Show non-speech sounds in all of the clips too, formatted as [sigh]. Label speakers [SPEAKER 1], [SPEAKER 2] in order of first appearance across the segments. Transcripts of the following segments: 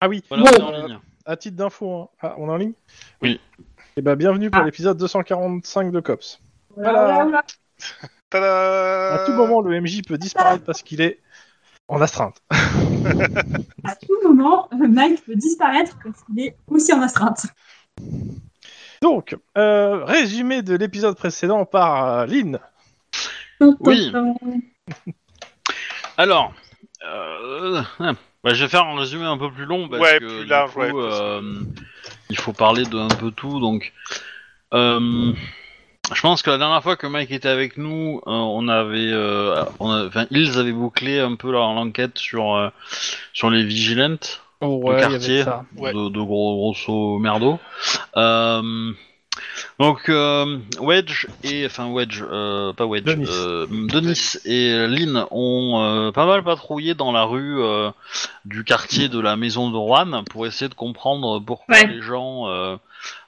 [SPEAKER 1] Ah oui,
[SPEAKER 2] Voilà,
[SPEAKER 1] Bon,
[SPEAKER 2] on est en ligne.
[SPEAKER 1] à titre d'info, hein. Ah, on est en ligne
[SPEAKER 2] Oui.
[SPEAKER 1] Et ben bienvenue pour
[SPEAKER 3] Ah.
[SPEAKER 1] l'épisode 245 de Cops.
[SPEAKER 3] Voilà, voilà, voilà.
[SPEAKER 4] Tada
[SPEAKER 1] À tout
[SPEAKER 2] Euh.
[SPEAKER 1] moment, le MJ peut disparaître parce qu'il est en astreinte.
[SPEAKER 3] À tout moment, Mike peut disparaître parce qu'il est aussi en astreinte.
[SPEAKER 1] Donc, euh, résumé de l'épisode précédent par euh, Lynn.
[SPEAKER 2] Oui. Alors, euh, euh, bah, je vais faire un résumé un peu plus long parce
[SPEAKER 4] Ouais,
[SPEAKER 2] que
[SPEAKER 4] plus
[SPEAKER 2] du
[SPEAKER 4] large,
[SPEAKER 2] coup,
[SPEAKER 4] ouais, parce que-
[SPEAKER 2] euh, il faut parler de un peu tout. Donc, euh, je pense que la dernière fois que Mike était avec nous, euh, on avait, euh, on a- enfin, ils avaient bouclé un peu leur l'enquête sur euh, sur les vigilantes
[SPEAKER 5] Oh,
[SPEAKER 2] Le
[SPEAKER 5] ouais, il y
[SPEAKER 2] quartier.
[SPEAKER 5] avait ça.
[SPEAKER 4] Ouais.
[SPEAKER 2] de, de gros grosso merdo. Euh, donc euh, Wedge et enfin Wedge, euh, pas Wedge,
[SPEAKER 1] Denis.
[SPEAKER 2] euh, Denis et Lynn ont euh, pas mal patrouillé dans la rue euh, du quartier de la maison de Rouen pour essayer de comprendre pourquoi
[SPEAKER 3] Ouais.
[SPEAKER 2] les gens euh,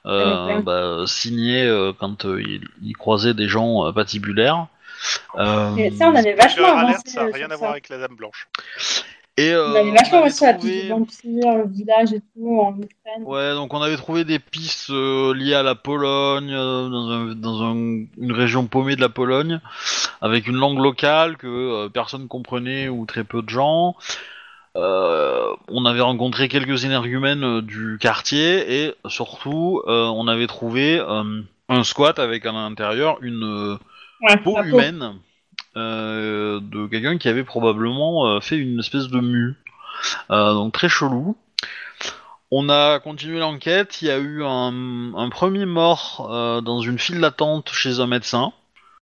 [SPEAKER 2] euh,
[SPEAKER 3] Ouais, ouais.
[SPEAKER 2] bah, signaient euh, quand euh, ils, ils croisaient des gens euh, patibulaires. Euh,
[SPEAKER 6] Et
[SPEAKER 4] Hum.
[SPEAKER 6] ça, on avait vachement
[SPEAKER 4] Spoiler
[SPEAKER 6] avancé.
[SPEAKER 4] alert, ça
[SPEAKER 6] euh,
[SPEAKER 4] n'a
[SPEAKER 6] sur
[SPEAKER 4] rien à
[SPEAKER 6] ça.
[SPEAKER 4] voir avec la Dame Blanche.
[SPEAKER 2] et, euh,
[SPEAKER 6] On avait vachement
[SPEAKER 2] on avait
[SPEAKER 6] avancé à la piste
[SPEAKER 2] trouvé-
[SPEAKER 6] du vampire, le village et tout, en Ukraine.
[SPEAKER 2] Ouais, donc on avait trouvé des pistes euh, liées à la Pologne, euh, dans, un- dans un- une région paumée de la Pologne, avec une langue locale que euh, personne comprenait ou très peu de gens. Euh, on avait rencontré quelques énergumènes euh, du quartier et surtout euh, on avait trouvé euh, un squat avec à l'intérieur une euh,
[SPEAKER 6] Ouais,
[SPEAKER 2] peau
[SPEAKER 6] la peau.
[SPEAKER 2] humaine euh, de quelqu'un qui avait probablement euh, fait une espèce de mue. Euh, donc très chelou. On a continué l'enquête, il y a eu un, un premier mort euh, dans une file d'attente chez un médecin,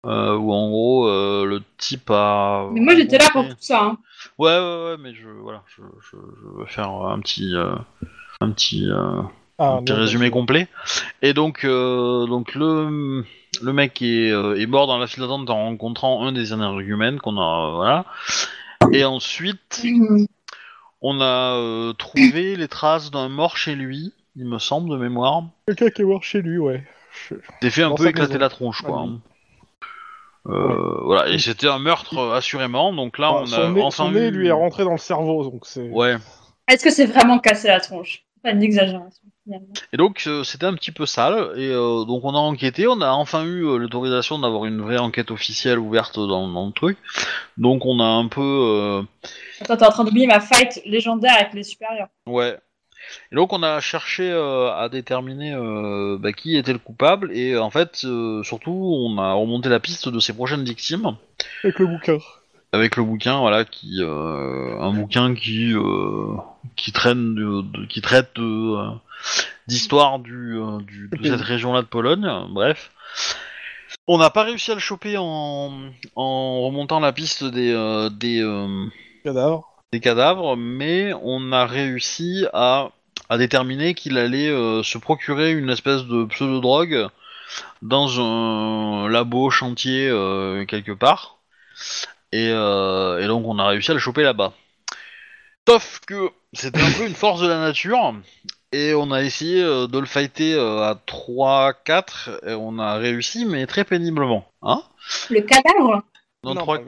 [SPEAKER 2] euh, où en gros euh, le type a...
[SPEAKER 6] Mais moi, j'étais là pour tout ça. hein.
[SPEAKER 2] Ouais, ouais, ouais, mais je, voilà, je, je, je vais faire un petit... euh, un petit... euh,
[SPEAKER 1] Ah,
[SPEAKER 2] un petit
[SPEAKER 1] non,
[SPEAKER 2] résumé
[SPEAKER 1] c'est-
[SPEAKER 2] complet. Et donc, euh, donc le, le mec est, euh, est mort dans la file d'attente en rencontrant un des énergumènes qu'on a. euh, voilà. Et ensuite,
[SPEAKER 6] Hum.
[SPEAKER 2] on a euh, trouvé les traces d'un mort chez lui, il me semble, de mémoire.
[SPEAKER 1] Quelqu'un qui est mort chez lui, ouais. Je-
[SPEAKER 2] T'es fait un
[SPEAKER 1] Dans
[SPEAKER 2] peu
[SPEAKER 1] sa
[SPEAKER 2] éclater
[SPEAKER 1] maison.
[SPEAKER 2] la tronche, quoi.
[SPEAKER 1] Ouais.
[SPEAKER 2] hein. Euh, Voilà, et c'était un meurtre euh, assurément, donc là on
[SPEAKER 1] son
[SPEAKER 2] a
[SPEAKER 1] nez,
[SPEAKER 2] enfin
[SPEAKER 1] son nez
[SPEAKER 2] eu-
[SPEAKER 1] lui est rentré dans le cerveau, donc c'est.
[SPEAKER 2] Ouais.
[SPEAKER 6] Est-ce que c'est vraiment cassé la tronche C'est Pas une exagération, finalement.
[SPEAKER 2] Et donc euh, c'était un petit peu sale, et euh, donc on a enquêté, on a enfin eu euh, l'autorisation d'avoir une vraie enquête officielle ouverte dans, dans le truc, donc on a un peu... euh,
[SPEAKER 6] Attends, t'es en train d'oublier ma fight légendaire avec les supérieurs.
[SPEAKER 2] ouais. Et donc on a cherché euh, à déterminer euh, bah, qui était le coupable, et euh, en fait euh, surtout on a remonté la piste de ses prochaines victimes.
[SPEAKER 1] Avec le bouquin.
[SPEAKER 2] avec le bouquin voilà qui euh, un bouquin qui euh, qui traîne de, de- qui traite de, euh, d'histoire du, euh, du- de
[SPEAKER 1] Ok.
[SPEAKER 2] cette région là de Pologne euh, bref on n'a pas réussi à le choper en, en remontant la piste des euh, des, euh,
[SPEAKER 1] Cadavre.
[SPEAKER 2] des cadavres mais on a réussi à à déterminer qu'il allait euh, se procurer une espèce de pseudo drogue dans un labo chantier euh, quelque part. Et, euh, et donc on a réussi à le choper là-bas. Sauf que c'était un peu une force de la nature. Et on a essayé euh, de le fighter euh, à 3-4. Et on a réussi, mais très péniblement. Hein
[SPEAKER 6] Le cadavre
[SPEAKER 2] Dans
[SPEAKER 1] Non,
[SPEAKER 2] trois-
[SPEAKER 1] bah,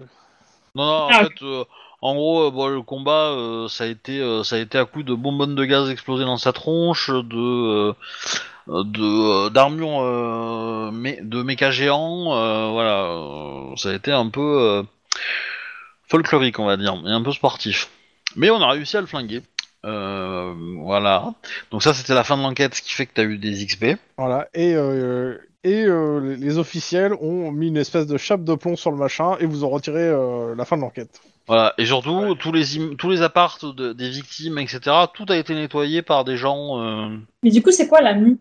[SPEAKER 2] non, non, en
[SPEAKER 6] Ah,
[SPEAKER 2] fait, euh, en gros, euh, bon, le combat, euh, ça a été, euh, ça a été à coup de bonbonnes de gaz explosées dans sa tronche, de, euh, de euh, d'armures, euh, mé- de méca géants, euh, voilà, euh, ça a été un peu euh, folklorique, on va dire, et un peu sportif. Mais on a réussi à le flinguer. Euh, voilà. Donc ça, c'était la fin de l'enquête, ce qui fait que t'as eu des XP.
[SPEAKER 1] Voilà. Et, euh, et euh, les- les officiels ont mis une espèce de chape de plomb sur le machin et vous ont retiré euh, la fin de l'enquête.
[SPEAKER 2] Voilà, et surtout,
[SPEAKER 4] Ouais.
[SPEAKER 2] tous les im- tous les appartes de- des victimes, etc., tout a été nettoyé par des gens... euh,
[SPEAKER 6] Mais du coup, c'est quoi la mue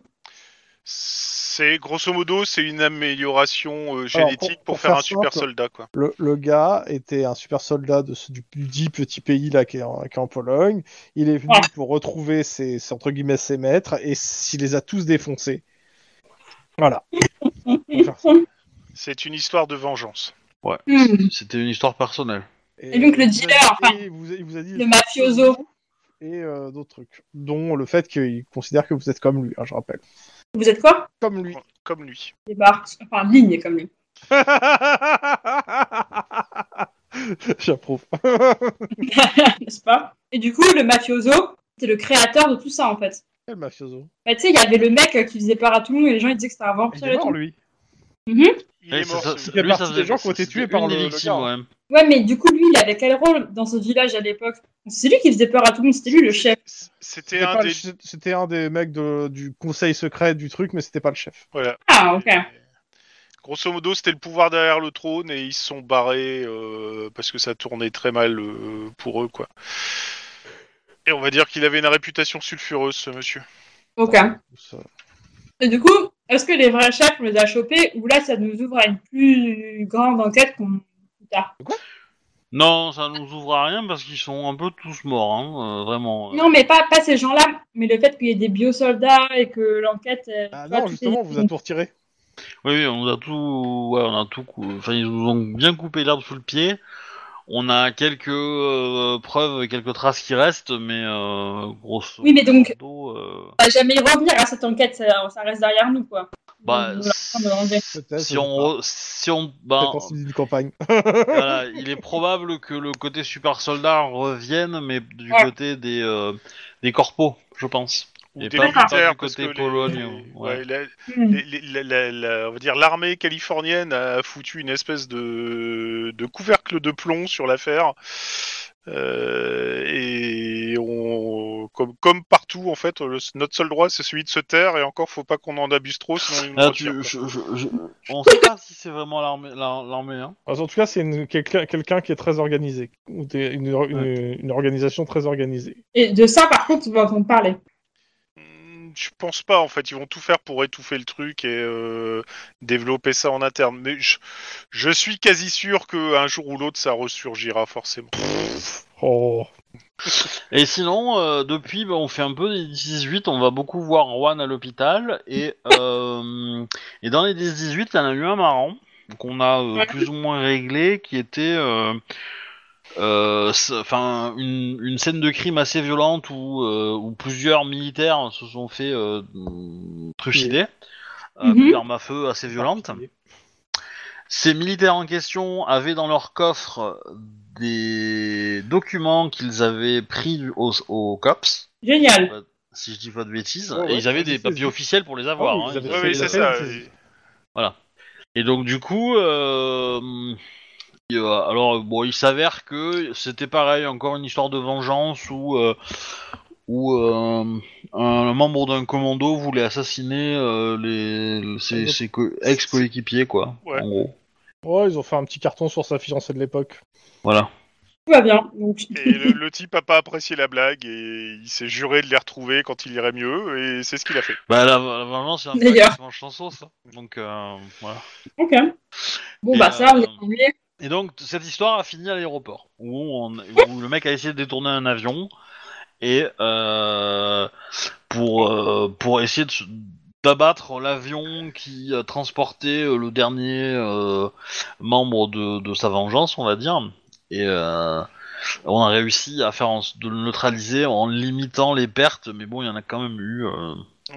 [SPEAKER 4] C'est grosso modo, c'est une amélioration euh, génétique
[SPEAKER 1] pour-
[SPEAKER 4] pour,
[SPEAKER 1] pour
[SPEAKER 4] faire,
[SPEAKER 1] faire
[SPEAKER 4] un super
[SPEAKER 1] simple.
[SPEAKER 4] soldat, quoi.
[SPEAKER 1] Le, le gars était un super soldat de ce, du, du dit petit pays là qui est, en, qui est en Pologne. Il est venu
[SPEAKER 6] Ouais.
[SPEAKER 1] pour retrouver ses, ses- entre guillemets ses maîtres et s'il les a tous défoncés.
[SPEAKER 6] [laughs]
[SPEAKER 1] Voilà. Pour faire ça.
[SPEAKER 4] C'est une histoire de vengeance.
[SPEAKER 2] Ouais,
[SPEAKER 6] Hmm.
[SPEAKER 3] Hum.
[SPEAKER 2] c- c'était une histoire personnelle.
[SPEAKER 1] Et,
[SPEAKER 6] donc, le
[SPEAKER 1] il vous a-
[SPEAKER 6] dealer, enfin,
[SPEAKER 1] et il vous, a- il vous a dit
[SPEAKER 6] Le mafioso
[SPEAKER 1] et euh, d'autres trucs, dont le fait qu'il considère que vous êtes comme lui. hein, je rappelle.
[SPEAKER 6] Vous êtes quoi
[SPEAKER 1] Comme lui. [laughs]
[SPEAKER 4] Comme lui.
[SPEAKER 6] Des barques. Enfin, ligne comme lui.
[SPEAKER 1] J'approuve.
[SPEAKER 6] N'est-ce pas Et du coup, le mafioso, T'es le créateur de tout ça, en fait.
[SPEAKER 1] Quel mafioso
[SPEAKER 6] Bah, tu sais, il y avait le mec euh, qui faisait peur à tout le monde et les gens ils disaient que c'était un
[SPEAKER 1] Il
[SPEAKER 6] vampire
[SPEAKER 1] est
[SPEAKER 6] et tout.
[SPEAKER 1] mort, lui.
[SPEAKER 4] Il est
[SPEAKER 2] Ouais, Eh,
[SPEAKER 4] mort.
[SPEAKER 2] ça-
[SPEAKER 4] ce-
[SPEAKER 2] ça-
[SPEAKER 1] fait
[SPEAKER 2] lui,
[SPEAKER 1] partie
[SPEAKER 2] ça
[SPEAKER 1] des
[SPEAKER 2] faisait-
[SPEAKER 1] gens qui ont été
[SPEAKER 2] c'était
[SPEAKER 1] tués par
[SPEAKER 2] une
[SPEAKER 1] le-
[SPEAKER 2] des
[SPEAKER 1] le
[SPEAKER 2] victimes,
[SPEAKER 1] gars.
[SPEAKER 2] ouais.
[SPEAKER 6] Ouais, mais du coup, lui, il avait quel rôle dans ce village à l'époque C'est lui qui faisait peur à tout le monde, c'était lui le chef.
[SPEAKER 4] C'était
[SPEAKER 1] C'était
[SPEAKER 4] un
[SPEAKER 1] pas
[SPEAKER 4] des.
[SPEAKER 1] le ch- C'était un des mecs de- du conseil secret du truc, mais c'était pas le chef.
[SPEAKER 4] Voilà.
[SPEAKER 6] Ah, ok.
[SPEAKER 4] Grosso modo, c'était le pouvoir derrière le trône et ils se sont barrés euh, parce que ça tournait très mal euh, pour eux, quoi. Et on va dire qu'il avait une réputation sulfureuse, ce monsieur.
[SPEAKER 6] Ok.
[SPEAKER 1] Ça-
[SPEAKER 6] Et du coup, est-ce que les vrais chefs, on les a chopés ou là, ça nous ouvre à une plus grande enquête qu'on. plus tard
[SPEAKER 2] Non, ça nous ouvre à rien parce qu'ils sont un peu tous morts, hein, euh, vraiment.
[SPEAKER 6] Non, mais pas, pas ces gens-là, mais le fait qu'il y ait des biosoldats et que l'enquête. euh,
[SPEAKER 1] Ah
[SPEAKER 6] tu vois,
[SPEAKER 1] non,
[SPEAKER 6] tout
[SPEAKER 1] justement,
[SPEAKER 6] est-
[SPEAKER 1] on vous a tout retiré.
[SPEAKER 2] Oui, oui, on nous a tout, ouais, on a tout, cou- enfin ils nous ont bien coupé l'herbe sous le pied. On a quelques euh, preuves, quelques traces qui restent, mais euh, grosso
[SPEAKER 6] Oui, mais donc-
[SPEAKER 2] modo, euh,
[SPEAKER 6] On va jamais y revenir à cette enquête, ça, ça reste derrière nous, quoi.
[SPEAKER 2] bah,
[SPEAKER 6] On est en train de l'enlever.
[SPEAKER 1] Peut-être.
[SPEAKER 2] si on, re- si on,
[SPEAKER 1] C'est
[SPEAKER 2] bah,
[SPEAKER 1] une campagne.
[SPEAKER 2] voilà, il est probable que le côté super soldat revienne, mais du
[SPEAKER 6] Ouais.
[SPEAKER 2] côté des euh, des corpos, je pense.
[SPEAKER 4] Ou
[SPEAKER 2] Et
[SPEAKER 4] des
[SPEAKER 2] pas- pas du
[SPEAKER 4] militaires, parce
[SPEAKER 2] côté
[SPEAKER 4] que les-
[SPEAKER 2] Pologne, ouais.
[SPEAKER 4] ouais, la-
[SPEAKER 6] Hmm.
[SPEAKER 4] les- les- la- la- la- on va dire l'armée californienne a foutu une espèce de, de couvercle de plomb sur l'affaire. Euh, et on, comme, comme partout, en fait, le- notre seul droit, c'est celui de se taire. Et encore, faut pas qu'on en abuse trop, sinon ils nous
[SPEAKER 2] Ah,
[SPEAKER 4] retirent,
[SPEAKER 2] tu,
[SPEAKER 4] quoi.
[SPEAKER 2] je- je- je- on sait pas si c'est vraiment l'armée, la- l'armée, hein.
[SPEAKER 1] En tout cas, c'est une- quelqu'un quelqu'un qui est très organisé. Ou des- une, une- une organisation très organisée.
[SPEAKER 6] Et de ça, par contre, on va entendre parler.
[SPEAKER 4] Hmm, Je pense pas en fait, ils vont tout faire pour étouffer le truc et euh, développer ça en interne. Mais je, je suis quasi sûr qu'un jour ou l'autre ça ressurgira forcément.
[SPEAKER 1] Oh.
[SPEAKER 2] Et sinon, euh, depuis, bah, on fait un peu des 18, on va beaucoup voir Juan à l'hôpital, et, euh, et dans les 18, il y en a eu un marrant, qu'on a euh,
[SPEAKER 6] Ouais.
[SPEAKER 2] plus ou moins réglé, qui était euh, euh, s- enfin, une, une scène de crime assez violente où, euh, où plusieurs militaires se sont fait euh, trucider, euh,
[SPEAKER 6] Mhm.
[SPEAKER 2] d'armes à feu assez violentes. Ces militaires en question avaient dans leur coffre des documents qu'ils avaient pris du- au, au COPS, euh,
[SPEAKER 6] Génial.
[SPEAKER 2] si je dis pas de bêtises,
[SPEAKER 1] Ouais, ouais,
[SPEAKER 2] et ils avaient
[SPEAKER 1] si,
[SPEAKER 2] des
[SPEAKER 1] si,
[SPEAKER 2] papiers
[SPEAKER 1] si.
[SPEAKER 2] officiels pour les avoir.
[SPEAKER 1] Ah oui,
[SPEAKER 2] hein,
[SPEAKER 1] ils avaient
[SPEAKER 2] ils
[SPEAKER 4] Ouais,
[SPEAKER 1] Ça,
[SPEAKER 4] oui,
[SPEAKER 1] c'est
[SPEAKER 4] c'est
[SPEAKER 1] la
[SPEAKER 4] ça. euh,
[SPEAKER 1] peine,
[SPEAKER 4] Et-
[SPEAKER 2] et donc du coup, euh, il, euh, alors bon, il s'avère que c'était pareil, encore une histoire de vengeance où euh, où euh, un membre d'un commando voulait assassiner euh, les ses, ses co- ex-coéquipiers quoi,
[SPEAKER 4] Ouais.
[SPEAKER 2] en gros.
[SPEAKER 1] Oh, ils ont fait un petit carton sur sa fiancée de l'époque.
[SPEAKER 2] Voilà.
[SPEAKER 6] Tout va bien. Donc,
[SPEAKER 4] Et le, le type a pas apprécié la blague et il s'est juré de les retrouver quand il irait mieux et c'est ce qu'il a fait.
[SPEAKER 2] Bah la, la vengeance, c'est un peu
[SPEAKER 6] D'ailleurs.
[SPEAKER 2] qui se mange sans sauce. hein. Donc euh, voilà.
[SPEAKER 6] ok. Bon,
[SPEAKER 2] Et,
[SPEAKER 6] bah, ça, on
[SPEAKER 2] euh,
[SPEAKER 6] est terminé.
[SPEAKER 2] Et donc, t- cette histoire a fini à l'aéroport, où, on- où le mec a essayé de détourner un avion, et euh, pour, euh, pour essayer de se- d'abattre l'avion qui a transporté euh, le dernier euh, membre de, de sa vengeance, on va dire. Et euh, on a réussi à faire en s- de le neutraliser en limitant les pertes, mais bon, il y en a quand même eu. euh.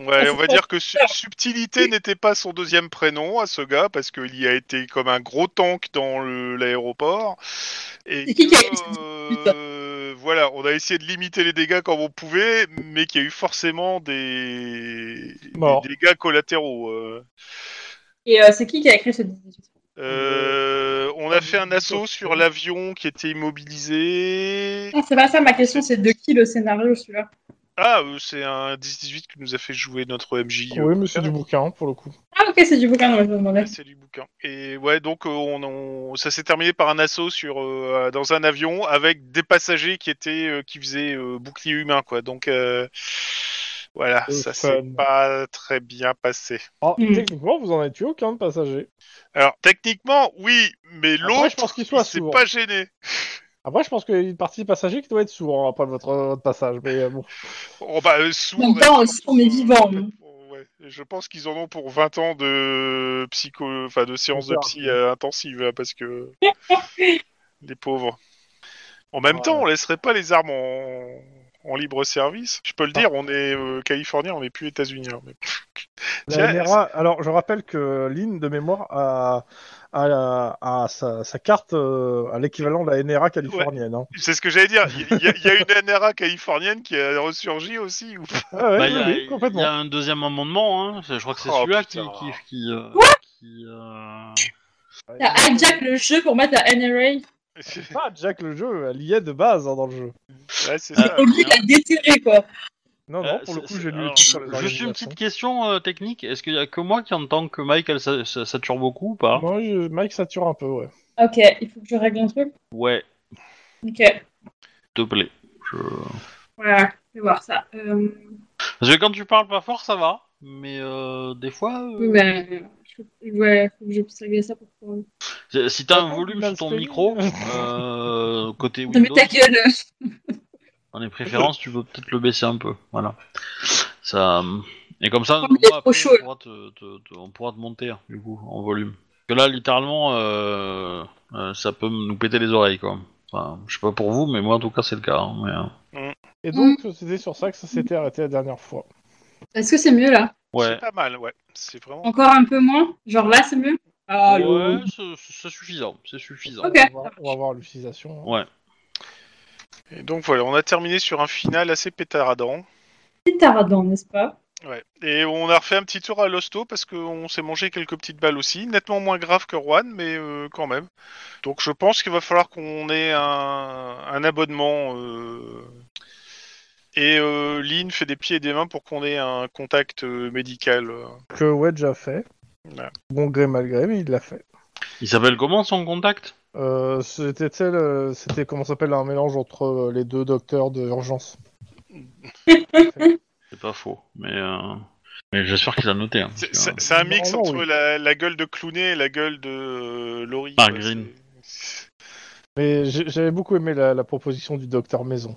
[SPEAKER 4] Ouais,
[SPEAKER 6] Ah,
[SPEAKER 4] on va
[SPEAKER 6] c'est
[SPEAKER 4] dire que su- subtilité n'était pas son deuxième prénom à ce gars parce qu'il y a été comme un gros tank dans le- l'aéroport. Et
[SPEAKER 6] C'est qui
[SPEAKER 4] que,
[SPEAKER 6] qui a-
[SPEAKER 4] euh, voilà, on a essayé de limiter les dégâts comme on pouvait, mais qu'il y a eu forcément des,
[SPEAKER 1] Mort.
[SPEAKER 4] des dégâts collatéraux. euh.
[SPEAKER 6] Et euh, c'est qui qui a écrit ce 18
[SPEAKER 4] Euh, on a fait un assaut sur l'avion qui était immobilisé.
[SPEAKER 6] Non, Ah, c'est pas ça, ma question, c'est de qui le scénario, celui-là
[SPEAKER 4] Ah, euh, c'est un 10-18 que nous a fait jouer notre MJ. euh,
[SPEAKER 1] Oui, monsieur du bouquin, pour le coup.
[SPEAKER 6] Ah, ok, c'est du bouquin, non, je me demandais.
[SPEAKER 4] Ouais, Ah, C'est du bouquin. Et ouais, donc euh, on, on- ça s'est terminé par un assaut sur euh, dans un avion avec des passagers qui étaient euh, qui faisaient euh, bouclier humain quoi. Donc euh, voilà,
[SPEAKER 1] Le
[SPEAKER 4] ça
[SPEAKER 1] fun.
[SPEAKER 4] s'est pas très bien passé.
[SPEAKER 1] Ah,
[SPEAKER 6] Hmm.
[SPEAKER 1] Techniquement, vous en avez tué aucun de passager.
[SPEAKER 4] Alors techniquement oui, mais
[SPEAKER 1] Après, je
[SPEAKER 4] l'autre
[SPEAKER 1] pense qu'il soit
[SPEAKER 4] il s'est
[SPEAKER 1] souvent.
[SPEAKER 4] pas gêné.
[SPEAKER 1] Après, je pense qu'il y a une partie passager qui doit être souvent hein, après votre, votre passage. Mais euh, bon.
[SPEAKER 4] Oh, bah, euh,
[SPEAKER 6] En
[SPEAKER 4] sourd,
[SPEAKER 6] même temps,
[SPEAKER 4] et-
[SPEAKER 6] aussi, on est vivant. non
[SPEAKER 4] Ouais. Je pense qu'ils en ont pour 20 ans de psycho, enfin de séances de psy euh, intensives hein,
[SPEAKER 6] [laughs]
[SPEAKER 4] parce que les pauvres. En même
[SPEAKER 1] Ouais.
[SPEAKER 4] temps, on laisserait pas les armes en, en libre service. Je peux
[SPEAKER 6] Ah.
[SPEAKER 4] le dire, on est euh, californien, on n'est plus états-unien. mais-
[SPEAKER 1] La
[SPEAKER 4] Tiens,
[SPEAKER 1] NRA alors, je rappelle que Lynn, de mémoire, a, à, la- à sa, sa carte, euh, à l'équivalent de la NRA californienne. hein.
[SPEAKER 4] C'est ce que j'allais dire. Il y, a- il y a une NRA californienne qui a ressurgi aussi. Ou... [laughs]
[SPEAKER 1] Ah ouais,
[SPEAKER 2] Bah,
[SPEAKER 1] oui,
[SPEAKER 2] Il y a-
[SPEAKER 1] oui,
[SPEAKER 2] il y,
[SPEAKER 1] complètement.
[SPEAKER 2] a un deuxième amendement, hein. C'est- je crois que c'est
[SPEAKER 4] Oh,
[SPEAKER 2] celui-là qui.
[SPEAKER 4] putain.
[SPEAKER 2] qui, qui, euh, qui,
[SPEAKER 1] Ah
[SPEAKER 2] euh,
[SPEAKER 6] T'as
[SPEAKER 5] Ah,
[SPEAKER 6] hijack le jeu pour mettre la NRA.
[SPEAKER 1] C'est Pas Ah, Jack le jeu, elle y est de base hein, dans le jeu.
[SPEAKER 4] Ouais, c'est ça.
[SPEAKER 6] T'es obligé de la déterrer, quoi.
[SPEAKER 1] Non,
[SPEAKER 2] Euh,
[SPEAKER 1] non, pour le coup,
[SPEAKER 2] c'est-
[SPEAKER 1] j'ai lu.
[SPEAKER 2] alors,
[SPEAKER 1] tout sur les
[SPEAKER 2] Juste une
[SPEAKER 1] organisations.
[SPEAKER 2] petite question euh, technique. Est-ce qu'il y a que moi qui entends que Michael sa- sa- sature beaucoup ou pas
[SPEAKER 1] Moi, je- Mike sature un peu, ouais.
[SPEAKER 6] Ok, il faut que je règle un truc.
[SPEAKER 2] Ouais,
[SPEAKER 6] Ok,
[SPEAKER 2] s'il te plaît.
[SPEAKER 6] voilà, je vais voir ça. Euh,
[SPEAKER 2] Parce que quand tu parles pas fort, ça va. Mais euh, des fois, euh,
[SPEAKER 6] oui, ben, je- ouais, faut que je puisse régler ça pour pouvoir.
[SPEAKER 2] si t'as un
[SPEAKER 1] Attends,
[SPEAKER 2] volume
[SPEAKER 1] Michael
[SPEAKER 2] sur ton
[SPEAKER 1] Scully.
[SPEAKER 2] micro, euh, côté
[SPEAKER 6] Non, mais
[SPEAKER 2] Windows,
[SPEAKER 6] ta gueule!
[SPEAKER 2] dans les préférences, tu peux peut-être le baisser un peu. Voilà. Ça. euh, Et comme ça,
[SPEAKER 6] Oh, mais il est
[SPEAKER 2] moi,
[SPEAKER 6] trop
[SPEAKER 2] après,
[SPEAKER 6] chaud,
[SPEAKER 2] on,
[SPEAKER 6] là.
[SPEAKER 2] pourra te, te- te- on pourra te monter hein, du coup en volume. Parce que là, littéralement, euh, euh, ça peut nous péter les oreilles, quoi. Enfin, je sais pas pour vous, mais moi, en tout cas, c'est le cas. hein, mais, euh,
[SPEAKER 1] Et donc, c'était sur ça que ça s'était arrêté la dernière fois.
[SPEAKER 6] Est-ce que c'est mieux là?
[SPEAKER 2] Ouais.
[SPEAKER 4] C'est pas mal, ouais. C'est vraiment.
[SPEAKER 6] Encore un peu moins? Genre là, c'est mieux? Ah, Allô?
[SPEAKER 2] Ouais, c'est- c'est suffisant, c'est suffisant.
[SPEAKER 6] Ok.
[SPEAKER 1] On va, on va voir l'utilisation.
[SPEAKER 2] Ouais.
[SPEAKER 4] Et donc voilà, on a terminé sur un final assez pétaradant.
[SPEAKER 6] C'est tardant, n'est-ce pas?
[SPEAKER 4] Ouais. Et on a refait un petit tour à l'hosto parce qu'on s'est mangé quelques petites balles aussi, nettement moins grave que Juan, mais euh, quand même. Donc je pense qu'il va falloir qu'on ait un, un abonnement. euh, Et euh, Lynn fait des pieds et des mains pour qu'on ait un contact euh, médical. euh.
[SPEAKER 1] Que Wedge a fait.
[SPEAKER 4] Ouais.
[SPEAKER 1] Bon gré mal gré, mais il l'a fait.
[SPEAKER 2] Il s'appelle comment son contact
[SPEAKER 1] Euh, c'était tu sais, le- c'était comment ça s'appelle un mélange entre euh, les deux docteurs de urgence.
[SPEAKER 2] C'est pas faux, mais, euh, mais j'espère qu'il a noté. hein,
[SPEAKER 4] C'est-
[SPEAKER 2] parce que,
[SPEAKER 4] C'est c'est un mix
[SPEAKER 1] Normalement,
[SPEAKER 4] entre
[SPEAKER 1] oui.
[SPEAKER 4] la, la gueule de Clooney et la gueule de euh, Laurie.
[SPEAKER 2] Par
[SPEAKER 4] quoi.
[SPEAKER 2] Green.
[SPEAKER 4] C'est-
[SPEAKER 1] Mais j'ai- j'avais beaucoup aimé la, la proposition du docteur Maison.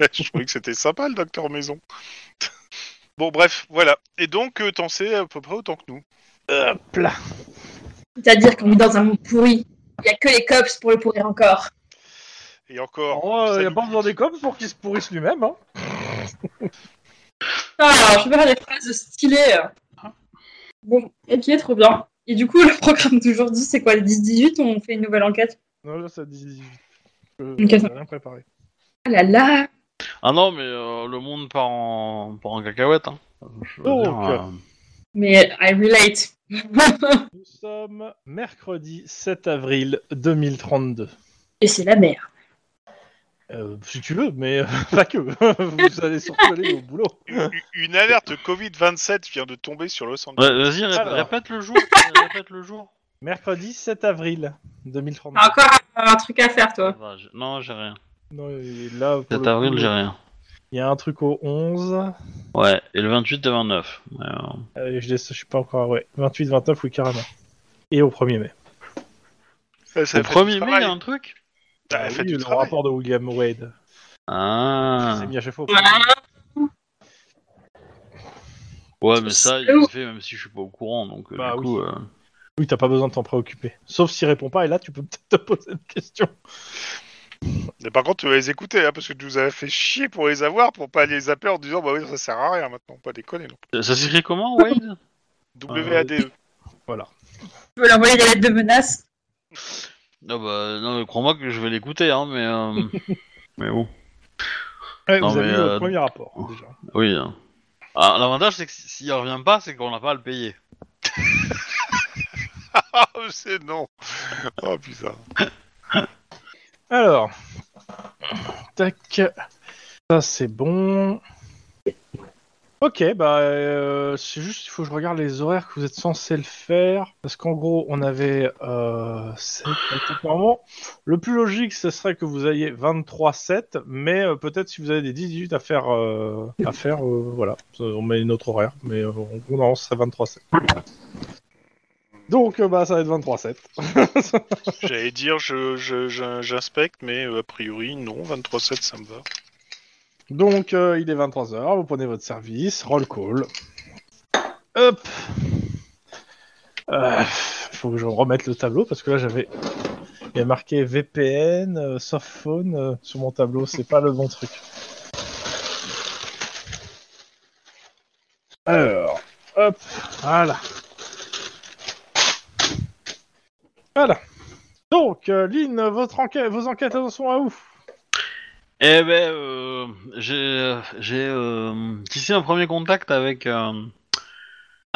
[SPEAKER 4] je trouvais que c'était sympa le docteur Maison. [laughs] bon, bref, voilà. Et donc, euh, t'en sais à peu près autant que nous.
[SPEAKER 6] C'est-à-dire qu'on est dans un monde pourri. Il y a que les cops pour le pourrir encore.
[SPEAKER 4] Et encore.
[SPEAKER 1] Oh,
[SPEAKER 4] ça nous coûte.
[SPEAKER 1] cops pour qu'il se pourrisse lui-même. Hein.
[SPEAKER 6] Ah, je vais faire des phrases stylées. Bon, ok, trop bien. Et du coup, [laughs] le programme d'aujourd'hui, c'est quoi Le 10-18, on fait une nouvelle enquête
[SPEAKER 1] Non, là, ça dit. Euh,
[SPEAKER 6] Ok, ça-
[SPEAKER 1] j'ai rien préparé.
[SPEAKER 6] Ah là là
[SPEAKER 2] euh, Ah non, mais euh, le monde part en, part en cacahuète. Hein. Je veux
[SPEAKER 1] Donc,
[SPEAKER 2] dire, euh,
[SPEAKER 6] Mais I relate. [laughs]
[SPEAKER 1] Nous sommes mercredi 7 avril 2032.
[SPEAKER 6] Et c'est la mer.
[SPEAKER 1] Euh, si tu veux, mais euh, [laughs] pas que. Vous allez surtout aller au boulot.
[SPEAKER 4] Une- Une alerte Covid-27 vient de tomber sur Los Angeles.
[SPEAKER 2] ouais, Vas-y, rép-
[SPEAKER 1] Alors.
[SPEAKER 2] répète le
[SPEAKER 1] [laughs]
[SPEAKER 2] jour. euh, répète le jour.
[SPEAKER 1] Mercredi 7 avril 2032.
[SPEAKER 5] Ah.
[SPEAKER 6] T'as encore un, un truc à faire, toi.
[SPEAKER 2] Bah, j'ai- non, j'ai rien.
[SPEAKER 1] Non, et là, pour
[SPEAKER 2] 7
[SPEAKER 1] Hein le
[SPEAKER 2] avril,
[SPEAKER 1] coup, euh,
[SPEAKER 2] j'ai rien.
[SPEAKER 1] il y a un truc au 11.
[SPEAKER 2] Ouais, et le 28 et 29. mais, euh,
[SPEAKER 1] Euh, je, laisse, je suis pas encore. Ouais, 28, 29, oui, carrément. Et au 1er mai.
[SPEAKER 4] Ça,
[SPEAKER 2] Au
[SPEAKER 4] ça fait du
[SPEAKER 2] 1er mai, il
[SPEAKER 4] travail.
[SPEAKER 2] y a un truc
[SPEAKER 4] Ça
[SPEAKER 1] Ah
[SPEAKER 4] fait
[SPEAKER 1] oui,
[SPEAKER 4] Bah, du
[SPEAKER 1] le
[SPEAKER 4] travail.
[SPEAKER 1] rapport de William Wade.
[SPEAKER 2] Ah
[SPEAKER 1] C'est mis à chaque fois. au
[SPEAKER 6] Ouais.
[SPEAKER 1] 1er mai.
[SPEAKER 2] Ouais, mais ça, il le fait même si je suis pas au courant, donc euh,
[SPEAKER 1] Bah
[SPEAKER 2] du
[SPEAKER 1] oui.
[SPEAKER 2] coup... euh,
[SPEAKER 1] Oui, t'as pas besoin de t'en préoccuper. Sauf s'il répond pas, et là, tu peux peut-être te poser une question.
[SPEAKER 4] Mais par contre, tu vas les écouter, hein, parce que tu nous as fait chier pour les avoir, pour pas les zapper en disant, bah oui, ça sert à rien maintenant, pas déconner. Non.
[SPEAKER 2] Ça ça s'écrit comment, Wade
[SPEAKER 1] [laughs]
[SPEAKER 4] WADE.
[SPEAKER 1] Voilà.
[SPEAKER 6] Tu veux l'envoyer des lettres de menace
[SPEAKER 2] Ah bah non, mais crois-moi que je vais l'écouter, hein, mais euh, [laughs] mais bon,
[SPEAKER 1] Ouais,
[SPEAKER 2] Non,
[SPEAKER 1] vous avez
[SPEAKER 2] mais,
[SPEAKER 1] eu le
[SPEAKER 2] euh,
[SPEAKER 1] premier rapport, déjà.
[SPEAKER 2] oui. hein. Ah, L'avantage c'est que si- s'il revient pas, c'est qu'on n'a pas à le payer.
[SPEAKER 4] Ah, c'est non. Oh putain.
[SPEAKER 1] Alors. Tac. Ça, c'est bon. Ok, bah, euh, c'est juste, il faut que je regarde les horaires que vous êtes censé le faire. Parce qu'en gros, on avait. Euh, sept- apparemment, le plus logique, ce serait que vous ayez 23-7, mais euh, peut-être si vous avez des 18 à faire, euh, à faire euh, voilà, on met notre horaire, mais euh, en gros, non, ce serait 23-7. Donc, euh, bah, ça va être 23-7.
[SPEAKER 4] J'allais dire, je- je- je- j'inspecte, mais euh, a priori, non, 23-7, ça me va.
[SPEAKER 1] Donc, euh, il est 23h, vous prenez votre service, roll call. Hop Euh, Faut que je remette le tableau parce que là j'avais. Il y a marqué VPN, euh, softphone euh, sur mon tableau, c'est pas le bon truc. Alors, hop, voilà. Voilà. Donc, euh, Lynn, votre enquête, vos enquêtes, elles en sont à où
[SPEAKER 2] Eh ben, euh, j'ai j'ai, euh, tissé un premier contact avec euh,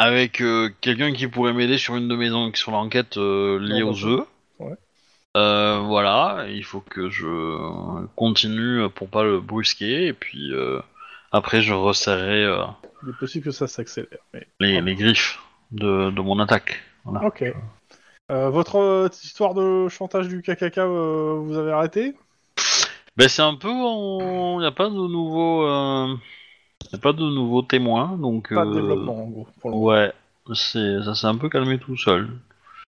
[SPEAKER 2] avec euh, quelqu'un qui pourrait m'aider sur une de mes en- sur l'enquête euh, liée
[SPEAKER 1] Ouais,
[SPEAKER 2] aux œufs.
[SPEAKER 1] Ouais.
[SPEAKER 2] Euh, voilà, il faut que je continue pour pas le brusquer et puis euh, après je resserrerai euh,
[SPEAKER 1] Il est possible que ça s'accélère. Mais...
[SPEAKER 2] les, les griffes de, de mon attaque. Voilà.
[SPEAKER 1] Ok. Euh, votre euh, histoire de chantage du KKK, euh, vous avez arrêté
[SPEAKER 2] Ben c'est un peu, il n'y a pas de nouveau, euh, y a pas de nouveaux témoins donc.
[SPEAKER 1] Pas de
[SPEAKER 2] euh,
[SPEAKER 1] développement, en gros. Pour le moment.
[SPEAKER 2] Ouais, c'est ça s'est un peu calmé tout seul.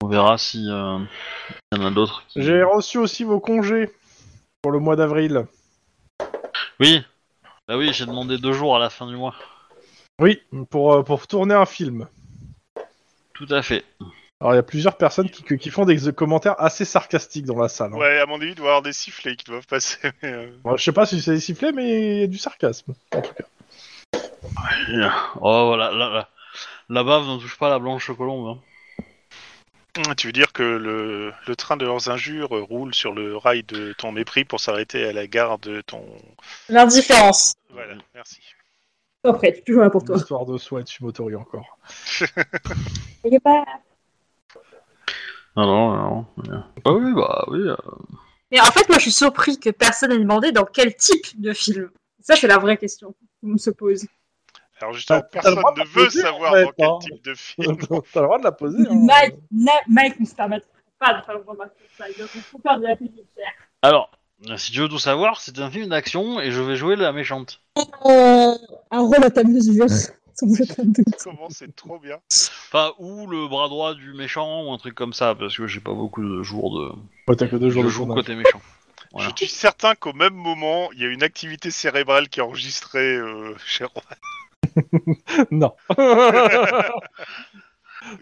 [SPEAKER 2] On verra si euh, il y en a d'autres. qui-
[SPEAKER 1] J'ai reçu aussi vos congés pour le mois d'avril.
[SPEAKER 2] Oui. Bah oui, j'ai demandé deux jours à la fin du mois.
[SPEAKER 1] Oui, pour, euh, pour tourner un film.
[SPEAKER 2] Tout à fait.
[SPEAKER 1] Alors, il y a plusieurs personnes qui, qui font des commentaires assez sarcastiques dans la salle. hein.
[SPEAKER 4] Ouais, à mon avis, il doit y avoir des sifflets qui doivent passer. [laughs] mais, euh,
[SPEAKER 1] Bon, je sais pas si c'est sifflé, mais il y a du sarcasme, en tout cas.
[SPEAKER 2] Oh voilà, la, la, la bave ne touche pas la blanche colombe. hein.
[SPEAKER 4] Tu veux dire que le, le train de leurs injures roule sur le rail de ton mépris pour s'arrêter à la gare de ton...
[SPEAKER 6] L'indifférence.
[SPEAKER 4] Voilà, merci.
[SPEAKER 3] Après, tu toujours là pour toi.
[SPEAKER 1] L'histoire de soi et de Shimotori encore.
[SPEAKER 6] Il est pas...
[SPEAKER 2] Non non non. Bah oui bah oui. euh,
[SPEAKER 6] Mais en fait, moi, je suis surpris que personne n'ait demandé dans quel type de film. Ça, c'est la vraie question qu'on se pose.
[SPEAKER 4] Alors justement,
[SPEAKER 1] T'as- t'as le
[SPEAKER 4] personne
[SPEAKER 1] droit de
[SPEAKER 4] ne veut
[SPEAKER 1] poser, en
[SPEAKER 4] savoir
[SPEAKER 1] fait,
[SPEAKER 4] dans quel
[SPEAKER 1] hein.
[SPEAKER 4] type de
[SPEAKER 1] [laughs]
[SPEAKER 4] film.
[SPEAKER 1] [laughs] T'as le droit de la poser. hein.
[SPEAKER 3] Mike, na- Mike ne se permettra pas de faire le remarque comme ça. Il doit faut faire de la publicité.
[SPEAKER 2] Alors si tu veux tout savoir, c'est un film d'action et je vais jouer la méchante.
[SPEAKER 3] Euh, un rôle à ta mesure, sans aucun doute.
[SPEAKER 4] Comment c'est trop bien.
[SPEAKER 2] Enfin ou le bras droit du méchant ou un truc comme ça parce que j'ai pas beaucoup de jours de.
[SPEAKER 1] Ouais, t'as que deux jours
[SPEAKER 2] je
[SPEAKER 1] de
[SPEAKER 2] joue
[SPEAKER 1] journée.
[SPEAKER 2] côté méchant. Voilà.
[SPEAKER 4] Je suis certain qu'au même moment, il y a une activité cérébrale qui est enregistrée euh, [laughs] chez Roy.
[SPEAKER 1] [laughs] Non.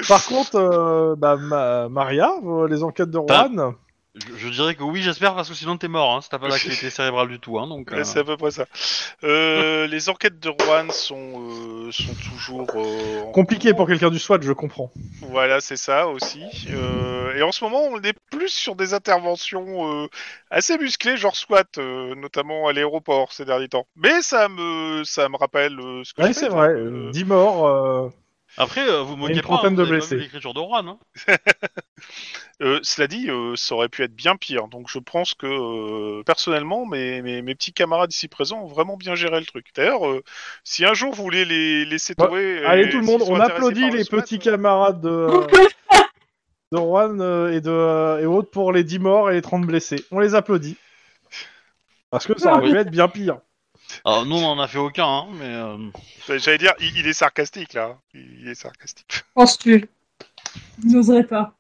[SPEAKER 1] Par contre, euh, bah, Ma- Maria, euh, les enquêtes de Rouen.
[SPEAKER 2] Je, je dirais que oui, j'espère, parce que sinon t'es mort, hein, si t'as pas d'activité cérébrale du tout. Hein, donc, euh,
[SPEAKER 4] Ouais, C'est à peu près ça. Euh, les enquêtes de Rouen sont, euh, sont toujours... euh, en
[SPEAKER 1] Compliqué pour quelqu'un du SWAT, je comprends.
[SPEAKER 4] Voilà, c'est ça aussi. Euh, et en ce moment, on est plus sur des interventions euh, assez musclées, genre SWAT, euh, notamment à l'aéroport ces derniers temps. Mais ça me, ça me rappelle euh, ce que
[SPEAKER 1] Ouais,
[SPEAKER 4] je fais,
[SPEAKER 1] c'est
[SPEAKER 4] donc,
[SPEAKER 1] vrai.
[SPEAKER 4] euh,
[SPEAKER 1] 10 morts. euh,
[SPEAKER 2] Après, euh, vous
[SPEAKER 1] Une
[SPEAKER 2] moquez pas, hein,
[SPEAKER 1] trentaine
[SPEAKER 2] vous
[SPEAKER 1] de
[SPEAKER 2] avez pas
[SPEAKER 1] blessés.
[SPEAKER 2] vu l'écriture de Rouen. Hein.
[SPEAKER 4] euh, cela dit, euh, ça aurait pu être bien pire. Donc je pense que, euh, personnellement, mes, mes, mes petits camarades ici présents ont vraiment bien géré le truc. D'ailleurs, euh, si un jour vous voulez les laisser tomber... et
[SPEAKER 1] Bah, Allez, tout le
[SPEAKER 4] s'ils
[SPEAKER 1] monde,
[SPEAKER 4] sont
[SPEAKER 1] on
[SPEAKER 4] intéressés
[SPEAKER 1] applaudit
[SPEAKER 4] par le
[SPEAKER 1] les
[SPEAKER 4] SWAT,
[SPEAKER 1] petits
[SPEAKER 4] euh,
[SPEAKER 1] camarades de, de Rouen euh, et, de, et autres pour les 10 morts et les 30 blessés. On les applaudit. Parce que
[SPEAKER 4] Ah
[SPEAKER 1] ça aurait pu être bien pire.
[SPEAKER 2] Alors, Ah, nous, on en a fait aucun, hein, mais.
[SPEAKER 5] [laughs]
[SPEAKER 2] euh,
[SPEAKER 4] J'allais dire, il, il est sarcastique, là. Il est sarcastique.
[SPEAKER 6] Penses-tu
[SPEAKER 3] Je n'oserais pas.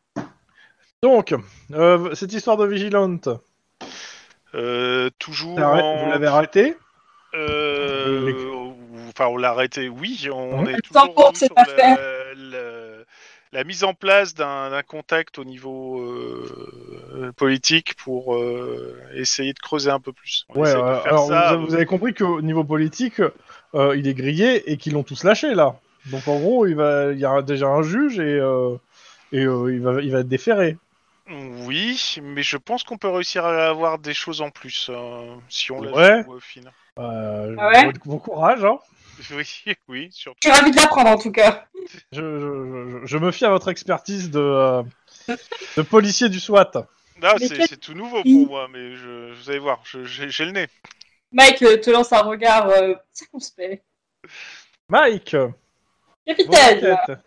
[SPEAKER 1] Donc, euh, cette histoire de Vigilante,
[SPEAKER 4] Euh, toujours...
[SPEAKER 1] t'as arrêt-
[SPEAKER 4] en-
[SPEAKER 1] vous l'avez arrêtée
[SPEAKER 4] Euh, ou- enfin, on l'a arrêté, oui. On
[SPEAKER 1] Mmh.
[SPEAKER 4] est
[SPEAKER 6] Le
[SPEAKER 4] toujours
[SPEAKER 6] tampon,
[SPEAKER 4] sur
[SPEAKER 6] c'est pas
[SPEAKER 4] la,
[SPEAKER 6] fait.
[SPEAKER 4] la- la mise en place d'un d'un contact au niveau euh, politique pour euh, essayer de creuser un peu plus. On
[SPEAKER 1] Ouais,
[SPEAKER 4] essaie de
[SPEAKER 1] euh,
[SPEAKER 4] faire
[SPEAKER 1] alors
[SPEAKER 4] ça,
[SPEAKER 1] vous, avez- vous avez compris qu'au niveau politique, euh, il est grillé et qu'ils l'ont tous lâché là. Donc en gros, il, va, il y a un- déjà un juge et, euh, et euh, il, va, il va être déféré.
[SPEAKER 4] euh, Oui, mais je pense qu'on peut réussir à avoir des choses en plus euh, si on la
[SPEAKER 1] Ouais.
[SPEAKER 4] joue, euh, fine.
[SPEAKER 1] Euh,
[SPEAKER 6] Ah ouais
[SPEAKER 1] bon, bon courage, hein.
[SPEAKER 4] [laughs] Oui, oui, surtout.
[SPEAKER 6] Je suis ravie de l'apprendre, en tout cas.
[SPEAKER 1] je, je- je- je me fie à votre expertise
[SPEAKER 6] [laughs]
[SPEAKER 1] de, euh, de policier du SWAT.
[SPEAKER 4] Non,
[SPEAKER 6] Mais
[SPEAKER 4] c'est
[SPEAKER 6] quel-
[SPEAKER 4] c'est tout nouveau pour moi, mais je, vous allez voir, je- j'ai j'ai le nez.
[SPEAKER 6] Mike euh, te lance un regard euh, circonspect.
[SPEAKER 1] Mike, vos
[SPEAKER 6] Capitaine
[SPEAKER 1] enquêtes.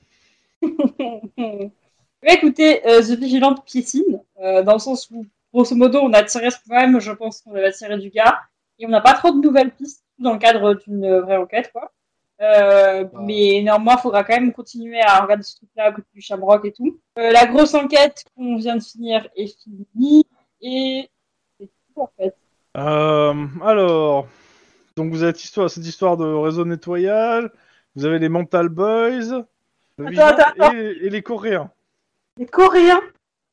[SPEAKER 6] Je vais écouter euh, The Vigilant Piscine, euh, dans le sens où, grosso modo, on a tiré ce problème, je pense qu'on avait tiré du gars, et on n'a pas trop de nouvelles pistes dans le cadre d'une euh, vraie enquête, quoi. Euh,
[SPEAKER 1] Ah.
[SPEAKER 6] Mais néanmoins, il faudra quand même continuer à regarder ce truc-là à côté du Shamrock et tout. Euh, la grosse enquête qu'on vient de finir est finie, et c'est tout en fait.
[SPEAKER 1] Euh, alors, donc vous avez cette histoire, cette histoire de réseau de nettoyage, vous avez les Mental Boys, le Vigilante
[SPEAKER 6] attends, attends.
[SPEAKER 1] et- et les Coréens.
[SPEAKER 6] Les Coréens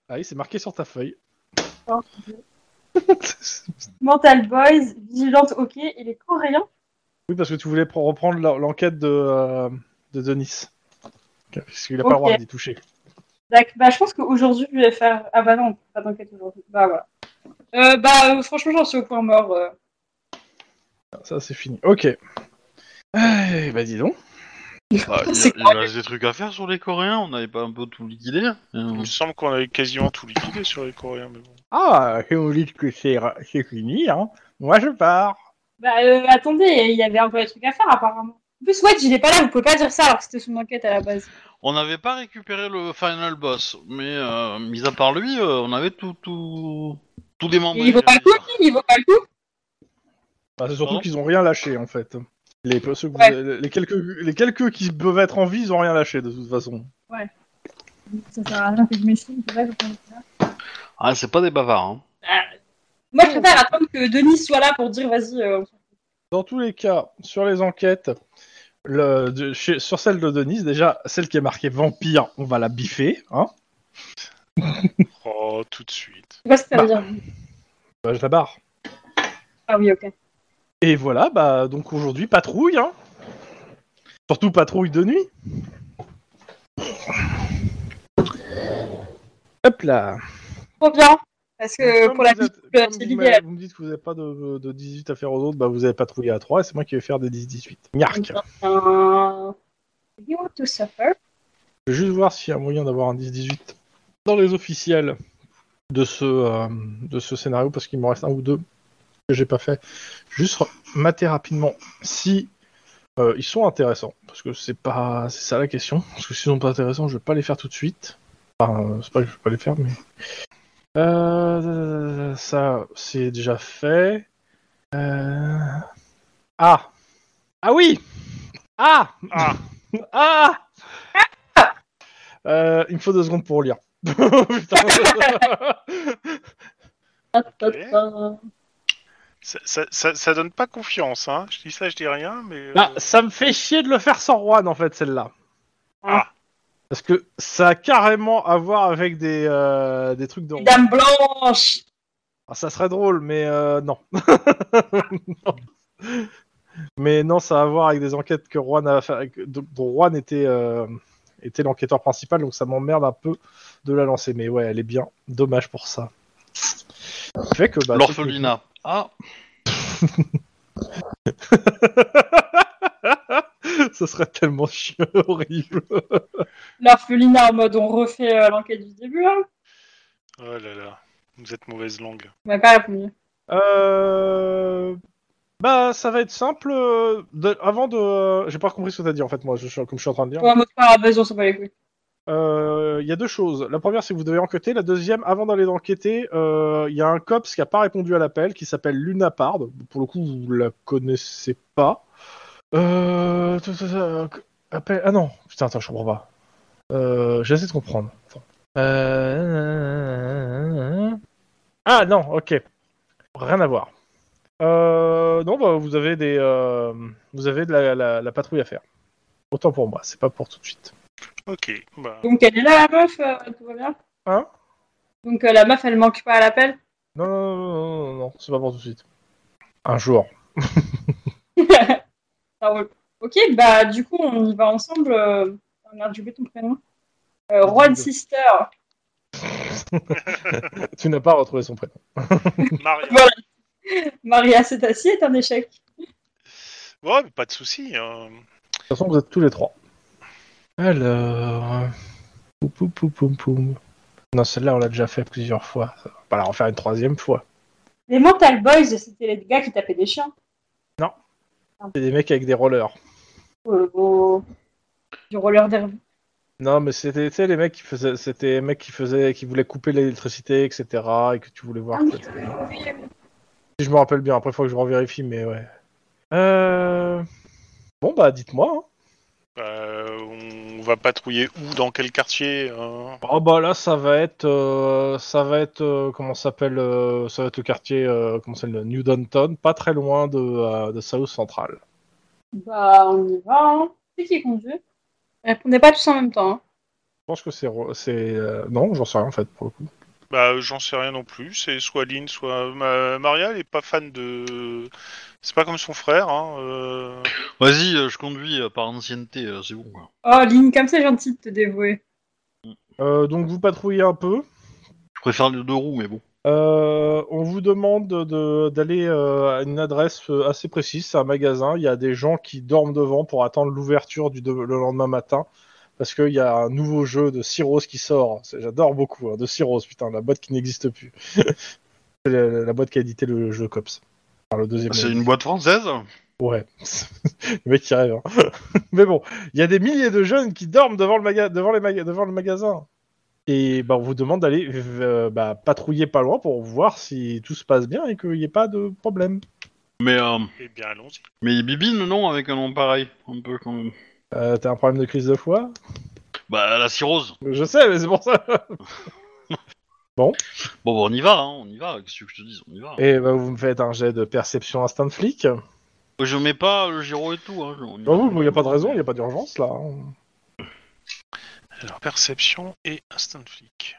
[SPEAKER 1] Ah oui, c'est marqué sur ta feuille.
[SPEAKER 6] Mental Boys, Vigilante OK et les Coréens.
[SPEAKER 1] Oui, parce que tu voulais pr- reprendre l'en- l'enquête de, euh, de Denis. Ok, Parce qu'il n'a
[SPEAKER 6] Ok.
[SPEAKER 1] pas le droit d'y toucher.
[SPEAKER 5] D'accord. Bah, je pense qu'aujourd'hui, je vais faire. Ah bah non, on peut pas d'enquête aujourd'hui. Bah voilà. Euh, bah, euh, franchement, j'en suis au point mort. euh.
[SPEAKER 1] Ça, c'est fini. Ok. Eh, bah, dis donc.
[SPEAKER 2] Bah, il,
[SPEAKER 5] C'est
[SPEAKER 2] il reste des trucs à faire sur les Coréens, on n'avait pas un peu tout liquidé
[SPEAKER 4] Il
[SPEAKER 2] Euh,
[SPEAKER 4] me semble qu'on avait quasiment tout liquidé sur les Coréens, mais bon.
[SPEAKER 1] Ah, si vous dites que c'est c'est fini, hein. Moi, je pars.
[SPEAKER 5] Bah, euh, attendez, il y avait un peu des trucs à faire apparemment. En plus, Wedge, il est pas là, vous pouvez pas dire ça alors que c'était son enquête à la base.
[SPEAKER 2] On n'avait pas récupéré le final boss, mais euh, mis à part lui, euh, on avait tout, tout, tout démembré.
[SPEAKER 5] Il vaut pas le
[SPEAKER 1] euh,
[SPEAKER 5] coup, lui, il vaut pas le coup.
[SPEAKER 1] Bah, c'est surtout
[SPEAKER 2] Pardon
[SPEAKER 1] qu'ils ont rien lâché, en fait. Les, ceux que vous-
[SPEAKER 5] Ouais.
[SPEAKER 1] les, quelques, les quelques qui peuvent être en vie, ils ont rien lâché, de toute façon.
[SPEAKER 7] Ça sert à rien que je m'échoue, c'est vrai que je pense
[SPEAKER 2] Ah, c'est pas des bavards. Hein.
[SPEAKER 5] Moi, je préfère attendre que Denis soit là pour dire vas-y. euh, on s'en fout.
[SPEAKER 1] Dans tous les cas, sur les enquêtes, le, de- chez- sur celle de Denise, déjà, celle qui est marquée vampire, on va la biffer, hein.
[SPEAKER 4] Oh, tout de suite.
[SPEAKER 5] Je sais pas ce que ça veut dire.
[SPEAKER 1] Bah, je la barre.
[SPEAKER 5] Ah oui, ok.
[SPEAKER 1] Et voilà, bah, donc aujourd'hui, patrouille, hein. Surtout patrouille de nuit. Hop là.
[SPEAKER 5] Trop bien. Parce que
[SPEAKER 1] Comme
[SPEAKER 5] pour la
[SPEAKER 1] vous, êtes-
[SPEAKER 5] petite, euh,
[SPEAKER 1] comme
[SPEAKER 5] c'est
[SPEAKER 1] vous,
[SPEAKER 5] l'idéal.
[SPEAKER 1] m'avez- vous me dites que vous n'avez pas de, de 18 à faire aux autres, bah vous avez patrouillé à 3 et c'est moi qui vais faire des 10-18. Miark.
[SPEAKER 5] Euh, You want to suffer?
[SPEAKER 1] Je vais juste voir s'il y a moyen d'avoir un 10-18 dans les officiels de ce, euh, de ce scénario, parce qu'il me reste un ou deux que j'ai pas fait. Juste re- mater rapidement si euh, ils sont intéressants, parce que c'est pas c'est ça la question. Parce que s'ils sont pas intéressants, je vais pas les faire tout de suite. Enfin, euh, c'est pas que je vais pas les faire, mais Euh, ça c'est déjà fait. Euh, Ah ah oui ah
[SPEAKER 4] Ah,
[SPEAKER 1] ah Euh, Il me faut deux secondes pour lire. [laughs] Putain.
[SPEAKER 4] ça, ça, ça- ça donne pas confiance, hein. Je dis ça, je dis rien, mais.
[SPEAKER 1] Bah,
[SPEAKER 4] euh,
[SPEAKER 1] ça me fait chier de le faire sans Juan en fait celle-là.
[SPEAKER 4] Ah.
[SPEAKER 1] Parce que ça a carrément à voir avec des, euh, des trucs de...
[SPEAKER 5] Une Dame blanche!
[SPEAKER 1] Ah, ça serait drôle, mais euh, non. [laughs] Non. Mais non, ça a à voir avec des enquêtes que Juan a fait, que- dont Juan était, euh, était l'enquêteur principal, donc ça m'emmerde un peu de la lancer. Mais ouais, elle est bien. Dommage pour ça. Fait que bah,
[SPEAKER 2] L'orphelinat. Ah,
[SPEAKER 1] [laughs] ça serait tellement chiant, [laughs] horrible.
[SPEAKER 5] L'orphelinat en mode on refait euh, l'enquête du début, hein?
[SPEAKER 4] Oh là là, vous êtes mauvaise langue.
[SPEAKER 5] On m'a pas répondu.
[SPEAKER 1] Euh, Bah, ça va être simple. euh, de- Avant de, j'ai pas compris ce que t'as dit en fait. Moi, je suis- comme je suis en train de dire.
[SPEAKER 5] Pour un mot de passe, vas-y, on s'en bat les couilles.
[SPEAKER 1] Euh, Il y a deux choses. La première, c'est que vous devez enquêter. La deuxième, avant d'aller enquêter, euh, il y a un cops qui a pas répondu à l'appel, qui s'appelle Luna Pard. Pour le coup, vous la connaissez pas. Euh... tout ça, ça, que- Appel... Ah non, putain, attends, je comprends pas. Euh... J'essaie de comprendre. Attends. Euh, Ah non, ok. Rien à voir. Euh... Non, bah, vous avez des, euh, vous avez de la, la- la patrouille à faire. Autant pour moi, c'est pas pour tout de suite.
[SPEAKER 4] Ok, bah.
[SPEAKER 5] [laughs] Donc elle est là, la meuf, euh, tout va bien?
[SPEAKER 1] Hein
[SPEAKER 5] Donc euh, la meuf, elle manque pas à l'appel?
[SPEAKER 1] Non, non, non, non, non, non, c'est pas pour tout de suite. Un jour.
[SPEAKER 5] Ça roule. Ok, bah du coup, on y va ensemble. Euh... on a oublié ton prénom. Euh, Juan Sister.
[SPEAKER 1] Tu n'as pas retrouvé son prénom.
[SPEAKER 4] Maria.
[SPEAKER 5] Maria Cétassi est un échec.
[SPEAKER 4] Ouais, mais pas de soucis. hein.
[SPEAKER 1] De toute façon, vous êtes tous les trois. Alors. Pou, pou, pou, poum, poum. Non, celle-là, on l'a déjà fait plusieurs fois. On va la refaire une troisième fois.
[SPEAKER 5] Les Mental Boys, c'était les gars qui tapaient des chiens.
[SPEAKER 1] C'est des mecs avec des rollers.
[SPEAKER 5] Euh, au- Du roller derby.
[SPEAKER 1] Non, mais c'était tu sais, les mecs qui faisaient, c'était les mecs qui faisaient, qui voulaient couper l'électricité, etc., et que tu voulais voir.
[SPEAKER 5] Ah oui,
[SPEAKER 1] que- Si je me rappelle bien, après faut que je revérifie, mais ouais. Euh... Bon bah, dites-moi. hein.
[SPEAKER 4] Euh, on va patrouiller où, dans quel quartier hein
[SPEAKER 1] Oh bah là ça va être euh, ça va être euh, comment ça s'appelle euh, ça va être le quartier euh, comment ça s'appelle New Downtown pas très loin de, euh, de South Central.
[SPEAKER 5] Bah, on y va. Hein. C'est qui conduit Répondez pas tous en même temps. hein.
[SPEAKER 1] Je pense que c'est ro- c'est euh, non j'en sais rien en fait pour le coup.
[SPEAKER 4] Bah, j'en sais rien non plus. C'est soit Lynn, soit. Ma- Maria, elle est pas fan de. C'est pas comme son frère, hein. euh.
[SPEAKER 2] vas-y, euh, je conduis euh, par ancienneté, euh, c'est bon. Quoi.
[SPEAKER 5] Oh, Lynn, comme c'est gentil de te dévouer.
[SPEAKER 1] Euh, donc vous patrouillez un peu.
[SPEAKER 2] Je préfère les deux roues, mais bon.
[SPEAKER 1] Euh, on vous demande de- d'aller euh, à une adresse euh, assez précise, c'est un magasin. Il y a des gens qui dorment devant pour attendre l'ouverture du de- le lendemain matin. Parce qu'il y a un nouveau jeu de Cyrose qui sort. C'est- J'adore beaucoup, hein, de Cyrose, putain, la boîte qui n'existe plus. [laughs] c'est la, la boîte qui a édité le jeu Cops. Enfin, le deuxième.
[SPEAKER 2] Ah, C'est une boîte française
[SPEAKER 1] Ouais, le mec qui rêve. hein. [laughs] Mais bon, il y a des milliers de jeunes qui dorment devant le, maga- devant les maga- devant le magasin. Et bah, on vous demande d'aller euh, bah, patrouiller pas loin pour voir si tout se passe bien et qu'il n'y ait pas de problème.
[SPEAKER 2] Mais, euh,
[SPEAKER 4] Eh bien, allons-y.
[SPEAKER 2] mais il bibine, non, avec un nom pareil, un peu quand même.
[SPEAKER 1] Euh, T'as un problème de crise de foi
[SPEAKER 2] Bah, la cirrhose.
[SPEAKER 1] Je sais, mais c'est pour ça.
[SPEAKER 2] Bon, bah, on y va, hein, on y va, qu'est-ce que je te dis, on y va.
[SPEAKER 1] Et bah, vous me faites un jet de perception instinct de flic. Bah,
[SPEAKER 2] Je mets pas le gyro et tout, hein. je- on y
[SPEAKER 1] Non,
[SPEAKER 2] va.
[SPEAKER 1] il n'y a pas de raison, il n'y a pas d'urgence là. hein.
[SPEAKER 4] Alors, perception et instinct de flic.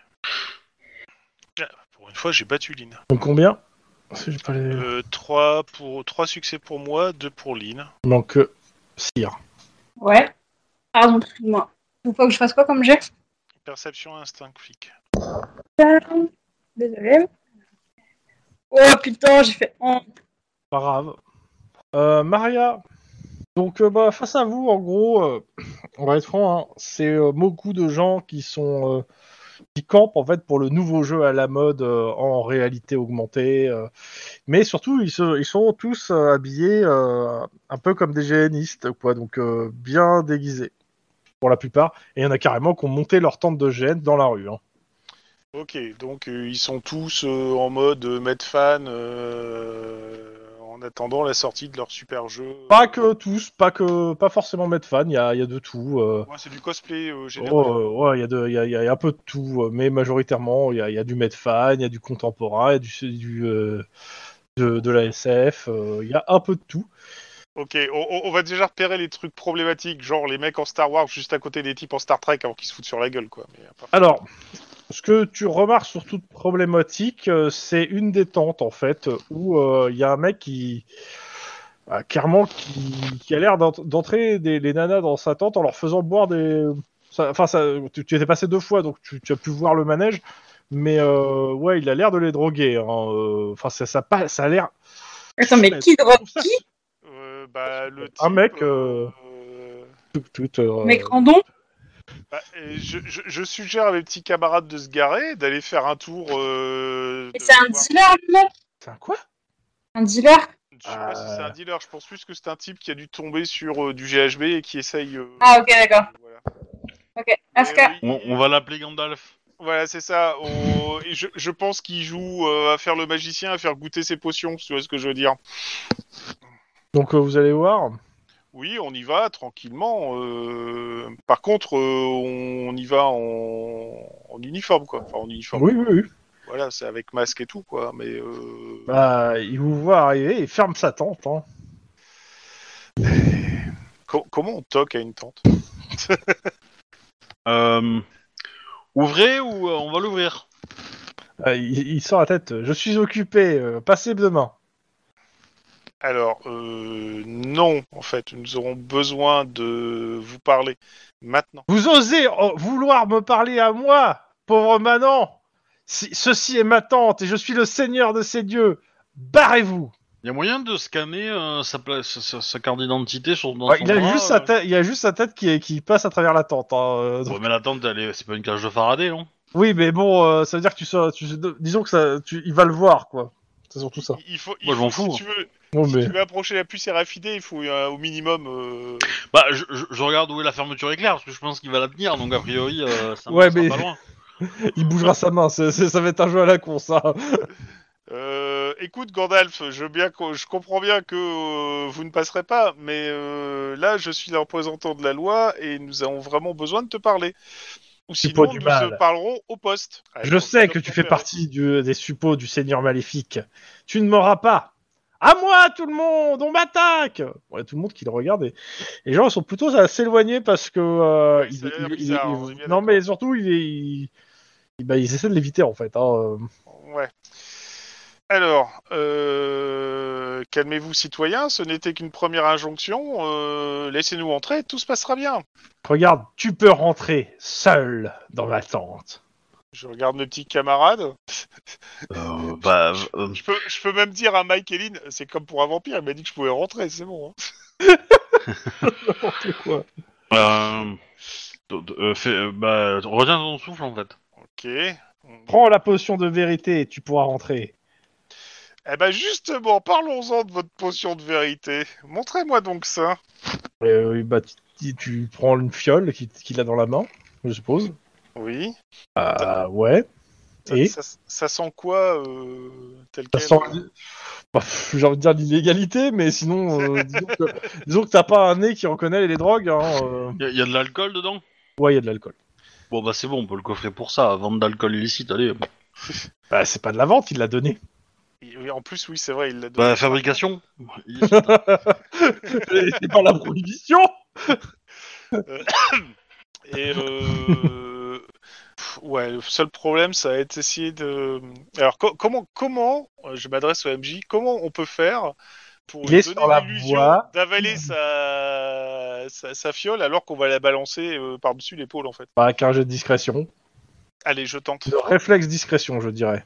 [SPEAKER 4] Ah, Pour une fois, j'ai battu Lynn.
[SPEAKER 1] Donc combien Parce que j'ai pas les-
[SPEAKER 4] Euh, trois, pour, trois succès pour moi, deux pour Lynn.
[SPEAKER 1] Il manque euh, Cyr.
[SPEAKER 6] Ouais. Pardon, excuse-moi. Il faut que je fasse quoi comme jet
[SPEAKER 4] Perception et instinct de flic.
[SPEAKER 6] Désolé. Oh putain, j'ai fait un.
[SPEAKER 1] Pas grave. Euh, Maria, donc euh, bah, face à vous, en gros, euh, on va être franc, hein, c'est euh, beaucoup de gens qui sont euh, qui campent en fait pour le nouveau jeu à la mode euh, en réalité augmentée, euh, mais surtout ils, se- ils sont tous euh, habillés euh, un peu comme des GNistes, quoi, donc euh, bien déguisés pour la plupart. Et il y en a carrément qui ont monté leur tente de GN dans la rue. hein.
[SPEAKER 4] Ok, donc euh, ils sont tous euh, en mode euh, Medfan euh, en attendant la sortie de leur super jeu.
[SPEAKER 1] Pas que tous, pas que pas forcément Medfan, il y a, il y a de tout. euh,
[SPEAKER 4] Ouais, c'est du cosplay euh, général.
[SPEAKER 1] Oh, euh, ouais, il y, a de- il y a, il y a un peu de tout, euh, mais majoritairement, il y a, il y a du Medfan, il y a du contemporain, il y a du, du, euh, de, de la SF, euh, il y a un peu de tout.
[SPEAKER 4] Ok, on, on- on va déjà repérer les trucs problématiques, genre les mecs en Star Wars juste à côté des types en Star Trek avant qu'ils se foutent sur la gueule, quoi. Mais à part-
[SPEAKER 1] Alors, ce que tu remarques sur toute problématique, euh, c'est une des tentes, en fait, euh, où euh, il y a un mec qui. bah, clairement, qui, qui a l'air d'ent- d'entrer des- les nanas dans sa tente en leur faisant boire des. ça- Enfin, ça, tu, tu étais passé deux fois, donc tu, tu as pu voir le manège, mais euh, ouais, il a l'air de les droguer. hein, euh, Enfin, ça, ça, pa- ça a l'air.
[SPEAKER 6] Attends, mais qui drop qui
[SPEAKER 4] Euh, bah, le
[SPEAKER 1] Un
[SPEAKER 4] type,
[SPEAKER 1] mec, euh,
[SPEAKER 4] euh,
[SPEAKER 1] tout- tout, euh,
[SPEAKER 6] Mec randon
[SPEAKER 4] bah, euh, je, je- je suggère à mes petits camarades de se garer, d'aller faire un tour. euh,
[SPEAKER 6] Mais
[SPEAKER 4] de
[SPEAKER 6] c'est un
[SPEAKER 4] voir-
[SPEAKER 6] dealer, le mec
[SPEAKER 1] C'est un quoi
[SPEAKER 6] Un dealer
[SPEAKER 4] Je sais pas si c'est un dealer, je pense plus que c'est un type qui a dû tomber sur euh, du GHB et qui essaye. euh,
[SPEAKER 6] Ah, ok, d'accord.
[SPEAKER 4] euh, voilà.
[SPEAKER 6] Ok, AFK.
[SPEAKER 4] Mais, euh, il-
[SPEAKER 2] On, on va l'appeler Gandalf.
[SPEAKER 4] Voilà, c'est ça. on- et Je, je pense qu'il joue euh, à faire le magicien, à faire goûter ses potions, tu vois ce que je veux dire.
[SPEAKER 1] Donc euh, vous allez voir.
[SPEAKER 4] Oui, on y va tranquillement. euh, Par contre, euh, on, on y va en, en uniforme, quoi. Enfin, en uniforme.
[SPEAKER 1] Oui, oui, oui.
[SPEAKER 4] Voilà, c'est avec masque et tout, quoi. Mais euh,
[SPEAKER 1] Bah, il vous voit arriver, il ferme sa tente. hein.
[SPEAKER 4] co- comment on toque à une tente
[SPEAKER 2] Euh, ouvrez ou euh, on va l'ouvrir
[SPEAKER 1] Euh, il, il sort la tête. Je suis occupé, euh, passez demain.
[SPEAKER 4] Alors, euh, non, en fait, nous aurons besoin de vous parler maintenant.
[SPEAKER 1] Vous osez euh, vouloir me parler à moi, pauvre Manon Si- Ceci est ma tante et je suis le seigneur de ces dieux. Barrez-vous
[SPEAKER 2] Il y a moyen de scanner euh, sa, pla- sa, sa- sa carte d'identité sur dans
[SPEAKER 1] Ouais,
[SPEAKER 2] son
[SPEAKER 1] Bah, il, y a
[SPEAKER 2] bras,
[SPEAKER 1] juste
[SPEAKER 2] euh.
[SPEAKER 1] sa tête- il y a juste sa tête qui, est- qui passe à travers la tente. hein, euh, donc-
[SPEAKER 2] Ouais, mais la tente, elle est- c'est pas une cage de Faraday, non
[SPEAKER 1] Oui, mais bon, euh, ça veut dire que tu sois. tu- disons que ça, tu- il va le voir, quoi. C'est surtout ça.
[SPEAKER 4] Il faut, il
[SPEAKER 2] Moi, je m'en
[SPEAKER 4] faut-
[SPEAKER 2] fous. hein.
[SPEAKER 4] Si tu veux,
[SPEAKER 1] Bon,
[SPEAKER 4] si
[SPEAKER 1] mais...
[SPEAKER 4] [laughs] tu veux approcher la puce RFID, il faut euh, au minimum. euh,
[SPEAKER 2] Bah, je, je- je regarde où est la fermeture éclair, parce que je pense qu'il va la tenir, donc a priori, euh, ça
[SPEAKER 1] Ouais,
[SPEAKER 2] ça sera
[SPEAKER 1] mais- [laughs]
[SPEAKER 2] pas loin.
[SPEAKER 1] Il bougera sa main, c'est- c'est- ça va être un jeu à la con, ça.
[SPEAKER 4] Euh, écoute Gandalf, je, veux bien, co- je comprends bien que euh, vous ne passerez pas, mais euh, là je suis le représentant de la loi et nous avons vraiment besoin de te parler. Ou sinon
[SPEAKER 1] pas du
[SPEAKER 4] nous
[SPEAKER 1] mal.
[SPEAKER 4] se parlerons au poste. Ah,
[SPEAKER 1] Je
[SPEAKER 4] donc,
[SPEAKER 1] sais
[SPEAKER 4] je
[SPEAKER 1] que tu
[SPEAKER 4] comprends.
[SPEAKER 1] fais partie du- des suppôts du Seigneur Maléfique. Tu ne m'auras pas. À moi, tout le monde, on m'attaque. Bon, Il y a tout le monde qui le regarde et et les gens ils sont plutôt à s'éloigner parce que euh,
[SPEAKER 4] Ouais, ça a l'air
[SPEAKER 1] il- il-
[SPEAKER 4] bizarre,
[SPEAKER 1] il-
[SPEAKER 4] on est bien
[SPEAKER 1] non
[SPEAKER 4] d'accord.
[SPEAKER 1] mais surtout il est, il- il- bah, ils essaient de l'éviter en fait. hein.
[SPEAKER 4] Ouais. Alors, euh, calmez-vous, citoyens, ce n'était qu'une première injonction. euh, Laissez-nous entrer, tout se passera bien.
[SPEAKER 1] Regarde, tu peux rentrer seul dans ma tente.
[SPEAKER 4] Je regarde mes petits camarades.
[SPEAKER 2] Euh, bah, euh,
[SPEAKER 4] Je peux, je peux même dire à Mike et Lynn, c'est comme pour un vampire, il m'a dit que je pouvais rentrer, c'est bon. hein.
[SPEAKER 2] euh, d- d- euh, fais- euh, bah, retiens ton souffle en fait.
[SPEAKER 4] Ok.
[SPEAKER 1] Prends la potion de vérité et tu pourras rentrer.
[SPEAKER 4] Eh ben justement, parlons-en de votre potion de vérité. Montrez-moi donc ça.
[SPEAKER 1] Euh, bah, tu- tu, tu prends une fiole qu'il qu'il a dans la main, je suppose.
[SPEAKER 4] Oui.
[SPEAKER 1] Ah ouais.
[SPEAKER 4] Ça,
[SPEAKER 1] Et
[SPEAKER 4] ça- ça sent quoi euh, tel
[SPEAKER 1] Ça
[SPEAKER 4] quel
[SPEAKER 1] sent- Bah, pff, J'ai envie de dire l'illégalité, mais sinon, euh, disons que, disons que t'as pas un nez qui reconnaît les drogues. Hein, euh.
[SPEAKER 2] Y'a y a de l'alcool dedans
[SPEAKER 1] Ouais, il y a de l'alcool.
[SPEAKER 2] Bon bah c'est bon, on peut le coffrer pour ça, vente d'alcool illicite, allez.
[SPEAKER 1] Bah, c'est pas de la vente, il l'a donné. [laughs]
[SPEAKER 4] Et- oui, En plus, oui, c'est vrai, il l'a donné.
[SPEAKER 2] Bah fabrication illicite.
[SPEAKER 1] c'est pas la prohibition
[SPEAKER 4] Et euh, pff, ouais, le seul problème, ça va être essayer de. Alors co- comment comment euh, je m'adresse au MJ Comment on peut faire pour
[SPEAKER 1] Il
[SPEAKER 4] lui
[SPEAKER 1] est
[SPEAKER 4] donner
[SPEAKER 1] sur la
[SPEAKER 4] l'illusion
[SPEAKER 1] voie.
[SPEAKER 4] d'avaler sa... sa sa fiole alors qu'on va la balancer euh, par-dessus l'épaule en fait
[SPEAKER 1] Bah, avec un jeu de discrétion.
[SPEAKER 4] Allez, je tente.
[SPEAKER 1] De réflexe discrétion, je dirais.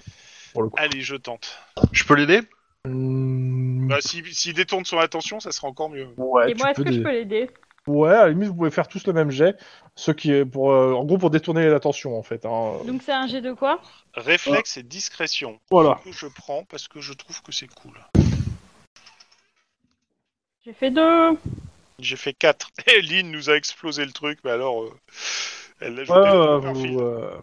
[SPEAKER 1] Pour le coup.
[SPEAKER 4] Allez, je tente.
[SPEAKER 2] [laughs] Je peux l'aider
[SPEAKER 1] Hum,
[SPEAKER 4] Bah, si- S'il détourne son attention, ça sera encore mieux.
[SPEAKER 1] ouais,
[SPEAKER 5] Et
[SPEAKER 1] tu
[SPEAKER 5] moi, est-ce
[SPEAKER 1] peux
[SPEAKER 5] que je
[SPEAKER 1] dé-
[SPEAKER 5] peux l'aider
[SPEAKER 1] Ouais, à la limite, vous pouvez faire tous le même jet. Ceux qui, pour, euh, en gros, pour détourner l'attention, en fait. hein.
[SPEAKER 5] Donc c'est un jet de quoi
[SPEAKER 4] Réflexe et discrétion.
[SPEAKER 1] Voilà.
[SPEAKER 4] Que je prends parce que je trouve que c'est cool.
[SPEAKER 5] J'ai fait deux.
[SPEAKER 4] J'ai fait [laughs] 4. Et Lynn nous a explosé le truc, mais alors. euh, Elle l'a joué
[SPEAKER 1] Ouais,
[SPEAKER 4] des
[SPEAKER 1] euh,
[SPEAKER 4] Cloverfield.
[SPEAKER 1] vous, euh,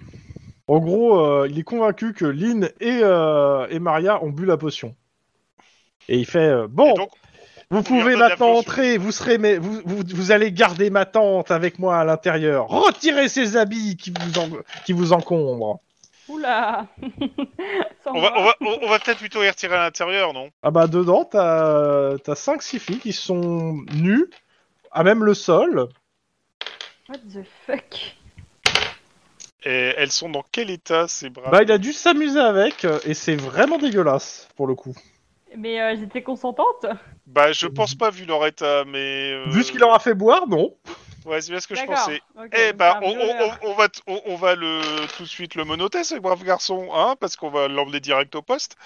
[SPEAKER 1] En gros, euh, il est convaincu que Lynn et, euh, et Maria ont bu la potion. Et il fait euh,
[SPEAKER 4] Et
[SPEAKER 1] Bon,
[SPEAKER 4] donc,
[SPEAKER 1] vous
[SPEAKER 4] on lui
[SPEAKER 1] pouvez
[SPEAKER 4] redonne la
[SPEAKER 1] maintenant
[SPEAKER 4] potion.
[SPEAKER 1] entrer, vous, serez mes- vous, vous, vous allez garder ma tante avec moi à l'intérieur. Retirez ces habits qui vous, en- qui vous encombrent.
[SPEAKER 5] Oula [laughs] Sans
[SPEAKER 4] on va,
[SPEAKER 5] moi.
[SPEAKER 4] on va, on- on va peut-être plutôt les retirer à l'intérieur, non
[SPEAKER 1] Ah bah, dedans, t'as 5-6 filles qui sont nues, à même le sol.
[SPEAKER 5] What the fuck
[SPEAKER 4] Et elles sont dans quel état ces bras
[SPEAKER 1] Bah, il a dû s'amuser avec, euh, et c'est vraiment dégueulasse pour le coup.
[SPEAKER 5] Mais euh, j'étais consentante
[SPEAKER 4] Bah, je pense pas vu leur état, mais. euh,
[SPEAKER 1] Vu ce qu'il leur a fait boire, non.
[SPEAKER 4] Ouais, c'est bien ce que je
[SPEAKER 5] D'accord.
[SPEAKER 4] pensais.
[SPEAKER 5] Ok,
[SPEAKER 4] Eh
[SPEAKER 5] donc
[SPEAKER 4] bah,
[SPEAKER 5] c'est un
[SPEAKER 4] on, on-
[SPEAKER 5] violeur.
[SPEAKER 4] on- on va, t- on, on va le tout de suite le monoter, ce brave garçon, hein, parce qu'on va l'emmener direct au poste.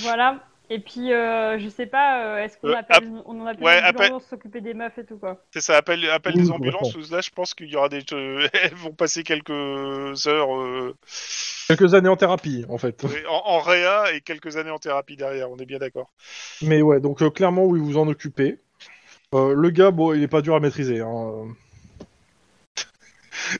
[SPEAKER 5] Voilà. Et puis, euh, je sais pas, euh, est-ce qu'on
[SPEAKER 4] Euh,
[SPEAKER 5] appelle, on appelle
[SPEAKER 4] ouais,
[SPEAKER 5] une ambulance,
[SPEAKER 4] appelle-
[SPEAKER 5] s'occuper des meufs et tout quoi
[SPEAKER 4] [laughs] C'est ça, appelle, appelle
[SPEAKER 1] Oui,
[SPEAKER 4] les
[SPEAKER 1] on
[SPEAKER 4] ambulances. Là, je pense qu'il y aura des. [laughs] Elles vont passer quelques heures euh,
[SPEAKER 1] Quelques années en thérapie, en fait.
[SPEAKER 4] en, en réa et quelques années en thérapie derrière, on est bien d'accord.
[SPEAKER 1] Mais ouais, donc euh, clairement, oui, vous en occupez. Euh, le gars, bon, il est pas dur à maîtriser. hein.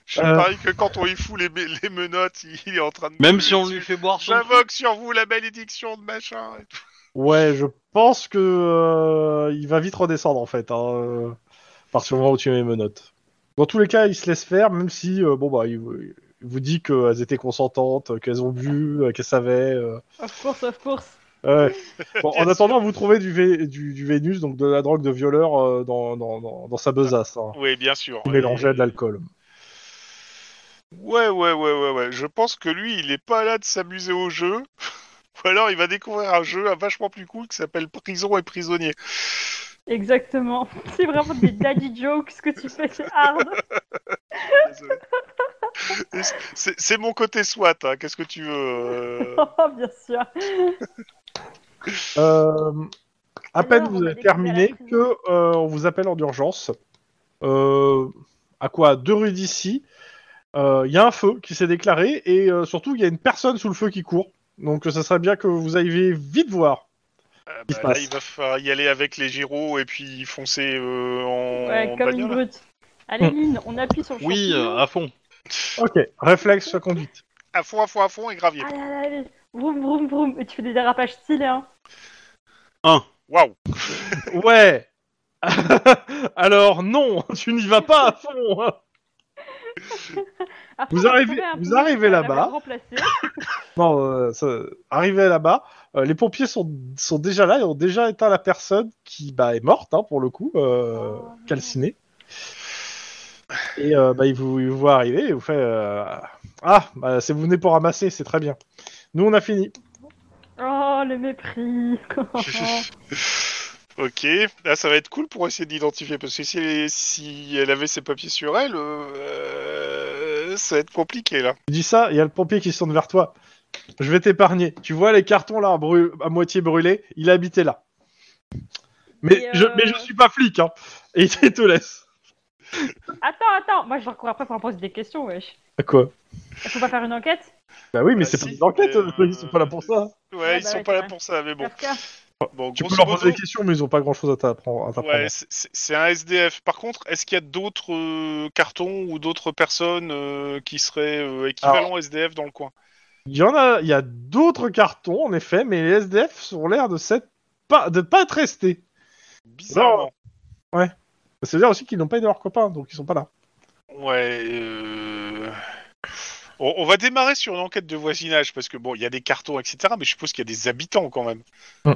[SPEAKER 4] Je
[SPEAKER 1] Euh.
[SPEAKER 4] parie que quand on y fout les, me- les menottes, il est en train de.
[SPEAKER 2] Même si on lui fait boire son
[SPEAKER 4] J'invoque sur vous la malédiction de machin. et tout.
[SPEAKER 1] Ouais, je pense que euh, il va vite redescendre en fait, hein, euh, à partir du moment où tu mets mes menottes. Dans tous les cas, il se laisse faire, même si euh, bon bah il, vous- il vous dit qu'elles étaient consentantes, euh, qu'elles ont bu, euh, qu'elles savaient. euh.
[SPEAKER 5] Of course, of course.
[SPEAKER 1] Ouais. [laughs] Bon,
[SPEAKER 4] Bien
[SPEAKER 1] en
[SPEAKER 4] sûr.
[SPEAKER 1] attendant, vous trouvez du, Vé- du, du Vénus, donc de la drogue de violeur euh, dans, dans, dans, dans sa besace. Hein.
[SPEAKER 4] Oui, bien sûr.
[SPEAKER 1] Il mélangeait de l'alcool.
[SPEAKER 4] Ouais, ouais, ouais, ouais, ouais. Je pense que lui, il est pas là de s'amuser au jeu. [laughs] Ou alors il va découvrir un jeu un vachement plus cool qui s'appelle Prison et Prisonnier.
[SPEAKER 1] [laughs]
[SPEAKER 5] Exactement. [laughs] C'est vraiment des daddy jokes ce que tu fais, c'est hard.
[SPEAKER 4] Désolé. C'est c'est mon côté SWAT, hein. qu'est-ce que tu
[SPEAKER 1] [laughs]
[SPEAKER 4] veux euh,
[SPEAKER 5] Oh, [laughs] bien sûr.
[SPEAKER 1] Euh, à
[SPEAKER 5] Alors,
[SPEAKER 1] peine
[SPEAKER 5] on
[SPEAKER 1] vous
[SPEAKER 5] va
[SPEAKER 1] avez
[SPEAKER 5] découvrir la
[SPEAKER 1] terminé
[SPEAKER 5] prison.
[SPEAKER 1] que euh, on vous appelle en urgence. Euh, à quoi Deux rues d'ici, euh, il y a un feu qui s'est déclaré et euh, surtout il y a une personne sous le feu qui court. Donc euh, ça serait bien que vous arriviez vite voir.
[SPEAKER 4] Ah,
[SPEAKER 1] qui se
[SPEAKER 4] bah, Là,
[SPEAKER 1] passe
[SPEAKER 4] il va falloir y aller avec les gyros et puis foncer euh, en,
[SPEAKER 5] Ouais,
[SPEAKER 4] en
[SPEAKER 5] comme une
[SPEAKER 4] bagnole.
[SPEAKER 5] brute. Allez, Lynn, on appuie sur le
[SPEAKER 2] Hmm. Oui,
[SPEAKER 5] champignon.
[SPEAKER 2] euh, à fond.
[SPEAKER 1] Ok, réflexe soit conduite.
[SPEAKER 4] À fond, à fond, à fond et gravier.
[SPEAKER 2] ah.
[SPEAKER 5] Allez, allez, allez. Vroom, vroom, vroom. Et tu fais des dérapages stylés, hein.
[SPEAKER 4] Waouh
[SPEAKER 1] Ouais. [laughs] Alors non, [laughs] tu n'y vas pas à fond.
[SPEAKER 5] Après,
[SPEAKER 1] Vous
[SPEAKER 5] oh, hein. on va
[SPEAKER 1] arrivez-
[SPEAKER 5] trouver un
[SPEAKER 1] vous
[SPEAKER 5] poulet
[SPEAKER 1] arrivez
[SPEAKER 5] qui va la
[SPEAKER 1] là-bas.
[SPEAKER 5] faire remplacer.
[SPEAKER 1] Non, euh, ça- arrivé là-bas, euh, les pompiers sont, sont déjà là et ont déjà éteint la personne qui bah, est morte, hein, pour le coup, euh,
[SPEAKER 5] Oh,
[SPEAKER 1] calcinée. Et euh, bah, ils, vous, ils vous voient arriver et vous faites euh, Ah, bah, c'est vous venez pour ramasser, c'est très bien. Nous, on a fini.
[SPEAKER 5] Oh le mépris. [laughs]
[SPEAKER 4] Ah. Ok, là ça va être cool pour essayer d'identifier parce que si elle, si elle avait ses papiers sur elle, euh, ça va être compliqué là.
[SPEAKER 1] Tu dis ça, il y a le pompier qui se tourne vers toi. Je vais t'épargner. Tu vois les cartons là, brû- à moitié brûlés, il habitait là. Mais,
[SPEAKER 5] Et,
[SPEAKER 1] je,
[SPEAKER 5] euh,
[SPEAKER 1] mais je suis pas flic, hein. Et il te laisse.
[SPEAKER 5] attends, attends, moi je leur cours après pour leur poser des questions, wesh.
[SPEAKER 1] Quoi
[SPEAKER 5] Faut pas faire une enquête
[SPEAKER 1] Bah oui, mais
[SPEAKER 4] Bah
[SPEAKER 1] c'est
[SPEAKER 4] si,
[SPEAKER 1] pas des enquêtes,
[SPEAKER 4] mais,
[SPEAKER 1] euh, ils sont pas là pour ça.
[SPEAKER 4] Ouais,
[SPEAKER 5] Ouais,
[SPEAKER 4] ils
[SPEAKER 5] bah
[SPEAKER 4] sont
[SPEAKER 5] ouais,
[SPEAKER 4] pas là
[SPEAKER 5] ouais.
[SPEAKER 4] pour ça, mais bon.
[SPEAKER 5] Kafka.
[SPEAKER 4] bon
[SPEAKER 1] Tu peux
[SPEAKER 4] grosso
[SPEAKER 1] leur poser
[SPEAKER 4] modo,
[SPEAKER 1] des hein. questions, mais ils ont pas grand chose à t'appre- à t'apprendre.
[SPEAKER 4] Ouais, c'est- c'est c'est un SDF. Par contre, est-ce qu'il y a d'autres euh, cartons ou d'autres personnes euh, qui seraient euh, équivalents SDF dans le coin
[SPEAKER 1] Il y en a, il y a d'autres cartons en effet, mais les SDF ont l'air de s'être pas de pas être restés.
[SPEAKER 4] Bizarrement.
[SPEAKER 1] Ça veut dire aussi qu'ils n'ont pas aidé leurs copains, donc ils sont pas là.
[SPEAKER 4] Ouais. euh, On, on va démarrer sur une enquête de voisinage parce que bon, il y a des cartons, etc. Mais je suppose qu'il y a des habitants quand même.
[SPEAKER 1] Mm.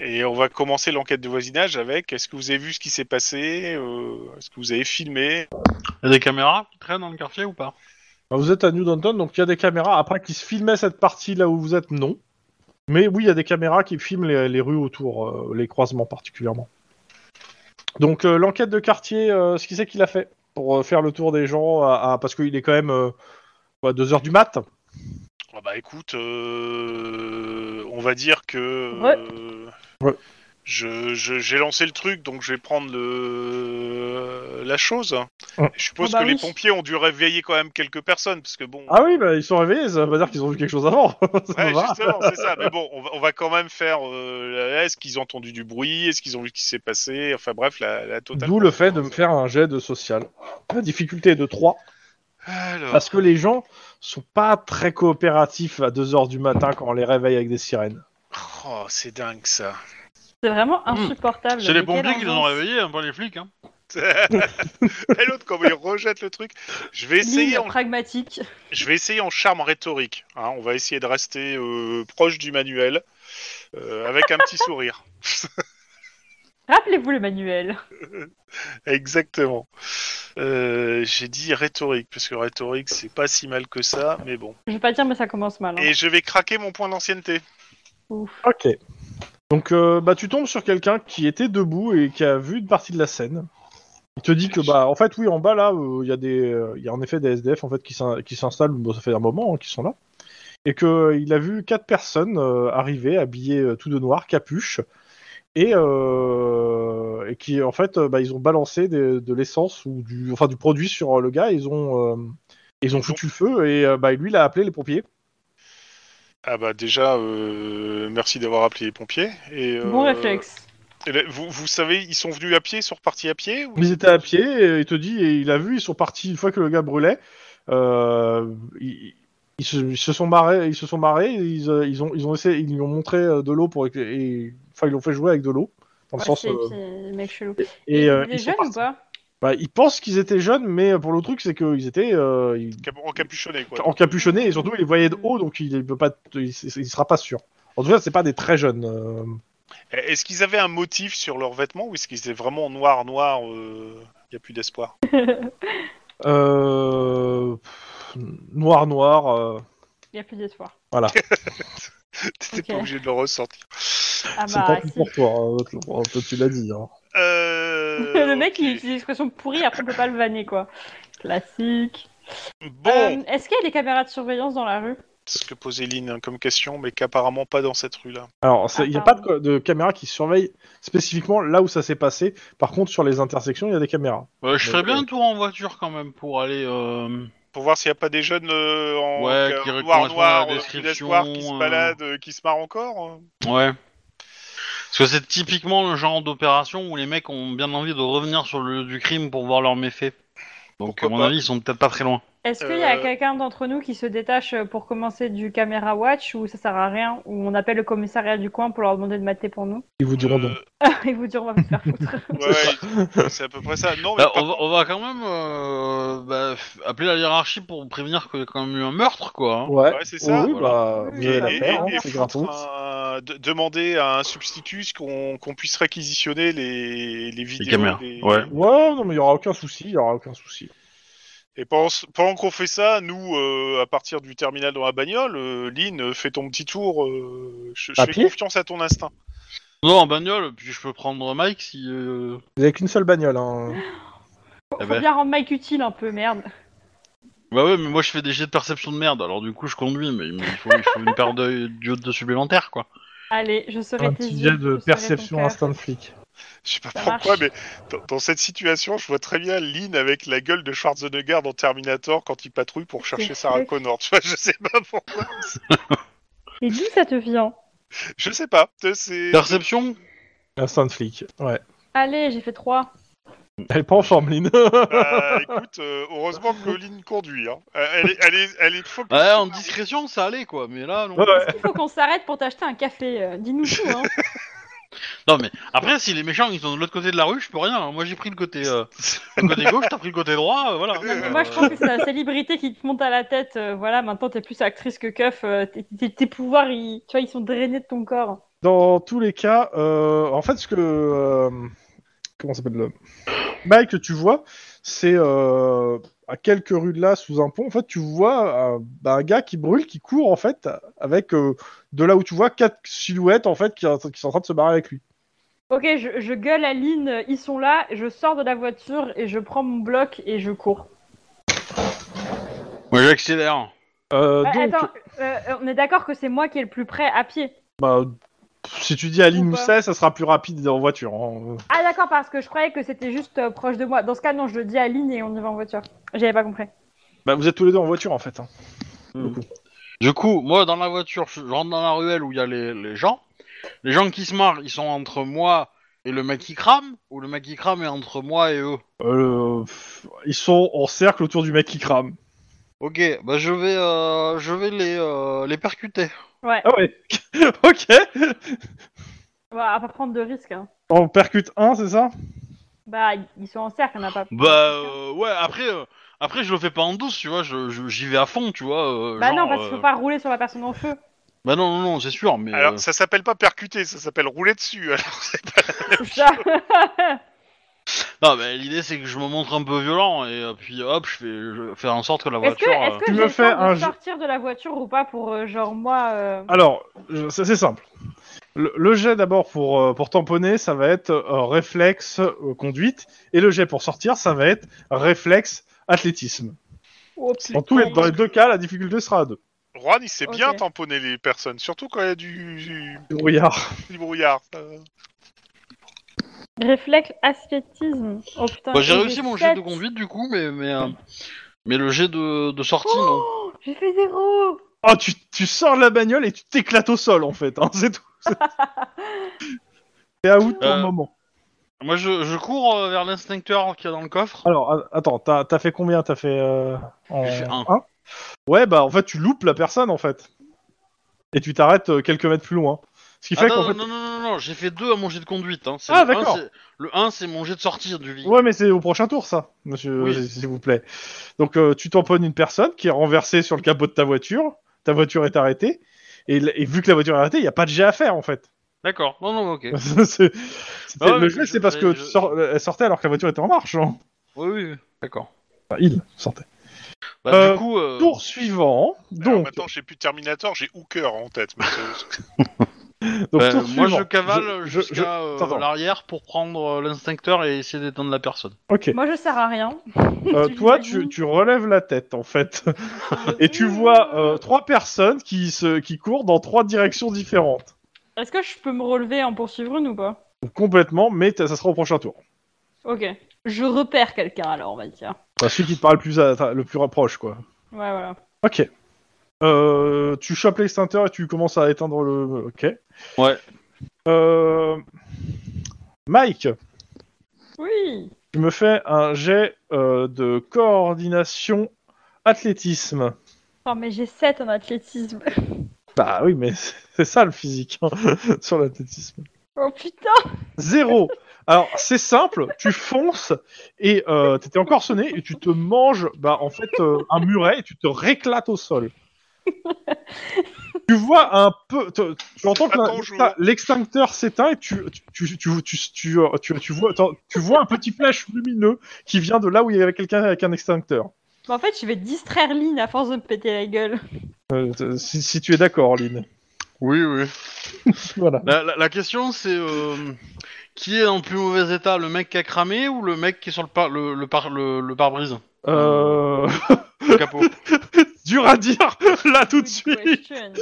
[SPEAKER 4] Et on va commencer l'enquête de voisinage avec Est-ce que vous avez vu ce qui s'est passé Euh, Est-ce que vous avez filmé
[SPEAKER 2] Il y a des caméras qui traînent dans le quartier ou pas
[SPEAKER 1] Alors, Bah, vous êtes à New Downton, donc il y a des caméras. Après, qui se filmaient cette partie là où vous êtes, non. Mais oui, il y a des caméras qui filment les, les rues autour, euh, les croisements particulièrement. Donc euh, l'enquête de quartier, euh, ce qui c'est qu'il a fait pour euh, faire le tour des gens, à, à- parce qu'il est quand même euh, quoi, 2 heures du mat.
[SPEAKER 4] Ah Bah écoute, euh, on va dire que.
[SPEAKER 5] Ouais.
[SPEAKER 4] euh,
[SPEAKER 1] Ouais.
[SPEAKER 4] Je, je- j'ai lancé le truc, donc je vais prendre le, la chose.
[SPEAKER 1] Ouais.
[SPEAKER 4] Je suppose
[SPEAKER 5] Ah bah
[SPEAKER 4] que les
[SPEAKER 5] oui.
[SPEAKER 4] pompiers ont dû réveiller quand même quelques personnes, parce que bon,
[SPEAKER 1] Ah oui, bah, ils sont réveillés, ça veut pas dire qu'ils ont vu quelque chose avant. [laughs] Ça
[SPEAKER 4] [laughs] Ouais,
[SPEAKER 1] va.
[SPEAKER 4] justement, c'est ça. Mais bon, on va, on va quand même faire. euh, Est-ce qu'ils ont entendu du bruit Est-ce qu'ils ont vu ce qui s'est passé Enfin bref, la, la totale.
[SPEAKER 1] D'où le fait de me faire un jet de social. La difficulté est de 3,
[SPEAKER 4] Alors,
[SPEAKER 1] parce que les gens sont pas très coopératifs à 2h du matin quand on les réveille avec des sirènes.
[SPEAKER 4] oh, c'est dingue ça. [laughs]
[SPEAKER 5] C'est vraiment insupportable.
[SPEAKER 2] C'est les
[SPEAKER 5] Mais quelle
[SPEAKER 2] pompiers qui les ont
[SPEAKER 5] ambiance.
[SPEAKER 2] réveillés, hein, pas les flics. Hein.
[SPEAKER 4] Et l'autre, comment il rejette le truc Je vais essayer.
[SPEAKER 5] Ligne
[SPEAKER 4] En,
[SPEAKER 5] pragmatique.
[SPEAKER 4] je vais essayer en charme rhétorique. hein. On va essayer de rester euh, proche du manuel, euh, avec un
[SPEAKER 1] [laughs]
[SPEAKER 4] petit sourire.
[SPEAKER 5] Rappelez-vous le manuel.
[SPEAKER 4] Exactement. Euh, J'ai dit rhétorique parce que rhétorique, c'est pas si mal que ça, mais bon.
[SPEAKER 5] Je vais pas dire, mais ça commence mal. hein.
[SPEAKER 4] Et je vais craquer mon point d'ancienneté.
[SPEAKER 1] Ok. Donc euh, bah, tu tombes sur quelqu'un qui était debout et qui a vu une partie de la scène. Il te dit que bah en fait oui en bas là euh, il y a des euh, il y a en effet des SDF en fait qui s'in- qui s'installent bon, ça fait un moment hein, qu'ils sont là et que euh, il a vu quatre personnes euh, arriver habillées euh, tout de noir capuche et, euh, et qui en fait euh, bah, ils ont balancé des- de l'essence ou du enfin du produit sur euh, le gars ils ont euh, ils ont foutu le feu et euh, bah, lui il a appelé les pompiers
[SPEAKER 4] Ah bah déjà, euh, merci d'avoir appelé les pompiers. Et, euh,
[SPEAKER 5] Bon réflexe.
[SPEAKER 4] et là, vous, vous savez, ils sont venus à pied, ils sont repartis à pied ou-
[SPEAKER 1] Ils étaient à pied, et euh, il te dit, et il a vu, ils sont partis une fois que le gars brûlait. euh, ils, ils se, ils se sont marrés, ils se sont marrés, ils, euh, ils ont, ils ont essayé, ils lui ont montré euh, de l'eau pour, éc- et, enfin, ils l'ont fait jouer avec de l'eau, dans le
[SPEAKER 5] Ouais,
[SPEAKER 1] sens.
[SPEAKER 5] c'est-
[SPEAKER 1] euh,
[SPEAKER 5] c'est- mec chelou.
[SPEAKER 1] et euh,
[SPEAKER 5] il est
[SPEAKER 1] ils, sont
[SPEAKER 5] jeune ou
[SPEAKER 1] partis.
[SPEAKER 5] pas
[SPEAKER 1] Bah, ils pensent qu'ils étaient jeunes, mais euh, pour le truc, c'est qu'ils étaient euh, ils-
[SPEAKER 4] Cap- Encapuchonnés quoi.
[SPEAKER 1] encapuchonnés et surtout ils les voyaient de haut, donc il, ne peut pas, t- il, il sera pas sûr. En tout cas, c'est pas des très jeunes. euh,
[SPEAKER 4] Eh, Est-ce qu'ils avaient un motif sur leurs vêtements ou est-ce qu'ils étaient vraiment noir noir Il n'y a plus d'espoir.
[SPEAKER 1] euh, pff, noir, noir. euh,
[SPEAKER 5] Il y a plus d'espoir.
[SPEAKER 4] [laughs] T'étais pas
[SPEAKER 5] Ok.
[SPEAKER 4] obligé de le ressortir.
[SPEAKER 5] Ah
[SPEAKER 1] c'est
[SPEAKER 5] bah,
[SPEAKER 1] pas
[SPEAKER 5] si. [laughs]
[SPEAKER 1] pour toi, hein, toi, toi, tu l'as dit. hein.
[SPEAKER 5] [laughs]
[SPEAKER 4] Euh,
[SPEAKER 5] le mec,
[SPEAKER 4] ok.
[SPEAKER 5] il utilise l'expression pourrie, après on peut pas le vanner, quoi. Classique.
[SPEAKER 4] Bon,
[SPEAKER 5] Euh, Est-ce qu'il y a des caméras de surveillance dans la rue
[SPEAKER 4] ce que posait Lynn hein, comme question, mais qu'apparemment pas dans cette rue là.
[SPEAKER 1] Alors, il n'y a
[SPEAKER 5] Ah,
[SPEAKER 1] pas de, co- de caméra qui surveille spécifiquement là où ça s'est passé. Par contre, sur les intersections, il y a des caméras.
[SPEAKER 2] Euh, je
[SPEAKER 1] Mais-
[SPEAKER 2] ferais bien un tour en voiture quand même pour aller. euh,
[SPEAKER 4] Pour voir s'il n'y a pas des jeunes euh, en
[SPEAKER 2] Ouais,
[SPEAKER 4] ca-
[SPEAKER 2] qui
[SPEAKER 4] noir
[SPEAKER 2] correspondent à la
[SPEAKER 4] noir, euh, plus
[SPEAKER 2] description,
[SPEAKER 4] d'espoir, qui se
[SPEAKER 2] euh.
[SPEAKER 4] baladent, euh, qui se marrent encore. hein.
[SPEAKER 2] Ouais. Parce que c'est typiquement le genre d'opération où les mecs ont bien envie de revenir sur le lieu du crime pour voir leurs méfaits. Donc,
[SPEAKER 4] Pourquoi
[SPEAKER 2] à mon
[SPEAKER 4] pas.
[SPEAKER 2] avis, ils sont peut-être pas très loin.
[SPEAKER 5] Est-ce qu'il y a
[SPEAKER 4] Euh.
[SPEAKER 5] quelqu'un d'entre nous qui se détache pour commencer du caméra watch ou ça sert à rien Ou on appelle le commissariat du coin pour leur demander de mater pour nous [laughs]
[SPEAKER 1] Ils vous diront
[SPEAKER 4] Euh,
[SPEAKER 1] donc.
[SPEAKER 5] Ils vous diront on va vous faire foutre.
[SPEAKER 4] Ouais, ouais, c'est à peu près ça. Non, mais
[SPEAKER 2] Bah,
[SPEAKER 4] par
[SPEAKER 2] on, va, on va quand même euh, bah, f- appeler la hiérarchie pour prévenir qu'il y a quand même eu un meurtre, quoi. hein.
[SPEAKER 1] Ouais,
[SPEAKER 4] ouais, c'est ça.
[SPEAKER 1] oui, bah,
[SPEAKER 5] Oui,
[SPEAKER 1] vous avez
[SPEAKER 5] la
[SPEAKER 1] la
[SPEAKER 5] et-
[SPEAKER 1] paire, hein,
[SPEAKER 5] et
[SPEAKER 1] c'est
[SPEAKER 4] foutre
[SPEAKER 1] gratos.
[SPEAKER 4] un- de- demander à un substitut ce qu'on qu'on puisse réquisitionner les, les vidéos.
[SPEAKER 2] caméras, ouais.
[SPEAKER 1] Ouais, non, mais il n'y aura aucun souci, il y aura aucun souci.
[SPEAKER 4] Et pendant, ce- pendant qu'on fait ça, nous, euh, à partir du terminal dans la bagnole, euh, Lynn, euh, fais ton petit tour. euh, je je
[SPEAKER 1] À
[SPEAKER 4] fais
[SPEAKER 1] pied
[SPEAKER 4] confiance à ton instinct. [laughs]
[SPEAKER 2] Non, en bagnole, puis je peux prendre Mike si. euh,
[SPEAKER 1] Vous avez qu'une seule bagnole. Hein.
[SPEAKER 5] Faut,
[SPEAKER 2] Eh
[SPEAKER 5] faut
[SPEAKER 2] ben.
[SPEAKER 5] bien rendre Mike utile un peu, merde.
[SPEAKER 2] Bah ouais, mais moi je fais des jets de perception de merde, alors du coup je conduis, mais il me- il faut, il faut une paire d'œil- d'yeux de supplémentaires quoi.
[SPEAKER 5] Allez, je serai
[SPEAKER 1] Un
[SPEAKER 5] tes
[SPEAKER 1] petit
[SPEAKER 5] yeux,
[SPEAKER 1] jet de
[SPEAKER 5] je serai ton
[SPEAKER 1] perception
[SPEAKER 5] cœur.
[SPEAKER 1] instinct de flic.
[SPEAKER 4] Je sais pas
[SPEAKER 5] Ça
[SPEAKER 4] pourquoi,
[SPEAKER 5] marche.
[SPEAKER 4] mais dans, dans cette situation, je vois très bien Lynn avec la gueule de Schwarzenegger dans Terminator quand il patrouille pour chercher
[SPEAKER 5] C'est
[SPEAKER 4] Sarah
[SPEAKER 5] vrai.
[SPEAKER 4] Connor. [laughs] Tu vois, je sais pas pourquoi.
[SPEAKER 5] Et d'où ça te vient
[SPEAKER 4] Je sais pas. C'est.
[SPEAKER 2] Perception
[SPEAKER 1] Instinct de flic, ouais.
[SPEAKER 5] Allez, j'ai fait 3.
[SPEAKER 1] Elle est pas en forme, Lynn. [laughs]
[SPEAKER 4] Bah, écoute, euh, heureusement que Lynn conduit. hein. Euh, Elle est, elle est, elle est focus.
[SPEAKER 2] Ouais, en discrétion ça allait quoi, mais là non.
[SPEAKER 1] Ouais.
[SPEAKER 5] Est-ce qu'il faut qu'on s'arrête pour t'acheter un café euh, Dis-nous
[SPEAKER 1] [laughs]
[SPEAKER 5] tout, hein.
[SPEAKER 2] Non mais après, si les méchants ils sont de l'autre côté de la rue, je peux rien. hein. Moi j'ai pris le côté, euh, le côté gauche, t'as pris le côté droit, euh, voilà.
[SPEAKER 4] Non,
[SPEAKER 5] Mais moi, je pense que c'est la célébrité qui te monte à la tête. euh, voilà, maintenant, t'es plus actrice que keuf. euh, t'es- t'es- tes pouvoirs, ils, tu vois, ils sont drainés de ton corps.
[SPEAKER 1] Dans tous les cas, euh, en fait, ce que. euh, comment s'appelle le. Mike, que tu vois, c'est euh, à quelques rues de là, sous un pont, en fait, tu vois un, bah, un gars qui brûle, qui court, en fait, avec euh, de là où tu vois quatre silhouettes, en fait, qui, qui sont en train de se barrer avec lui.
[SPEAKER 5] Ok, je, je gueule à Lynn, euh, ils sont là, je sors de la voiture et je prends mon bloc et je cours.
[SPEAKER 2] Moi j'accélère.
[SPEAKER 1] Euh,
[SPEAKER 5] Ah,
[SPEAKER 1] donc,
[SPEAKER 5] Attends, euh, euh, on est d'accord que c'est moi qui est le plus près à pied.
[SPEAKER 1] bah, si tu dis à Lynn
[SPEAKER 5] Ou
[SPEAKER 1] où
[SPEAKER 5] pas.
[SPEAKER 1] c'est, ça sera plus rapide en voiture. hein.
[SPEAKER 5] Ah d'accord, parce que je croyais que c'était juste euh, proche de moi. Dans ce cas, non, je le dis à Lynn et on y va en voiture. J'avais pas compris.
[SPEAKER 1] Bah, vous êtes tous les deux en voiture, en fait. hein.
[SPEAKER 2] Du coup, moi dans la voiture, je je rentre dans la ruelle où il y a les, les gens. Les gens qui se marrent, ils sont entre moi et le mec qui crame, ou le mec qui crame est entre moi et eux.
[SPEAKER 1] Euh, pff, ils sont en cercle autour du mec qui crame.
[SPEAKER 2] Ok, bah je vais, euh, je vais les, euh, les percuter.
[SPEAKER 5] Ouais,
[SPEAKER 1] Ah ouais [laughs] Ok
[SPEAKER 5] on va pas prendre de risques. hein.
[SPEAKER 1] On percute un, c'est ça
[SPEAKER 5] Bah, ils sont en cercle, on n'a pas.
[SPEAKER 2] Bah euh, ouais, après, euh, après je le fais pas en douce, tu vois, je- je- j'y vais à fond, tu vois. euh,
[SPEAKER 5] Bah non,
[SPEAKER 2] genre,
[SPEAKER 5] parce qu'il
[SPEAKER 2] euh,
[SPEAKER 5] faut pas rouler sur la personne en feu. [laughs]
[SPEAKER 2] Bah non, non, non, c'est sûr, mais...
[SPEAKER 4] Alors,
[SPEAKER 2] euh,
[SPEAKER 4] ça s'appelle pas percuter, ça s'appelle rouler dessus. [laughs] Alors, c'est pas-
[SPEAKER 5] C'est ça.
[SPEAKER 2] non, mais l'idée c'est que je me montre un peu violent, et euh, puis hop, je fais, je fais en sorte que la
[SPEAKER 5] Est-ce
[SPEAKER 2] voiture...
[SPEAKER 5] que, est-ce
[SPEAKER 2] euh,
[SPEAKER 5] que
[SPEAKER 1] Tu
[SPEAKER 5] j'ai
[SPEAKER 1] me
[SPEAKER 5] le
[SPEAKER 1] fais
[SPEAKER 5] temps
[SPEAKER 1] un
[SPEAKER 5] de
[SPEAKER 1] jeu-
[SPEAKER 5] sortir de la voiture ou pas pour euh, genre moi euh,
[SPEAKER 1] Alors, je- c'est c'est simple. Le, le jet d'abord pour, euh, pour tamponner, ça va être euh, réflexe euh, conduite, et le jet pour sortir, ça va être réflexe athlétisme.
[SPEAKER 5] oh,
[SPEAKER 1] Dans, tous les,
[SPEAKER 5] putain.
[SPEAKER 1] dans les deux cas, la difficulté sera à deux.
[SPEAKER 4] Juan, il sait bien
[SPEAKER 5] Ok.
[SPEAKER 4] tamponner les personnes, surtout quand il y a du, du-
[SPEAKER 1] Du brouillard.
[SPEAKER 4] du brouillard. Euh,
[SPEAKER 5] Réflexe athlétisme. Oh putain.
[SPEAKER 2] Bah, j'ai
[SPEAKER 5] et
[SPEAKER 2] réussi mon jet
[SPEAKER 5] sept.
[SPEAKER 2] de conduite du coup, mais mais, euh, mais le jet de, de sortie non.
[SPEAKER 5] Oh, j'ai fait zéro.
[SPEAKER 1] Oh, tu, tu sors de la bagnole et tu t'éclates au sol, en fait, hein, [laughs] c'est tout. C'est à out pour
[SPEAKER 2] Euh.
[SPEAKER 1] le moment.
[SPEAKER 2] Moi je, je cours euh, vers l'instincteur qu'il y a dans le coffre.
[SPEAKER 1] Alors, a- attends, t'as t'as fait combien T'as fait, euh, en...
[SPEAKER 2] J'ai fait un.
[SPEAKER 1] Ouais, bah en fait, tu loupes la personne en fait. Et tu t'arrêtes euh, quelques mètres plus loin. Ce qui
[SPEAKER 2] Ah
[SPEAKER 1] fait
[SPEAKER 2] non,
[SPEAKER 1] qu'en fait.
[SPEAKER 2] non, non, non, non, non, j'ai fait deux à mon jet de conduite. Hein. C'est
[SPEAKER 1] Ah,
[SPEAKER 2] le un,
[SPEAKER 1] d'accord.
[SPEAKER 2] c'est- Le 1 c'est mon jet de sortie du véhicule.
[SPEAKER 1] Ouais, mais c'est au prochain tour ça, monsieur,
[SPEAKER 2] Oui.
[SPEAKER 1] s- s'il vous plaît. Donc, euh, tu tamponnes une personne qui est renversée sur le capot de ta voiture. Ta voiture est arrêtée. Et, l- et vu que la voiture est arrêtée, il n'y a pas de jet à faire en fait.
[SPEAKER 2] D'accord, non, non, ok.
[SPEAKER 1] [laughs] C'est- c'était-
[SPEAKER 2] Ah ouais,
[SPEAKER 1] le
[SPEAKER 2] mais
[SPEAKER 1] jet,
[SPEAKER 2] je-
[SPEAKER 1] c'est parce
[SPEAKER 2] je-
[SPEAKER 1] que
[SPEAKER 2] je-
[SPEAKER 1] tu sors- elle sortait alors que la voiture était en marche. hein.
[SPEAKER 2] Oui, oui, oui, d'accord.
[SPEAKER 1] Enfin, il sortait.
[SPEAKER 2] Bah,
[SPEAKER 1] Euh,
[SPEAKER 2] du coup, euh,
[SPEAKER 1] Tour suivant.
[SPEAKER 4] alors
[SPEAKER 1] Donc,
[SPEAKER 4] maintenant, j'ai plus Terminator, j'ai Hooker en tête. mais c'est-
[SPEAKER 1] donc,
[SPEAKER 2] bah,
[SPEAKER 1] tour
[SPEAKER 2] moi
[SPEAKER 1] suivant.
[SPEAKER 2] je cavale
[SPEAKER 1] Je- je- je-
[SPEAKER 2] jusqu'à euh,
[SPEAKER 1] t'entends.
[SPEAKER 2] l'arrière pour prendre euh, l'instincteur et essayer d'éteindre la personne.
[SPEAKER 1] Ok.
[SPEAKER 5] Moi, je sers à rien.
[SPEAKER 1] Euh,
[SPEAKER 5] Tu
[SPEAKER 1] toi,
[SPEAKER 5] l'imagines.
[SPEAKER 1] tu, tu relèves la tête en fait. [laughs] Et tu vois euh, trois personnes qui, se, qui courent dans trois directions différentes.
[SPEAKER 5] Euh, Est-ce que je peux me relever et en poursuivre une ou pas
[SPEAKER 1] Donc, complètement, mais t- ça sera au prochain tour.
[SPEAKER 5] Ok. Je repère quelqu'un alors, on va dire.
[SPEAKER 1] Enfin, celui qui te parle le plus, à- le plus rapproche, quoi.
[SPEAKER 5] Ouais, voilà.
[SPEAKER 1] Ok. Euh, tu chopes l'extincteur et tu commences à éteindre le. Ok.
[SPEAKER 2] Ouais.
[SPEAKER 1] Euh, Mike,
[SPEAKER 5] Oui.
[SPEAKER 1] tu me fais un jet euh, de coordination athlétisme.
[SPEAKER 5] Oh, mais j'ai 7 en athlétisme. [laughs]
[SPEAKER 1] Bah oui, mais [laughs] c'est ça le physique hein, [laughs] sur l'athlétisme.
[SPEAKER 5] Oh putain
[SPEAKER 1] Zéro. Alors c'est simple, tu fonces et euh, t'étais encore sonné et tu te manges bah en fait euh, un muret et tu te réclates au sol. tu vois un peu, te- tu entends que
[SPEAKER 4] Pas
[SPEAKER 1] la-
[SPEAKER 4] ton jour.
[SPEAKER 1] la- l'extincteur s'éteint et tu tu tu tu tu, tu, euh, tu- tu vois attends, tu vois un petit flash lumineux qui vient de là où il y avait quelqu'un avec un extincteur.
[SPEAKER 5] Mais en fait, je vais distraire Lynn à force de me péter la gueule.
[SPEAKER 1] Euh, t- si, si tu es d'accord, Lynn.
[SPEAKER 2] Oui, oui.
[SPEAKER 1] Voilà.
[SPEAKER 2] La, la- la question, c'est euh, qui est en plus mauvais état, le mec qui a cramé ou le mec qui est sur le par le, le par le, le pare-brise,
[SPEAKER 1] Euh... [laughs]
[SPEAKER 2] le capot.
[SPEAKER 1] Dur à dire, là tout de
[SPEAKER 5] Good
[SPEAKER 1] suite.
[SPEAKER 5] question.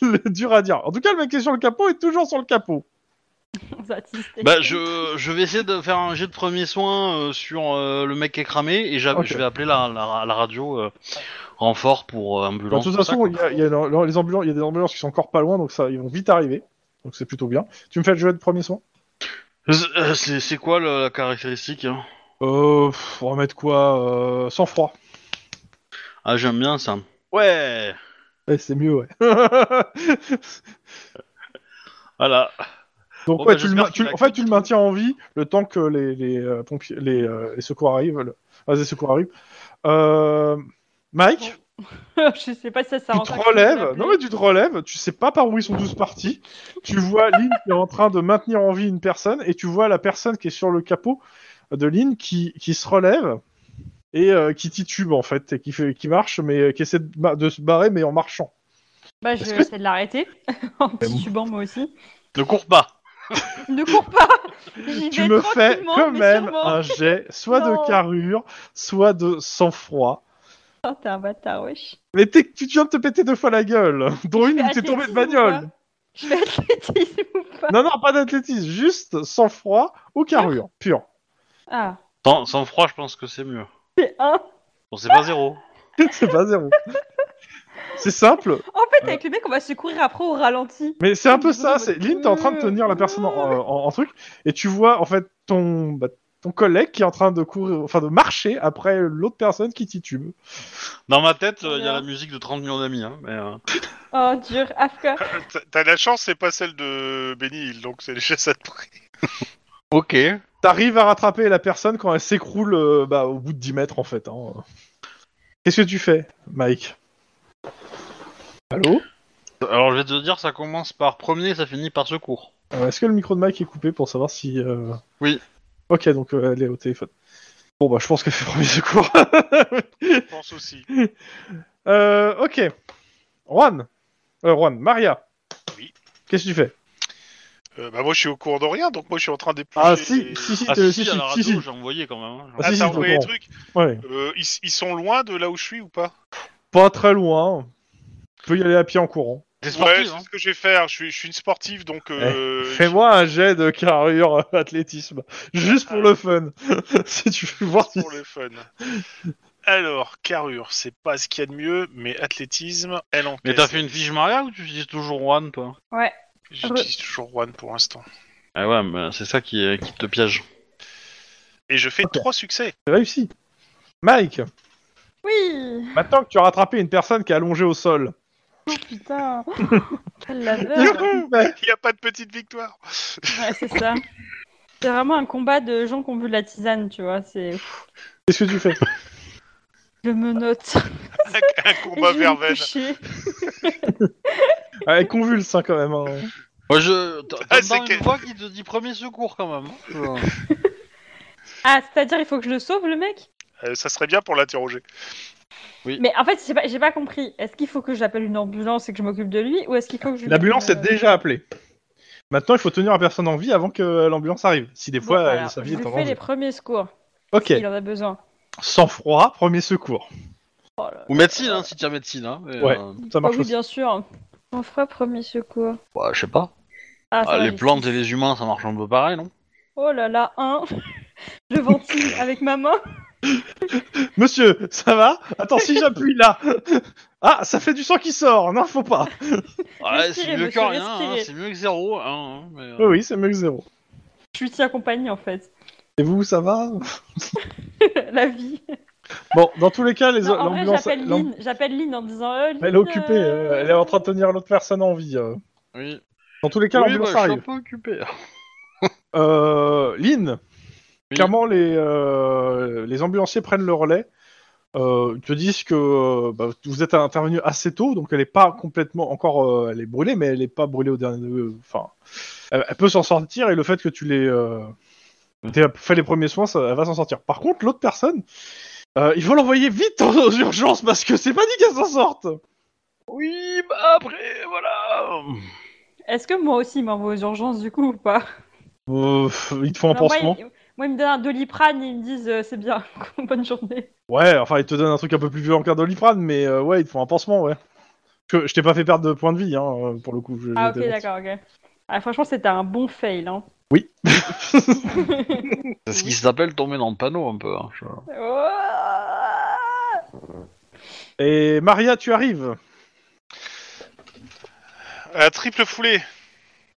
[SPEAKER 1] [laughs] Dur à dire. En tout cas, le mec qui est sur le capot est toujours sur le capot.
[SPEAKER 5] That is taken.
[SPEAKER 2] bah, je, je vais essayer de faire un jet de premier soin euh, sur euh, le mec qui est cramé et j'a-
[SPEAKER 1] Ok.
[SPEAKER 2] je vais appeler la, la, la radio euh, renfort pour euh,
[SPEAKER 1] Enfin,
[SPEAKER 2] ambulance.
[SPEAKER 1] Bah, de toute
[SPEAKER 2] tout ça,
[SPEAKER 1] façon,
[SPEAKER 2] quoi.
[SPEAKER 1] il y a, il y a le- le- les ambulances, il y a des ambulances qui sont encore pas loin, donc ça, ils vont vite arriver. Donc c'est plutôt bien. Tu me fais le jeu de premier soin
[SPEAKER 2] C'est- euh, c'est c'est quoi le- la caractéristique hein
[SPEAKER 1] Euh, pff, on va mettre quoi euh, Sans froid.
[SPEAKER 2] Ah, j'aime bien ça. Ouais.
[SPEAKER 1] Ouais, Eh, c'est mieux, ouais. [laughs]
[SPEAKER 2] Voilà.
[SPEAKER 1] Donc
[SPEAKER 2] Bon,
[SPEAKER 1] ouais,
[SPEAKER 2] bah,
[SPEAKER 1] tu le,
[SPEAKER 2] j'espère
[SPEAKER 1] ma-
[SPEAKER 2] qu'il
[SPEAKER 1] tu-
[SPEAKER 2] a
[SPEAKER 1] en fait,
[SPEAKER 2] cliqué.
[SPEAKER 1] tu le maintiens en vie le temps que les, les, euh, pompiers, les, euh, les secours arrivent. le- ah, les secours arrivent. Euh, Mike,
[SPEAKER 5] [laughs] je sais pas si ça, ça
[SPEAKER 1] tu
[SPEAKER 5] rentre
[SPEAKER 1] te
[SPEAKER 5] à quoi
[SPEAKER 1] relèves.
[SPEAKER 5] l'appeler.
[SPEAKER 1] Non mais tu te relèves. Tu sais pas par où ils sont tous partis. Tu vois Lynn qui est en train de maintenir en vie une personne et tu vois la personne qui est sur le capot de Lynn qui, qui se relève et euh, qui titube en fait et qui fait qui marche mais euh, qui essaie de, ma- de se barrer mais en marchant.
[SPEAKER 5] Bah, je vais essayer de l'arrêter. [laughs] en titubant, moi aussi.
[SPEAKER 2] Ne cours pas.
[SPEAKER 5] Ne
[SPEAKER 1] [laughs]
[SPEAKER 5] cours pas J'y
[SPEAKER 1] tu
[SPEAKER 5] vais
[SPEAKER 1] me fais
[SPEAKER 5] tranquillement,
[SPEAKER 1] quand
[SPEAKER 5] mais
[SPEAKER 1] même
[SPEAKER 5] sûrement.
[SPEAKER 1] un jet, soit
[SPEAKER 5] Non.
[SPEAKER 1] de carrure, soit de sang-froid.
[SPEAKER 5] Oh, T'es un bâtard, wesh.
[SPEAKER 1] Mais t'es- tu viens de te péter deux fois la gueule, dont une
[SPEAKER 5] Je
[SPEAKER 1] où
[SPEAKER 5] fais
[SPEAKER 1] t'es tombé de
[SPEAKER 5] athlétisme
[SPEAKER 1] bagnole.
[SPEAKER 5] ou pas Je fais athlétisme ou pas
[SPEAKER 1] Non, non, pas d'athlétisme, juste sang-froid ou carrure, pur.
[SPEAKER 5] Ah,
[SPEAKER 2] Sans, sans froid, je pense que c'est mieux.
[SPEAKER 5] c'est un.
[SPEAKER 2] Bon, c'est pas zéro.
[SPEAKER 1] [laughs] C'est pas zéro. C'est simple,
[SPEAKER 5] En fait, avec le mec, on va se courir après au ralenti.
[SPEAKER 1] mais c'est un peu ça. C'est Lynn, t'es en train de tenir la personne en, en- en truc, et tu vois en fait ton, bah, ton collègue qui est en train de courir, enfin de marcher après l'autre personne qui titube.
[SPEAKER 2] Dans ma tête, euh, il y a
[SPEAKER 5] Voilà.
[SPEAKER 2] la musique de 30 millions d'amis. Hein, mais, euh,
[SPEAKER 5] Oh, dur, Afka.
[SPEAKER 4] T'as- T'as la chance, c'est pas celle de Benny Hill, donc c'est déjà ça de prix.
[SPEAKER 2] Ok.
[SPEAKER 1] T'arrives à rattraper la personne quand elle s'écroule euh, bah, au bout de 10 mètres en fait. hein. Qu'est-ce que tu fais, Mike Allô
[SPEAKER 2] Alors je vais te dire, ça commence par premier et ça finit par secours.
[SPEAKER 1] Euh, Est-ce que le micro de Mike est coupé pour savoir si. euh,
[SPEAKER 2] Oui.
[SPEAKER 1] Ok, donc euh, elle est au téléphone. Bon, bah, je pense qu'elle fait premier secours. [laughs]
[SPEAKER 4] Je pense aussi.
[SPEAKER 1] Euh, ok. Juan. Euh, Juan, Maria.
[SPEAKER 4] Oui.
[SPEAKER 1] Qu'est-ce que tu fais
[SPEAKER 4] Euh, bah moi, je suis au courant de rien, donc moi, je suis en train d'éplucher.
[SPEAKER 1] Ah, si, si, si,
[SPEAKER 2] Ah
[SPEAKER 1] t'es-
[SPEAKER 2] si, si, à la radio, j'ai envoyé quand même. hein.
[SPEAKER 1] Ah,
[SPEAKER 4] Ah,
[SPEAKER 1] si,
[SPEAKER 4] t'as
[SPEAKER 1] si, je
[SPEAKER 4] envoyé
[SPEAKER 1] le
[SPEAKER 4] les
[SPEAKER 1] prends.
[SPEAKER 4] trucs.
[SPEAKER 1] Ouais.
[SPEAKER 4] Euh, ils, ils sont loin de là où je suis ou pas
[SPEAKER 1] Pas très loin. Tu peux y aller à pied en courant.
[SPEAKER 2] T'es
[SPEAKER 4] Ouais,
[SPEAKER 2] sportif,
[SPEAKER 4] c'est
[SPEAKER 2] hein.
[SPEAKER 4] ce que je vais faire. Je suis, je suis une sportive, donc. euh,
[SPEAKER 1] Fais-moi un jet de carrure euh, athlétisme. Juste pour le fun. [laughs] si tu veux voir si.
[SPEAKER 4] pour le fun. Alors, carrure, c'est pas ce qu'il y a de mieux, mais athlétisme, elle encaisse.
[SPEAKER 2] Mais t'as fait une fiche Maria ou tu utilises toujours Juan, toi
[SPEAKER 1] Ah
[SPEAKER 4] J'utilise toujours Juan pour l'instant.
[SPEAKER 2] Ah ouais, mais c'est ça qui, euh, qui te piège.
[SPEAKER 4] Et je fais trois succès.
[SPEAKER 1] C'est réussi. Mike,
[SPEAKER 5] Oui
[SPEAKER 1] maintenant que tu as rattrapé une personne qui est allongée au sol.
[SPEAKER 5] [laughs] Oh
[SPEAKER 1] [laughs]
[SPEAKER 5] putain Quelle laveur
[SPEAKER 1] Youhou, mec.
[SPEAKER 4] Il n'y a pas de petite victoire. [laughs]
[SPEAKER 5] Ouais, c'est ça. C'est vraiment un combat de gens qui ont bu de la tisane, tu vois. C'est.
[SPEAKER 1] Qu'est-ce que tu fais
[SPEAKER 5] Je me note.
[SPEAKER 4] Un combat
[SPEAKER 5] Et je vais me
[SPEAKER 4] verveine.
[SPEAKER 5] coucher.
[SPEAKER 1] Elle convulse hein, quand même. hein.
[SPEAKER 2] Moi, je... t'as-
[SPEAKER 4] Ah,
[SPEAKER 2] T'entends
[SPEAKER 4] c'est
[SPEAKER 2] une
[SPEAKER 4] quel-
[SPEAKER 2] voix qui te dit premier secours quand même. hein.
[SPEAKER 5] Ah, c'est-à-dire, il faut que je le sauve, le mec
[SPEAKER 4] Euh, ça serait bien pour l'interroger.
[SPEAKER 5] Mais en fait, j'ai pas, j'ai pas compris. Est-ce qu'il faut que j'appelle une ambulance et que je m'occupe de lui Ou est-ce qu'il faut que je. lui
[SPEAKER 1] L'ambulance est
[SPEAKER 5] donne, euh,
[SPEAKER 1] déjà appelée. Maintenant, il faut tenir la personne en vie avant que euh, l'ambulance arrive. Si des
[SPEAKER 5] bon,
[SPEAKER 1] fois,
[SPEAKER 5] voilà,
[SPEAKER 1] euh, sa vie
[SPEAKER 5] Je
[SPEAKER 1] est
[SPEAKER 5] lui
[SPEAKER 1] en
[SPEAKER 5] fais les
[SPEAKER 1] danger.
[SPEAKER 5] premiers secours.
[SPEAKER 1] Ok,
[SPEAKER 5] Il en a besoin.
[SPEAKER 1] sans froid, premier secours.
[SPEAKER 2] Ou médecine, hein, si t'as médecine. Hein, mais,
[SPEAKER 1] Ouais.
[SPEAKER 2] euh,
[SPEAKER 1] Ça
[SPEAKER 5] Oh
[SPEAKER 1] marche
[SPEAKER 5] oui,
[SPEAKER 1] aussi.
[SPEAKER 5] bien sûr. On fera premier secours.
[SPEAKER 2] bah, je sais pas.
[SPEAKER 5] Ah, ça
[SPEAKER 2] Ah,
[SPEAKER 5] va,
[SPEAKER 2] les
[SPEAKER 5] j'ai
[SPEAKER 2] plantes
[SPEAKER 5] six.
[SPEAKER 2] et les humains, ça marche un peu pareil, non
[SPEAKER 5] Oh là là, un. [laughs] je ventile avec ma main.
[SPEAKER 1] Monsieur, ça va Attends, si [laughs] j'appuie là. Ah, ça fait du sang qui sort. Non, faut pas.
[SPEAKER 2] Ouais, Ah, c'est
[SPEAKER 5] Respirez,
[SPEAKER 2] mieux que
[SPEAKER 5] monsieur,
[SPEAKER 2] rien, hein,
[SPEAKER 5] respirez.
[SPEAKER 2] c'est mieux que zéro. hein, hein, mais, euh,
[SPEAKER 1] Oui, oui, c'est mieux que zéro.
[SPEAKER 5] Je suis si accompagnée en fait. [laughs]
[SPEAKER 1] Et vous, ça va
[SPEAKER 5] la vie.
[SPEAKER 1] Bon, dans tous les cas, les
[SPEAKER 5] Non, en vrai,
[SPEAKER 1] l'ambulance.
[SPEAKER 5] j'appelle
[SPEAKER 1] l'amb-
[SPEAKER 5] Lynn. J'appelle Lynn en disant. euh,
[SPEAKER 1] Elle
[SPEAKER 5] Lynn,
[SPEAKER 1] est occupée.
[SPEAKER 5] euh,
[SPEAKER 1] euh, Elle est en train de tenir l'autre personne en vie. euh.
[SPEAKER 2] Oui,
[SPEAKER 1] Dans tous les cas,
[SPEAKER 2] Oui, bah,
[SPEAKER 1] l'ambulance
[SPEAKER 2] je suis un
[SPEAKER 1] arrive.
[SPEAKER 2] peu occupé. hein.
[SPEAKER 1] Euh, Lynn,
[SPEAKER 2] Oui.
[SPEAKER 1] clairement, les, euh, les ambulanciers prennent le relais. Euh, ils te disent que euh, bah, vous êtes intervenu assez tôt, donc elle n'est pas complètement encore, euh, elle est brûlée, mais elle n'est pas brûlée au dernier. euh, Enfin, elle, elle peut s'en sortir et le fait que tu les euh, t'aies fait les premiers soins, ça, elle va s'en sortir. Par contre, l'autre personne, Euh, il faut l'envoyer vite [laughs] aux urgences parce que c'est pas dit qu'elle s'en sorte.
[SPEAKER 2] Oui, bah après, voilà.
[SPEAKER 5] Est-ce que moi aussi il m'envoie aux urgences du coup ou pas
[SPEAKER 1] Euh, pff, ils te font un
[SPEAKER 5] Alors, moi,
[SPEAKER 1] pansement.
[SPEAKER 5] ils- moi, ils me donnent un doliprane et ils me disent euh, c'est bien, [laughs] bonne journée.
[SPEAKER 1] Ouais, enfin, ils te donnent un truc un peu plus violent qu'un doliprane, mais euh, ouais, ils te font un pansement, ouais. Parce que je t'ai pas fait perdre de points de vie, hein, euh, pour le coup. je-
[SPEAKER 5] Ah, ok,
[SPEAKER 1] j'étais bon.
[SPEAKER 5] d'accord, ok. Ah, franchement, c'était un bon fail. Hein.
[SPEAKER 2] C'est ce qui s'appelle tomber dans le panneau un peu. hein, je-
[SPEAKER 5] Oh
[SPEAKER 1] Et Maria, tu arrives.
[SPEAKER 4] À triple foulée.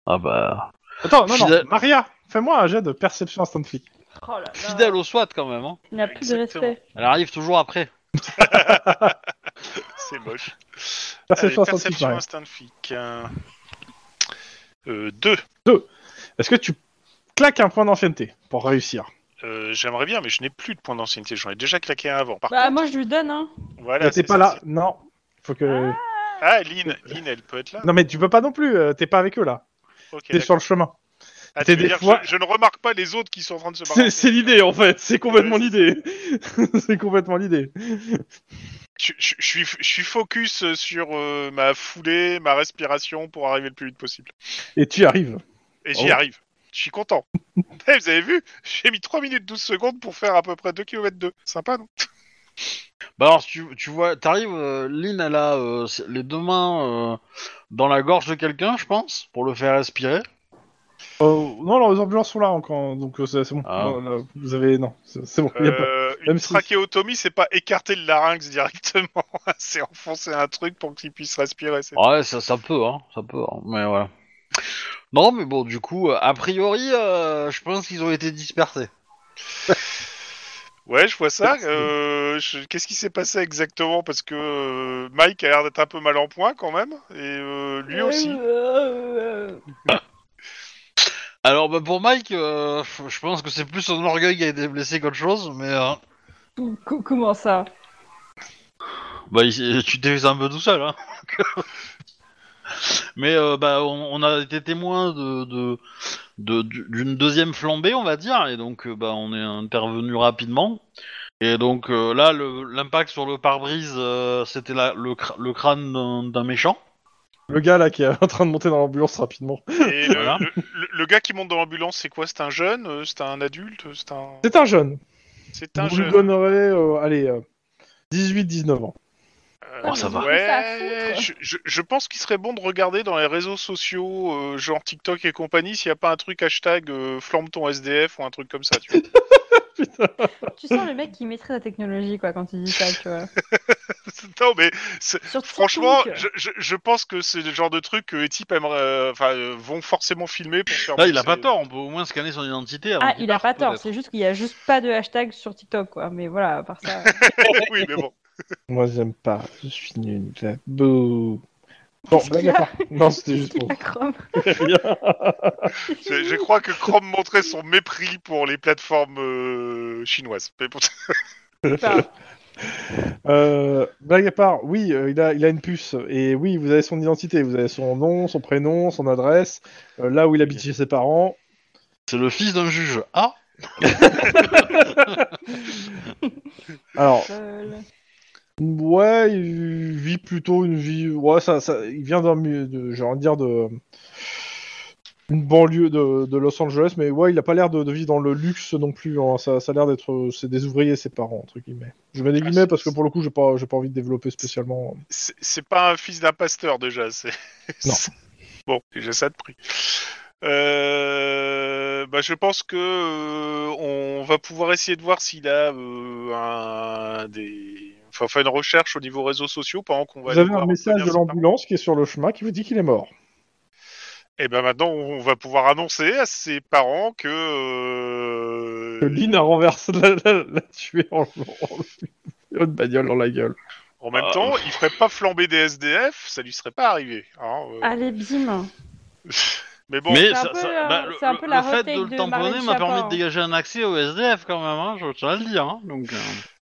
[SPEAKER 2] Ah bah.
[SPEAKER 1] Attends, non, non,
[SPEAKER 2] Fidèle-
[SPEAKER 1] Maria, fais-moi un jet de perception instant flic.
[SPEAKER 5] oh, là là.
[SPEAKER 2] Fidèle au SWAT quand même. Hein.
[SPEAKER 5] Il n'a plus
[SPEAKER 4] Exactement.
[SPEAKER 5] de respect.
[SPEAKER 2] Elle arrive toujours après.
[SPEAKER 4] C'est moche.
[SPEAKER 1] Perception
[SPEAKER 4] Allez,
[SPEAKER 1] instant flic,
[SPEAKER 4] perception
[SPEAKER 1] Maria.
[SPEAKER 4] instinct flic. Euh, euh, deux.
[SPEAKER 1] Est-ce que tu claques un point d'ancienneté pour réussir
[SPEAKER 4] Euh, J'aimerais bien, mais je n'ai plus de points d'ancienneté. J'en ai déjà claqué un avant. Par
[SPEAKER 5] Bah,
[SPEAKER 4] contre,
[SPEAKER 5] moi je lui donne,
[SPEAKER 4] [laughs]
[SPEAKER 5] hein.
[SPEAKER 4] voilà.
[SPEAKER 1] Mais T'es
[SPEAKER 4] c'est
[SPEAKER 1] pas
[SPEAKER 4] ça,
[SPEAKER 1] là, non. Faut que.
[SPEAKER 4] c'est- Ah, Lynn, Lynn, elle peut
[SPEAKER 5] Ah.
[SPEAKER 4] être là.
[SPEAKER 1] Non, mais tu peux pas non plus, euh, t'es pas avec eux là.
[SPEAKER 4] Ok,
[SPEAKER 1] T'es sur le chemin.
[SPEAKER 4] Ah,
[SPEAKER 1] T'es
[SPEAKER 4] tu veux
[SPEAKER 1] des
[SPEAKER 4] dire que
[SPEAKER 1] fois-
[SPEAKER 4] je, je ne remarque pas les autres qui sont en train de se
[SPEAKER 1] C'est
[SPEAKER 4] marrer.
[SPEAKER 1] c'est l'idée en fait, c'est complètement l'idée. [laughs] c'est complètement l'idée.
[SPEAKER 4] Je, je- je suis, je suis focus sur euh, ma foulée, ma respiration pour arriver le plus vite possible.
[SPEAKER 1] Et tu y arrives.
[SPEAKER 4] Et
[SPEAKER 1] Oh.
[SPEAKER 4] j'y arrive. Je
[SPEAKER 1] [laughs]
[SPEAKER 4] suis content. Eh, vous avez vu J'ai mis 3 minutes 12 secondes pour faire à peu près 2 km 2. Sympa, non
[SPEAKER 2] Bah alors tu, tu vois, t'arrives, euh, Lynn elle a euh, les deux mains euh, dans la gorge de quelqu'un, je pense, pour le faire respirer.
[SPEAKER 1] Euh, non, non, les ambulances sont là encore, donc euh, c'est c'est bon.
[SPEAKER 2] Ah.
[SPEAKER 1] Non, là, vous avez. Non, c'est c'est bon. y a pas-
[SPEAKER 4] euh,
[SPEAKER 1] Même
[SPEAKER 4] Une
[SPEAKER 1] si-
[SPEAKER 4] trachéotomie, c'est pas écarter le larynx directement. [laughs] c'est enfoncer un truc pour qu'il puisse respirer.
[SPEAKER 1] Oh.
[SPEAKER 4] c'est-
[SPEAKER 2] Ouais, ça, ça peut, hein, ça peut, hein, mais voilà. Non, mais bon, du coup, euh, a priori, euh, je pense qu'ils ont été dispersés.
[SPEAKER 4] Ouais, je vois ça. Euh, je- Qu'est-ce qui s'est passé exactement Parce que euh, Mike a l'air d'être un peu mal en point quand même. Et euh, lui aussi.
[SPEAKER 2] Alors, bah, pour Mike, euh, je pense que c'est plus son orgueil qui a été blessé qu'autre chose, mais euh,
[SPEAKER 5] Co- Comment ça
[SPEAKER 2] bah, il- tu t'es fait ça un peu tout seul. Hein. [laughs] mais euh, bah, on, on a été témoin de, de, de- d'une deuxième flambée, on va dire, et donc euh, bah, on est intervenu rapidement. Et donc euh, là, le- l'impact sur le pare-brise, euh, c'était la- le, cr- le crâne d'un- d'un méchant.
[SPEAKER 1] Le gars là qui est en train de monter dans l'ambulance rapidement.
[SPEAKER 4] Et le,
[SPEAKER 2] Voilà.
[SPEAKER 4] le- le- le gars qui monte dans l'ambulance, c'est quoi C'est un jeune euh, C'est un adulte C'est un.
[SPEAKER 1] C'est un jeune.
[SPEAKER 4] C'est un
[SPEAKER 1] Vous lui
[SPEAKER 4] jeune.
[SPEAKER 1] donnerez, euh, allez, 18-19 ans.
[SPEAKER 4] Euh,
[SPEAKER 2] Oh, ça va.
[SPEAKER 4] Ouais, je, je- je pense qu'il serait bon de regarder dans les réseaux sociaux, euh, genre TikTok et compagnie, s'il n'y a pas un truc hashtag euh, flambe ton SDF ou un truc comme ça. Tu vois.
[SPEAKER 5] Tu sens le mec qui maîtrise la technologie, quoi, quand il dit ça, tu vois.
[SPEAKER 4] [laughs] non, mais
[SPEAKER 5] [laughs] Sur
[SPEAKER 4] franchement,
[SPEAKER 5] TikTok.
[SPEAKER 4] je, je- je pense que c'est le genre de truc que les types aimeraient, euh, enfin, euh, vont forcément filmer pour se faire.
[SPEAKER 2] Là, il a
[SPEAKER 4] passer.
[SPEAKER 2] pas tort, on peut au moins scanner son identité. avant
[SPEAKER 5] Ah,
[SPEAKER 2] qu'il
[SPEAKER 5] il a
[SPEAKER 2] parte,
[SPEAKER 5] pas tort,
[SPEAKER 2] peut-être.
[SPEAKER 5] c'est juste qu'il y a juste pas de hashtag sur TikTok, quoi. Mais voilà, à part
[SPEAKER 4] [laughs]
[SPEAKER 5] ça.
[SPEAKER 4] [laughs] oui, mais bon.
[SPEAKER 1] Moi, j'aime pas. Je suis nul. Bouh. Bon, blague à part. Non, c'était juste
[SPEAKER 5] [laughs]
[SPEAKER 1] pour
[SPEAKER 5] la crome.
[SPEAKER 1] rien.
[SPEAKER 4] [laughs]
[SPEAKER 5] [laughs]
[SPEAKER 4] Je, je crois que Chrome montrait son mépris pour les plateformes euh, chinoises. Mais bon.
[SPEAKER 5] Enfin,
[SPEAKER 1] Euh, blague à part, oui, euh, il, a, il a une puce. Et oui, vous avez son identité. Vous avez son nom, son prénom, son adresse, euh, là où il habite chez ses parents.
[SPEAKER 2] C'est le fils d'un juge. Ah
[SPEAKER 1] Alors,
[SPEAKER 5] euh,
[SPEAKER 1] ouais, il vit plutôt une vie. Ouais, ça, ça, il vient d'un milieu de, j'ai envie de dire, de. Une banlieue de, de Los Angeles, mais ouais, il a pas l'air de, de vivre dans le luxe non plus. hein. Ça, ça a l'air d'être. C'est des ouvriers, ses parents, entre guillemets. Je mets des
[SPEAKER 4] Ah,
[SPEAKER 1] guillemets
[SPEAKER 4] c'est-
[SPEAKER 1] parce que pour le coup, j'ai pas, j'ai pas envie de développer spécialement.
[SPEAKER 4] C'est c'est pas un fils d'un pasteur déjà, c'est. [laughs]
[SPEAKER 1] Non.
[SPEAKER 4] c'est- Bon, j'ai ça de prix. Euh, bah, je pense que euh, on va pouvoir essayer de voir s'il a euh, un des. Enfin, faire une recherche au niveau réseaux sociaux pendant qu'on va.
[SPEAKER 1] Vous
[SPEAKER 4] aller
[SPEAKER 1] avez
[SPEAKER 4] voir
[SPEAKER 1] un message
[SPEAKER 4] obtenir
[SPEAKER 1] de
[SPEAKER 4] ses parents.
[SPEAKER 1] l'ambulance qui est sur le chemin qui vous dit qu'il est mort.
[SPEAKER 4] Et ben maintenant, on va pouvoir annoncer à ses parents que. euh,
[SPEAKER 1] Que Lynn a renversé la, la, la tuée en en- une bagnole dans la [laughs] gueule.
[SPEAKER 4] En même
[SPEAKER 2] Ah.
[SPEAKER 4] temps, il ferait pas flamber des SDF, ça lui serait pas arrivé. hein, euh.
[SPEAKER 5] Allez, bim.
[SPEAKER 4] Mais bon.
[SPEAKER 2] Mais
[SPEAKER 5] C'est un
[SPEAKER 2] ça-
[SPEAKER 5] peu,
[SPEAKER 2] ça-
[SPEAKER 5] euh,
[SPEAKER 2] bah, le,
[SPEAKER 5] c'est un peu
[SPEAKER 2] le-
[SPEAKER 5] la
[SPEAKER 2] le fait
[SPEAKER 5] retake
[SPEAKER 2] de le
[SPEAKER 5] de
[SPEAKER 2] tamponner
[SPEAKER 5] Marine
[SPEAKER 2] m'a permis
[SPEAKER 5] Chapa,
[SPEAKER 2] de
[SPEAKER 5] hein.
[SPEAKER 2] dégager un accès au SDF quand même, hein, je tiens à le dire. hein, donc, euh.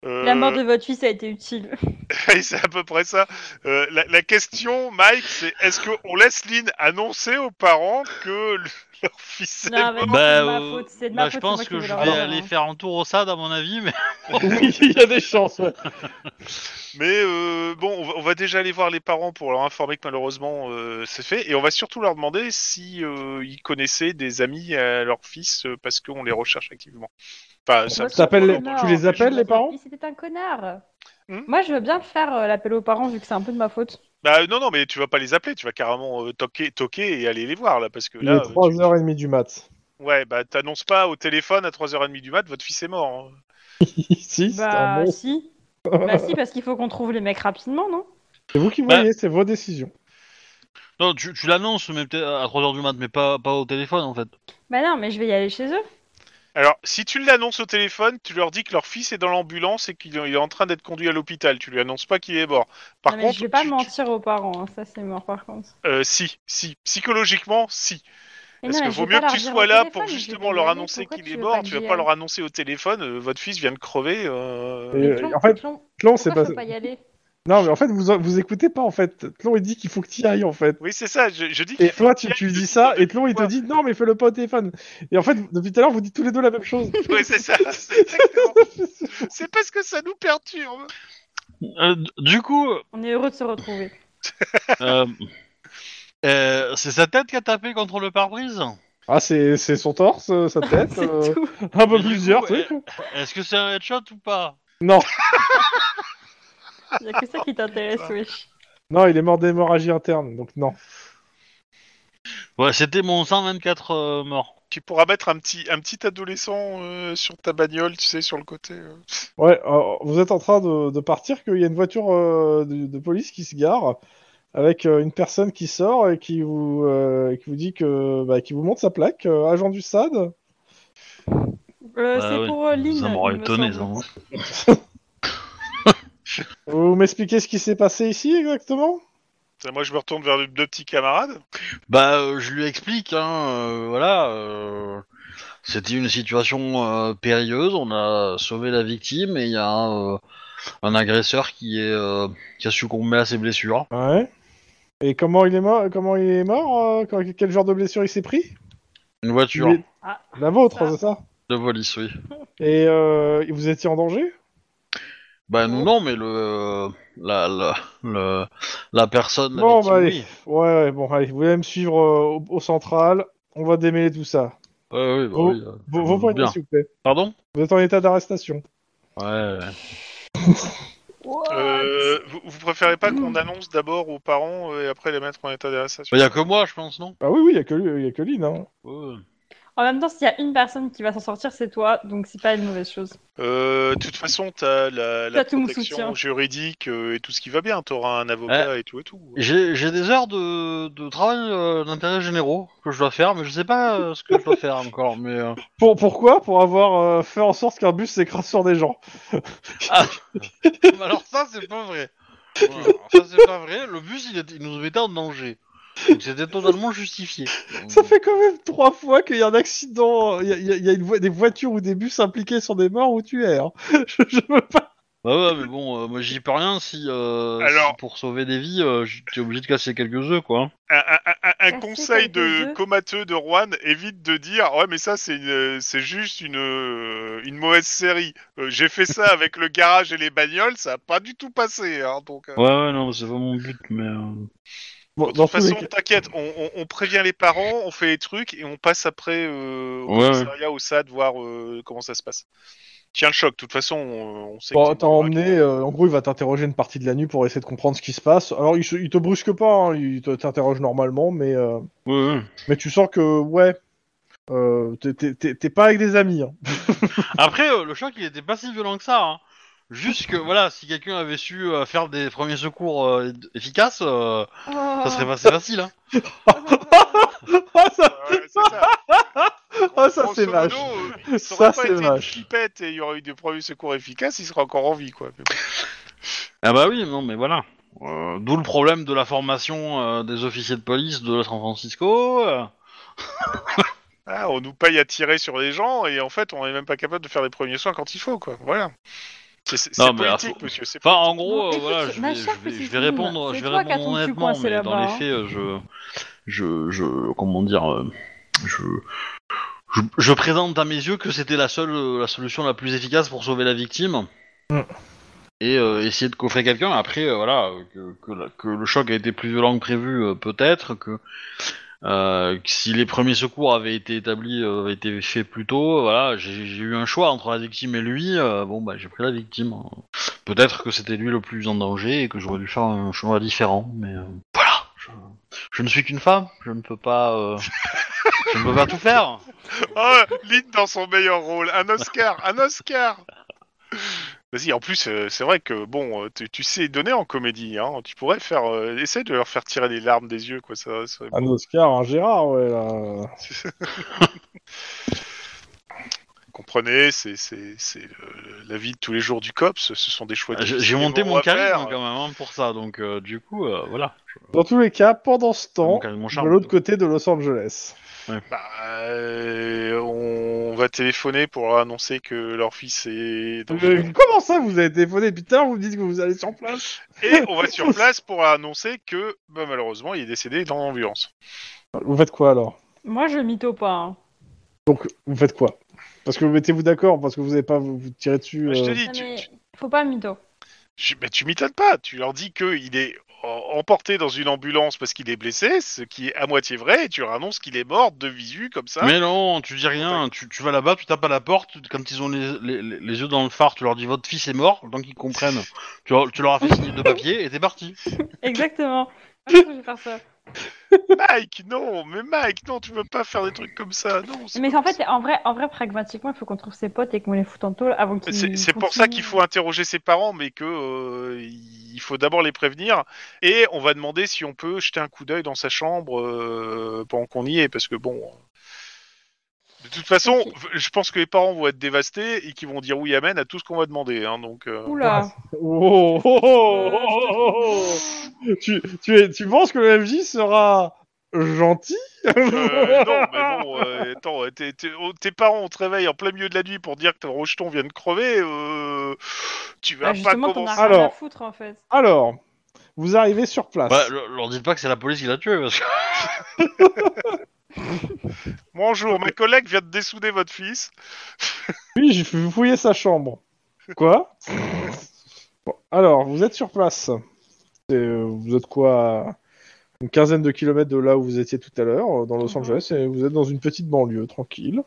[SPEAKER 4] Euh,
[SPEAKER 5] La mort de votre fils a été
[SPEAKER 4] [laughs]
[SPEAKER 5] utile.
[SPEAKER 4] Oui, c'est à peu près ça. Euh, la, la question, Mike, c'est est-ce qu'on laisse Lynn annoncer aux parents que le- [laughs] leur fils est
[SPEAKER 5] Non, mais
[SPEAKER 4] mort
[SPEAKER 5] c'est
[SPEAKER 2] Bah,
[SPEAKER 5] de ma
[SPEAKER 2] euh,
[SPEAKER 5] faute, c'est de ma
[SPEAKER 2] bah, je
[SPEAKER 5] faute,
[SPEAKER 2] pense
[SPEAKER 5] c'est moi qui
[SPEAKER 2] que je
[SPEAKER 5] vais leur
[SPEAKER 2] vais
[SPEAKER 5] dire,
[SPEAKER 2] aller
[SPEAKER 5] hein.
[SPEAKER 2] faire un tour au SAD à mon avis, mais [laughs]
[SPEAKER 8] Oui, il y a des chances, ouais.
[SPEAKER 4] Mais euh, bon, on va, on va déjà aller voir les parents pour leur informer que malheureusement euh, c'est fait, et on va surtout leur demander si euh, ils connaissaient des amis à leur fils euh, parce qu'on les recherche activement. Enfin, ça,
[SPEAKER 5] Moi,
[SPEAKER 4] ça-
[SPEAKER 8] t'appelles
[SPEAKER 5] c'est un
[SPEAKER 8] les-
[SPEAKER 5] connard.
[SPEAKER 8] tu les appelles, les parents
[SPEAKER 5] Il- C'était un connard.
[SPEAKER 4] Hmm
[SPEAKER 5] Moi, je veux bien le faire euh, l'appel aux parents vu que c'est un peu de ma faute.
[SPEAKER 4] Bah, non, non, mais tu vas pas les appeler, tu vas carrément euh, toquer, toquer et aller les voir là, parce que
[SPEAKER 1] Il
[SPEAKER 4] là,
[SPEAKER 1] est
[SPEAKER 4] euh, tu-
[SPEAKER 1] 3h30 du mat.
[SPEAKER 4] ouais, bah t'annonces pas au téléphone à 3h30 du mat, votre fils est mort. hein.
[SPEAKER 1] Ici, c'est un
[SPEAKER 5] Bah
[SPEAKER 1] bon.
[SPEAKER 5] si. Bah si, parce qu'il faut qu'on trouve les mecs rapidement, non
[SPEAKER 1] C'est vous qui
[SPEAKER 2] Bah-
[SPEAKER 1] voyez, c'est vos décisions.
[SPEAKER 2] non, tu, tu l'annonces mais peut-être à 3h du mat, mais pas, pas au téléphone en fait.
[SPEAKER 5] Bah non, mais je vais y aller chez eux.
[SPEAKER 4] Alors, si tu l'annonces au téléphone, tu leur dis que leur fils est dans l'ambulance et qu'il il est en train d'être conduit à l'hôpital. Tu lui annonces pas qu'il est mort. Par
[SPEAKER 5] Non, mais
[SPEAKER 4] contre,
[SPEAKER 5] je vais pas
[SPEAKER 4] tu- tu-
[SPEAKER 5] mentir aux parents, hein, ça c'est mort par contre.
[SPEAKER 4] euh, si, si, psychologiquement, si.
[SPEAKER 5] Mais
[SPEAKER 4] Parce
[SPEAKER 5] non, mais
[SPEAKER 4] que
[SPEAKER 5] je
[SPEAKER 4] vaut
[SPEAKER 5] vais
[SPEAKER 4] mieux
[SPEAKER 5] pas
[SPEAKER 4] que
[SPEAKER 5] leur
[SPEAKER 4] tu
[SPEAKER 5] dire
[SPEAKER 4] sois
[SPEAKER 5] au
[SPEAKER 4] là
[SPEAKER 5] téléphone,
[SPEAKER 4] pour
[SPEAKER 5] je vais
[SPEAKER 4] justement
[SPEAKER 5] pas
[SPEAKER 4] leur
[SPEAKER 5] y aller,
[SPEAKER 4] annoncer
[SPEAKER 5] pourquoi
[SPEAKER 4] qu'il
[SPEAKER 5] tu
[SPEAKER 4] est
[SPEAKER 5] veux
[SPEAKER 4] mort.
[SPEAKER 5] pas
[SPEAKER 4] Tu vas
[SPEAKER 5] y
[SPEAKER 4] pas
[SPEAKER 5] aller
[SPEAKER 4] leur annoncer au téléphone, euh, votre fils vient de crever. euh,
[SPEAKER 1] Et,
[SPEAKER 5] Mais Tlon,
[SPEAKER 1] en fait,
[SPEAKER 5] Tlon,
[SPEAKER 1] Tlon, c'est
[SPEAKER 5] pourquoi
[SPEAKER 1] pas...
[SPEAKER 5] faut pas y aller
[SPEAKER 1] Non, mais en fait, vous, vous écoutez pas, en fait. Tlon, il dit qu'il faut que tu ailles, en fait.
[SPEAKER 4] Oui, c'est ça, je, je dis
[SPEAKER 1] Et
[SPEAKER 4] [laughs] qu'il faut
[SPEAKER 1] toi, tu, tu dis ça, et Tlon, il te
[SPEAKER 4] Ouais.
[SPEAKER 1] dit non, mais fais-le pas au téléphone. Et en fait, depuis tout à l'heure, vous dites tous les deux la même
[SPEAKER 5] [laughs]
[SPEAKER 1] chose.
[SPEAKER 4] Oui, c'est ça, c'est exactement. C'est parce que ça nous perturbe.
[SPEAKER 2] Euh, d- du coup,
[SPEAKER 5] On est heureux de se retrouver. [laughs]
[SPEAKER 2] euh, euh, c'est sa tête qui a tapé contre le pare-brise
[SPEAKER 1] Ah, c'est c'est son torse, euh, sa tête,
[SPEAKER 5] C'est
[SPEAKER 1] euh,
[SPEAKER 5] tout.
[SPEAKER 1] un peu
[SPEAKER 2] Mais du
[SPEAKER 1] plusieurs
[SPEAKER 2] coup,
[SPEAKER 1] trucs.
[SPEAKER 2] Est-ce que c'est un headshot ou pas
[SPEAKER 1] Non,
[SPEAKER 5] Il y a que ça qui t'intéresse, wesh.
[SPEAKER 1] non, il est mort d'hémorragie interne, donc non.
[SPEAKER 2] Ouais, c'était mon 124 euh, mort.
[SPEAKER 4] Tu pourras mettre un petit, un petit adolescent euh, sur ta bagnole, tu sais, sur le côté. euh.
[SPEAKER 1] Ouais, euh, vous êtes en train de, de partir, qu'il y a une voiture euh, de, de police qui se gare avec euh, une personne qui sort et qui vous, euh, qui vous dit que, bah, qui vous montre sa plaque, euh, agent du SAD.
[SPEAKER 5] Euh,
[SPEAKER 2] Bah
[SPEAKER 5] c'est
[SPEAKER 2] ouais,
[SPEAKER 5] pour euh, Lynn.
[SPEAKER 2] Ça m'aurait
[SPEAKER 5] il me
[SPEAKER 2] étonné, ça. hein.
[SPEAKER 5] semble.
[SPEAKER 2] moi.
[SPEAKER 1] Vous m'expliquez ce qui s'est passé ici exactement
[SPEAKER 4] Moi, je me retourne vers mes deux petits camarades.
[SPEAKER 2] Bah, euh, je lui explique, hein, euh, voilà. euh, C'était une situation euh, périlleuse, on a sauvé la victime et il y a un, euh, un agresseur qui, est, euh, qui a succombé à ses blessures.
[SPEAKER 1] Ouais. Et comment il est mort Comment il est mort euh, quand- Quel genre de blessure il s'est pris
[SPEAKER 2] Une voiture
[SPEAKER 1] Il est-
[SPEAKER 5] Ah,
[SPEAKER 1] La vôtre,
[SPEAKER 5] ça.
[SPEAKER 1] c'est ça
[SPEAKER 2] de police, oui.
[SPEAKER 1] Et euh, vous étiez en danger
[SPEAKER 2] Bah, nous, non, mais le. La, la, le- la personne. la
[SPEAKER 1] Bon,
[SPEAKER 2] victime,
[SPEAKER 1] bah, allez.
[SPEAKER 2] oui.
[SPEAKER 1] Ouais, ouais, bon, allez, vous allez me suivre euh, au, au central. On va démêler tout ça.
[SPEAKER 2] Ouais, oui, bah
[SPEAKER 1] Vos-
[SPEAKER 2] oui, euh,
[SPEAKER 1] Vos,
[SPEAKER 2] je
[SPEAKER 1] vos
[SPEAKER 2] me
[SPEAKER 1] poignets,
[SPEAKER 2] doute bien.
[SPEAKER 1] s'il vous plaît.
[SPEAKER 2] Pardon
[SPEAKER 1] Vous êtes en état d'arrestation.
[SPEAKER 2] Ouais, ouais. Bah,
[SPEAKER 5] what Hmm.
[SPEAKER 4] Euh, vous, vous préférez pas qu'on annonce d'abord aux parents euh, et après les mettre en état d'arrestation
[SPEAKER 2] Bah, y a que moi, je pense, non
[SPEAKER 1] Ah oui, oui, il y a que lui, il y a que Lynn. Hein.
[SPEAKER 2] Ouais.
[SPEAKER 5] En même temps, s'il y a une personne qui va s'en sortir, c'est toi, donc c'est pas une mauvaise chose.
[SPEAKER 4] Euh, De toute façon, t'as la, la
[SPEAKER 5] T'as tout mon soutien.
[SPEAKER 4] protection juridique euh, et tout ce qui va bien. T'auras un avocat et tout et tout.
[SPEAKER 2] J'ai j'ai des heures de, de travail euh, d'intérêt généraux que je dois faire, mais je sais pas euh, ce que je dois faire encore. Mais euh,
[SPEAKER 1] Pour, pourquoi Pour avoir euh, fait en sorte qu'un bus s'écrase sur des gens.
[SPEAKER 2] [laughs] mais alors ça c'est pas vrai. Voilà, alors ça c'est pas vrai. Le bus il, était- il nous mettait en danger, donc c'était totalement justifié.
[SPEAKER 1] [laughs]
[SPEAKER 4] Mm.
[SPEAKER 1] Ça fait quand même trois fois qu'il y a un accident. Il y a, il y a- il y a une vo- des voitures ou des bus impliqués sur des morts ou tués. hein. [laughs] Je, je veux pas.
[SPEAKER 2] Bah ouais, mais bon, euh, moi j'y peux rien si, euh,
[SPEAKER 4] Alors-
[SPEAKER 2] si pour sauver des vies, euh, j- t'es obligé de casser quelques œufs quoi. hein.
[SPEAKER 4] un, un- un- un
[SPEAKER 5] Casser quelques
[SPEAKER 4] conseil de
[SPEAKER 5] œufs.
[SPEAKER 4] comateux de Juan évite de dire ouais mais ça c'est une- c'est juste une euh, une mauvaise série. Euh, J'ai fait ça avec le garage et les bagnoles, ça a pas du tout passé. Hein, donc euh,
[SPEAKER 2] Ouais ouais non, c'est pas mon but, mais euh,
[SPEAKER 1] Bon,
[SPEAKER 4] de
[SPEAKER 1] dans
[SPEAKER 4] toute
[SPEAKER 1] tous les
[SPEAKER 4] façon
[SPEAKER 1] cas-
[SPEAKER 4] t'inquiète, on, on- on prévient les parents, on fait les trucs et on passe après euh, au
[SPEAKER 2] Ouais, ouais.
[SPEAKER 4] commissariat au SAD voir euh, comment ça se passe. Tiens le choc, de toute façon on, on sait.
[SPEAKER 1] Bon,
[SPEAKER 4] que t'es-
[SPEAKER 1] Bah, t'as emmené, euh, en gros, il va t'interroger une partie de la nuit pour essayer de comprendre ce qui se passe. Alors, il, se- il te brusque pas, hein, il te- t'interroge normalement, mais, euh,
[SPEAKER 2] ouais ouais.
[SPEAKER 1] mais tu sens que, ouais, euh, t'es- t'es t'es- t'es pas avec des amis.
[SPEAKER 4] [laughs]
[SPEAKER 1] hein.
[SPEAKER 2] Après, euh, le choc, il était pas si violent que ça. Hein. Juste que, voilà, si quelqu'un avait su euh, faire des premiers secours euh, d- efficaces, euh, ça
[SPEAKER 5] Oh.
[SPEAKER 2] serait passé facile. Hein.
[SPEAKER 1] Ah, ça,
[SPEAKER 4] Ouais, c'est ça.
[SPEAKER 1] [laughs] ah, ça
[SPEAKER 4] Grosso
[SPEAKER 1] c'est
[SPEAKER 4] modo,
[SPEAKER 1] vache.
[SPEAKER 4] euh, il
[SPEAKER 1] Ça,
[SPEAKER 4] s'aurait pas
[SPEAKER 1] c'est
[SPEAKER 4] été une
[SPEAKER 1] vache.
[SPEAKER 4] pipette et il y aurait eu des premiers secours efficaces, il serait encore en vie quoi. Mais bon.
[SPEAKER 2] Ah bah oui, non, mais voilà. Euh, D'où le problème de la formation euh, des officiers de police de San Francisco. euh.
[SPEAKER 4] Ah, on nous paye à tirer sur les gens et en fait on est même pas capable de faire les premiers soins quand il faut quoi. Voilà. C'est- C'est
[SPEAKER 2] Non,
[SPEAKER 4] c'est
[SPEAKER 2] mais là,
[SPEAKER 4] politique,
[SPEAKER 2] faut-
[SPEAKER 4] monsieur. c'est
[SPEAKER 2] Enfin,
[SPEAKER 4] politique.
[SPEAKER 2] en gros,
[SPEAKER 5] Bon,
[SPEAKER 2] euh,
[SPEAKER 5] écoute,
[SPEAKER 2] voilà, je
[SPEAKER 5] ma
[SPEAKER 2] vais,
[SPEAKER 5] chère
[SPEAKER 2] je vais- je vais
[SPEAKER 5] petite
[SPEAKER 2] répondre,
[SPEAKER 5] Lune,
[SPEAKER 2] je
[SPEAKER 5] c'est
[SPEAKER 2] vais
[SPEAKER 5] toi qui as
[SPEAKER 2] répondre
[SPEAKER 5] ton cul
[SPEAKER 2] honnêtement,
[SPEAKER 5] coincé
[SPEAKER 2] mais dans les
[SPEAKER 5] là-bas, hein.
[SPEAKER 2] faits, euh, je, je, je, comment dire, euh, je, je, je présente à mes yeux que c'était la seule, euh, la solution la plus efficace pour sauver la victime
[SPEAKER 1] Mm.
[SPEAKER 2] et euh, essayer de coffrer quelqu'un. Après, euh, voilà, euh, que, que la- que le choc a été plus violent que prévu, euh, peut-être que. euh, que si les premiers secours avaient été établis, euh, avaient été faits plus tôt, euh, voilà, j'ai j'ai eu un choix entre la victime et lui. euh, bon, bah, j'ai pris la victime. Peut-être que c'était lui le plus en danger et que j'aurais dû faire un choix différent, mais euh, voilà. Je, je ne suis qu'une femme, je ne peux pas, euh, je ne peux pas tout faire.
[SPEAKER 4] Oh, Lynn dans son meilleur rôle. Un Oscar, un Oscar. Vas-y, en plus, euh, c'est vrai que bon, euh, tu, tu sais donner en comédie, hein. Tu pourrais faire, euh, essaie de leur faire tirer les larmes des yeux, quoi. Ça, ça-
[SPEAKER 1] Un Oscar, un Gérard, ouais. là.
[SPEAKER 4] [laughs] Vous comprenez, c'est, c'est, c'est euh, la vie de tous les jours du COPS. Ce sont des choix.
[SPEAKER 2] J'ai
[SPEAKER 4] difficiles
[SPEAKER 2] Ah, j'ai monté
[SPEAKER 4] qu'on
[SPEAKER 2] mon
[SPEAKER 4] va faire.
[SPEAKER 2] charisme quand même hein, pour ça, donc euh, du coup, euh, voilà.
[SPEAKER 1] Dans tous les cas, pendant ce temps,
[SPEAKER 2] Mon charisme, mon
[SPEAKER 1] de
[SPEAKER 2] charme.
[SPEAKER 1] l'autre côté de Los Angeles.
[SPEAKER 4] Bah, euh, on va téléphoner pour leur annoncer que leur fils est. dans-
[SPEAKER 1] Euh, comment ça, vous avez téléphoné depuis tout à l'heure, vous me dites que vous allez sur place
[SPEAKER 4] Et on va sur place pour annoncer que, bah, malheureusement, il est décédé dans l'ambulance.
[SPEAKER 1] Vous faites quoi alors
[SPEAKER 5] Moi, je mytho pas. hein.
[SPEAKER 1] Donc, vous faites quoi Parce que vous mettez-vous d'accord, parce que vous n'avez pas vous, vous tirez dessus.
[SPEAKER 4] Bah, Je te
[SPEAKER 1] euh,
[SPEAKER 4] dis,
[SPEAKER 5] Non,
[SPEAKER 4] tu-
[SPEAKER 5] Ah, mais
[SPEAKER 4] tu,
[SPEAKER 5] faut pas mytho.
[SPEAKER 4] Je- mais tu m'étonnes pas, tu leur dis qu'il est en- emporté dans une ambulance parce qu'il est blessé, ce qui est à moitié vrai, et tu leur annonces qu'il est mort de visu comme ça.
[SPEAKER 2] Mais non, tu dis rien, tu, tu vas là-bas, tu tapes à la porte, quand ils ont les, les- les- les yeux dans le phare, tu leur dis votre fils est mort, donc ils comprennent. Tu, leur- tu leur as fait signer deux papiers et t'es parti.
[SPEAKER 4] [laughs]
[SPEAKER 5] Exactement. Ah, je vais faire ça.
[SPEAKER 4] Mike, non, mais Mike, non, tu peux pas faire des trucs comme ça, non. c'est
[SPEAKER 5] Mais
[SPEAKER 4] pas
[SPEAKER 5] en fait, en vrai, en vrai, pragmatiquement, il faut qu'on trouve ses potes et qu'on les foute en tôle avant qu'ils.
[SPEAKER 4] C'est c'est pour ça qu'il faut interroger ses parents, mais que euh, il faut d'abord les prévenir. Et on va demander si on peut jeter un coup d'œil dans sa chambre euh, pendant qu'on y est, parce que bon. euh, De toute façon,
[SPEAKER 5] Ok.
[SPEAKER 4] v- je pense que les parents vont être dévastés et qu'ils vont dire oui, amen à tout ce qu'on va demander. hein,
[SPEAKER 5] [laughs]
[SPEAKER 4] donc, euh,
[SPEAKER 5] Oula.
[SPEAKER 1] Oh, oh, oh, oh, oh, oh, oh. [laughs] tu, tu, es- tu penses que le MJ sera gentil
[SPEAKER 4] euh, non, mais bon, euh, attends, t'es- t'es- oh, tes parents, on te réveille en plein milieu de la nuit pour dire que ton rejeton vient de crever. euh, tu vas
[SPEAKER 5] Bah,
[SPEAKER 4] pas
[SPEAKER 5] justement, t'en as
[SPEAKER 4] commencer.
[SPEAKER 5] rien à
[SPEAKER 1] Alors.
[SPEAKER 5] foutre en fait.
[SPEAKER 1] Alors, vous arrivez sur place.
[SPEAKER 2] Bah, leur leur dites pas que c'est la police qui l'a tué, parce que
[SPEAKER 4] Bonjour, ma collègue vient de dessouder votre fils.
[SPEAKER 1] Oui, j'ai fait fouiller sa chambre. Quoi Bon, Alors, vous êtes sur place. C'est, euh, vous êtes quoi à Une quinzaine de kilomètres de là où vous étiez tout à l'heure, euh, dans Los
[SPEAKER 5] Mhm.
[SPEAKER 1] Angeles, et vous êtes dans une petite banlieue, tranquille.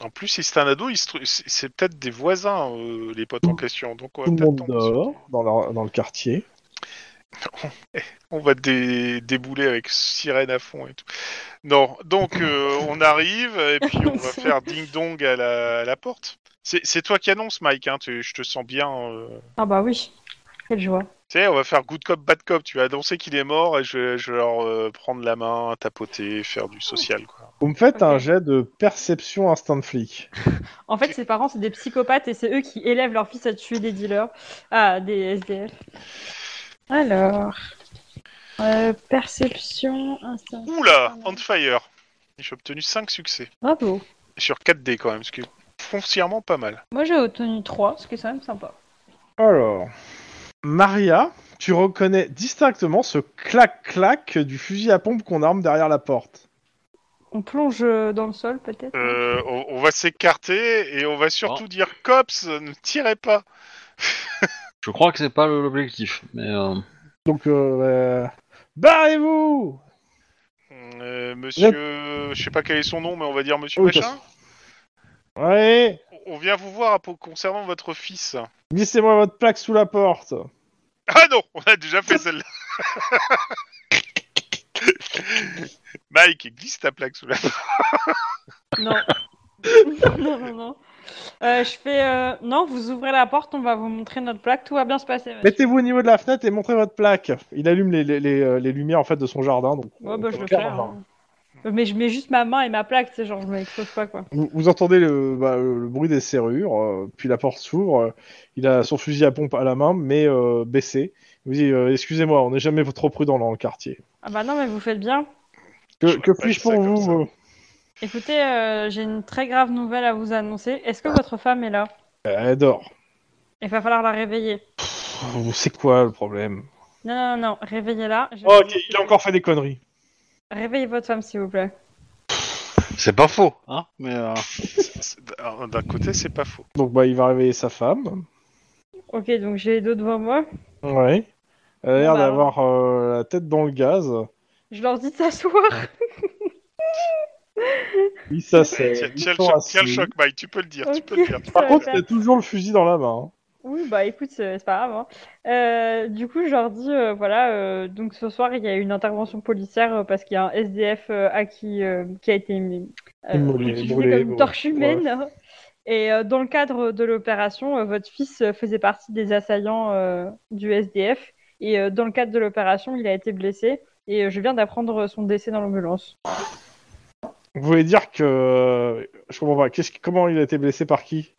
[SPEAKER 4] En plus, si c'est un ado, il se trou- c'est c'est peut-être des voisins, euh, les potes en question. Donc on va
[SPEAKER 1] Tout le
[SPEAKER 4] peut-être
[SPEAKER 1] monde euh.
[SPEAKER 4] tomber sur-
[SPEAKER 1] dort, dans, la- dans le quartier.
[SPEAKER 4] On va dé- débouler avec sirène à fond et tout. Non, donc
[SPEAKER 1] [laughs]
[SPEAKER 4] euh, on arrive et puis on va faire ding-dong à la, à la porte. C'est c'est toi qui annonce, Mike. Hein, tu- je te sens bien. euh,
[SPEAKER 5] Ah bah oui. Quelle joie.
[SPEAKER 4] Tu sais, on va faire good cop, bad cop. Tu vas annoncer qu'il est mort et je, je vais leur euh, prendre la main, tapoter, faire du social. Quoi.
[SPEAKER 1] Vous me faites un
[SPEAKER 5] Ok.
[SPEAKER 1] jet de perception instant flic.
[SPEAKER 5] En fait, ses parents, c'est des psychopathes et c'est eux qui élèvent leur fils à tuer des dealers. Ah, des SDF. Alors. euh, perception, instinct.
[SPEAKER 4] Oula, on fire. J'ai obtenu 5 succès.
[SPEAKER 5] Bravo.
[SPEAKER 4] Sur 4D quand même, ce qui est foncièrement pas mal.
[SPEAKER 5] Moi, j'ai obtenu 3, ce qui est quand même sympa.
[SPEAKER 1] Alors, Maria, tu reconnais distinctement ce clac-clac du fusil à pompe qu'on arme derrière la porte.
[SPEAKER 5] On plonge euh, dans le sol, peut-être
[SPEAKER 4] Euh, on, on va s'écarter et on va surtout dire Cops, ne tirez pas.
[SPEAKER 2] je crois que c'est pas le- l'objectif. Mais euh,
[SPEAKER 1] Donc, euh, euh, barrez-vous
[SPEAKER 4] Euh, monsieur, je sais pas quel est son nom, mais on va dire monsieur
[SPEAKER 1] Oui,
[SPEAKER 4] Machin.
[SPEAKER 1] Ouais
[SPEAKER 4] On vient vous voir à po- concernant votre fils.
[SPEAKER 1] Glissez-moi votre plaque sous la porte.
[SPEAKER 4] Ah non, on a déjà fait celle-là. [laughs] Mike, glisse ta plaque sous la
[SPEAKER 5] Non. non, non, non. Euh, je fais. euh, Non, vous ouvrez la porte, on va vous montrer notre plaque, tout va bien se passer. monsieur.
[SPEAKER 1] Mettez-vous au niveau de la fenêtre et montrez votre plaque. Il allume les, les- les, euh, les lumières en fait de son jardin. Donc, euh,
[SPEAKER 5] Ouais, bah, je le fais.
[SPEAKER 1] Claire,
[SPEAKER 5] hein. Mais je mets juste ma main et ma plaque, tu sais, genre, je m'expose pas, quoi.
[SPEAKER 1] vous, vous entendez le, bah, le- le bruit des serrures, euh, puis la porte s'ouvre. euh, il a son fusil à pompe à la main, mais euh, baissé. Il vous dit euh, Excusez-moi, on n'est jamais trop prudent dans le quartier.
[SPEAKER 5] Ah bah non, mais vous faites bien.
[SPEAKER 1] Que,
[SPEAKER 4] J'aurais
[SPEAKER 1] que
[SPEAKER 4] pas
[SPEAKER 1] puis-je
[SPEAKER 4] dit
[SPEAKER 1] pour
[SPEAKER 4] ça comme
[SPEAKER 1] vous euh,
[SPEAKER 4] ça.
[SPEAKER 1] vous
[SPEAKER 5] Écoutez, euh, j'ai une très grave nouvelle à vous annoncer. Est-ce que votre femme est là
[SPEAKER 1] Elle dort.
[SPEAKER 5] Il va falloir la réveiller.
[SPEAKER 1] Pff, C'est quoi le problème
[SPEAKER 5] Non, non, non, non, réveillez-la. Je-
[SPEAKER 1] Oh, Ok, il a encore fait des conneries.
[SPEAKER 5] Réveillez votre femme, s'il vous plaît.
[SPEAKER 2] C'est pas faux, hein Mais euh,
[SPEAKER 4] C'est- c'est- alors, Ah, D'un côté, c'est pas faux.
[SPEAKER 1] Donc bah il va réveiller sa femme.
[SPEAKER 5] Ok, donc j'ai les deux devant moi.
[SPEAKER 1] Ouais. Elle a l'air
[SPEAKER 5] Bon, bah,
[SPEAKER 1] d'avoir euh, la tête dans le gaz.
[SPEAKER 5] Je leur dis de s'asseoir.
[SPEAKER 1] Oui, ça c'est.
[SPEAKER 4] Tiens,
[SPEAKER 1] Euh, ils
[SPEAKER 4] tiens le
[SPEAKER 1] sont
[SPEAKER 4] choc,
[SPEAKER 1] assis.
[SPEAKER 4] tiens le choc, Mike, tu peux le dire, tu peux le
[SPEAKER 5] Ok,
[SPEAKER 4] dire.
[SPEAKER 5] ça
[SPEAKER 1] Par
[SPEAKER 5] va
[SPEAKER 1] contre,
[SPEAKER 5] faire.
[SPEAKER 1] il a toujours le fusil dans la main. hein.
[SPEAKER 5] Oui, bah écoute, c'est c'est pas grave. hein. Euh, du coup, je leur dis, euh, voilà, euh, donc ce soir, il y a une intervention policière euh, parce qu'il y a un SDF euh, à qui, euh, qui a été euh,
[SPEAKER 1] Immolé,
[SPEAKER 5] utilisé
[SPEAKER 1] brûlé,
[SPEAKER 5] comme une
[SPEAKER 1] brûlé.
[SPEAKER 5] torche humaine. Et euh, dans le cadre de l'opération, euh, votre fils euh, faisait partie des assaillants euh, du SDF. Et euh, dans le cadre de l'opération, il a été blessé. Et euh, je viens d'apprendre son décès dans l'ambulance.
[SPEAKER 1] Vous voulez dire que euh, je comprends pas. Qu'est-ce... qui- Comment il a été blessé par qui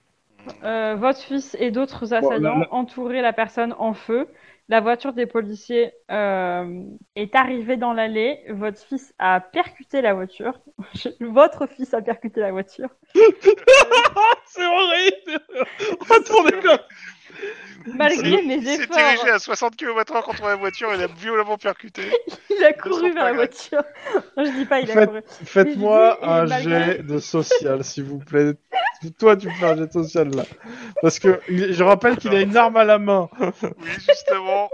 [SPEAKER 5] Euh, votre fils et d'autres assaillants
[SPEAKER 1] Bon, là,
[SPEAKER 5] entouraient la personne en feu. La voiture des policiers euh, est arrivée dans l'allée. Votre fils a percuté la voiture. [laughs] Je- Votre fils a percuté la voiture.
[SPEAKER 8] C'est
[SPEAKER 1] [laughs]
[SPEAKER 8] horrible Retournez là
[SPEAKER 5] Malgré mes
[SPEAKER 4] Il s'est
[SPEAKER 5] efforts,
[SPEAKER 4] dirigé à 60 km/h contre la voiture et l'a violemment percuté.
[SPEAKER 5] il a couru
[SPEAKER 4] Laissons
[SPEAKER 5] vers la
[SPEAKER 4] pas, Greg.
[SPEAKER 5] voiture. Non, je dis pas, il
[SPEAKER 1] En fait,
[SPEAKER 5] a couru.
[SPEAKER 1] Faites-moi
[SPEAKER 5] Mais
[SPEAKER 1] un
[SPEAKER 5] je dis, il est malgré-
[SPEAKER 1] jet de social, s'il vous plaît. Toi, tu me fais un jet de social là, parce que il- je rappelle qu'il a une arme à la main.
[SPEAKER 4] Oui, justement.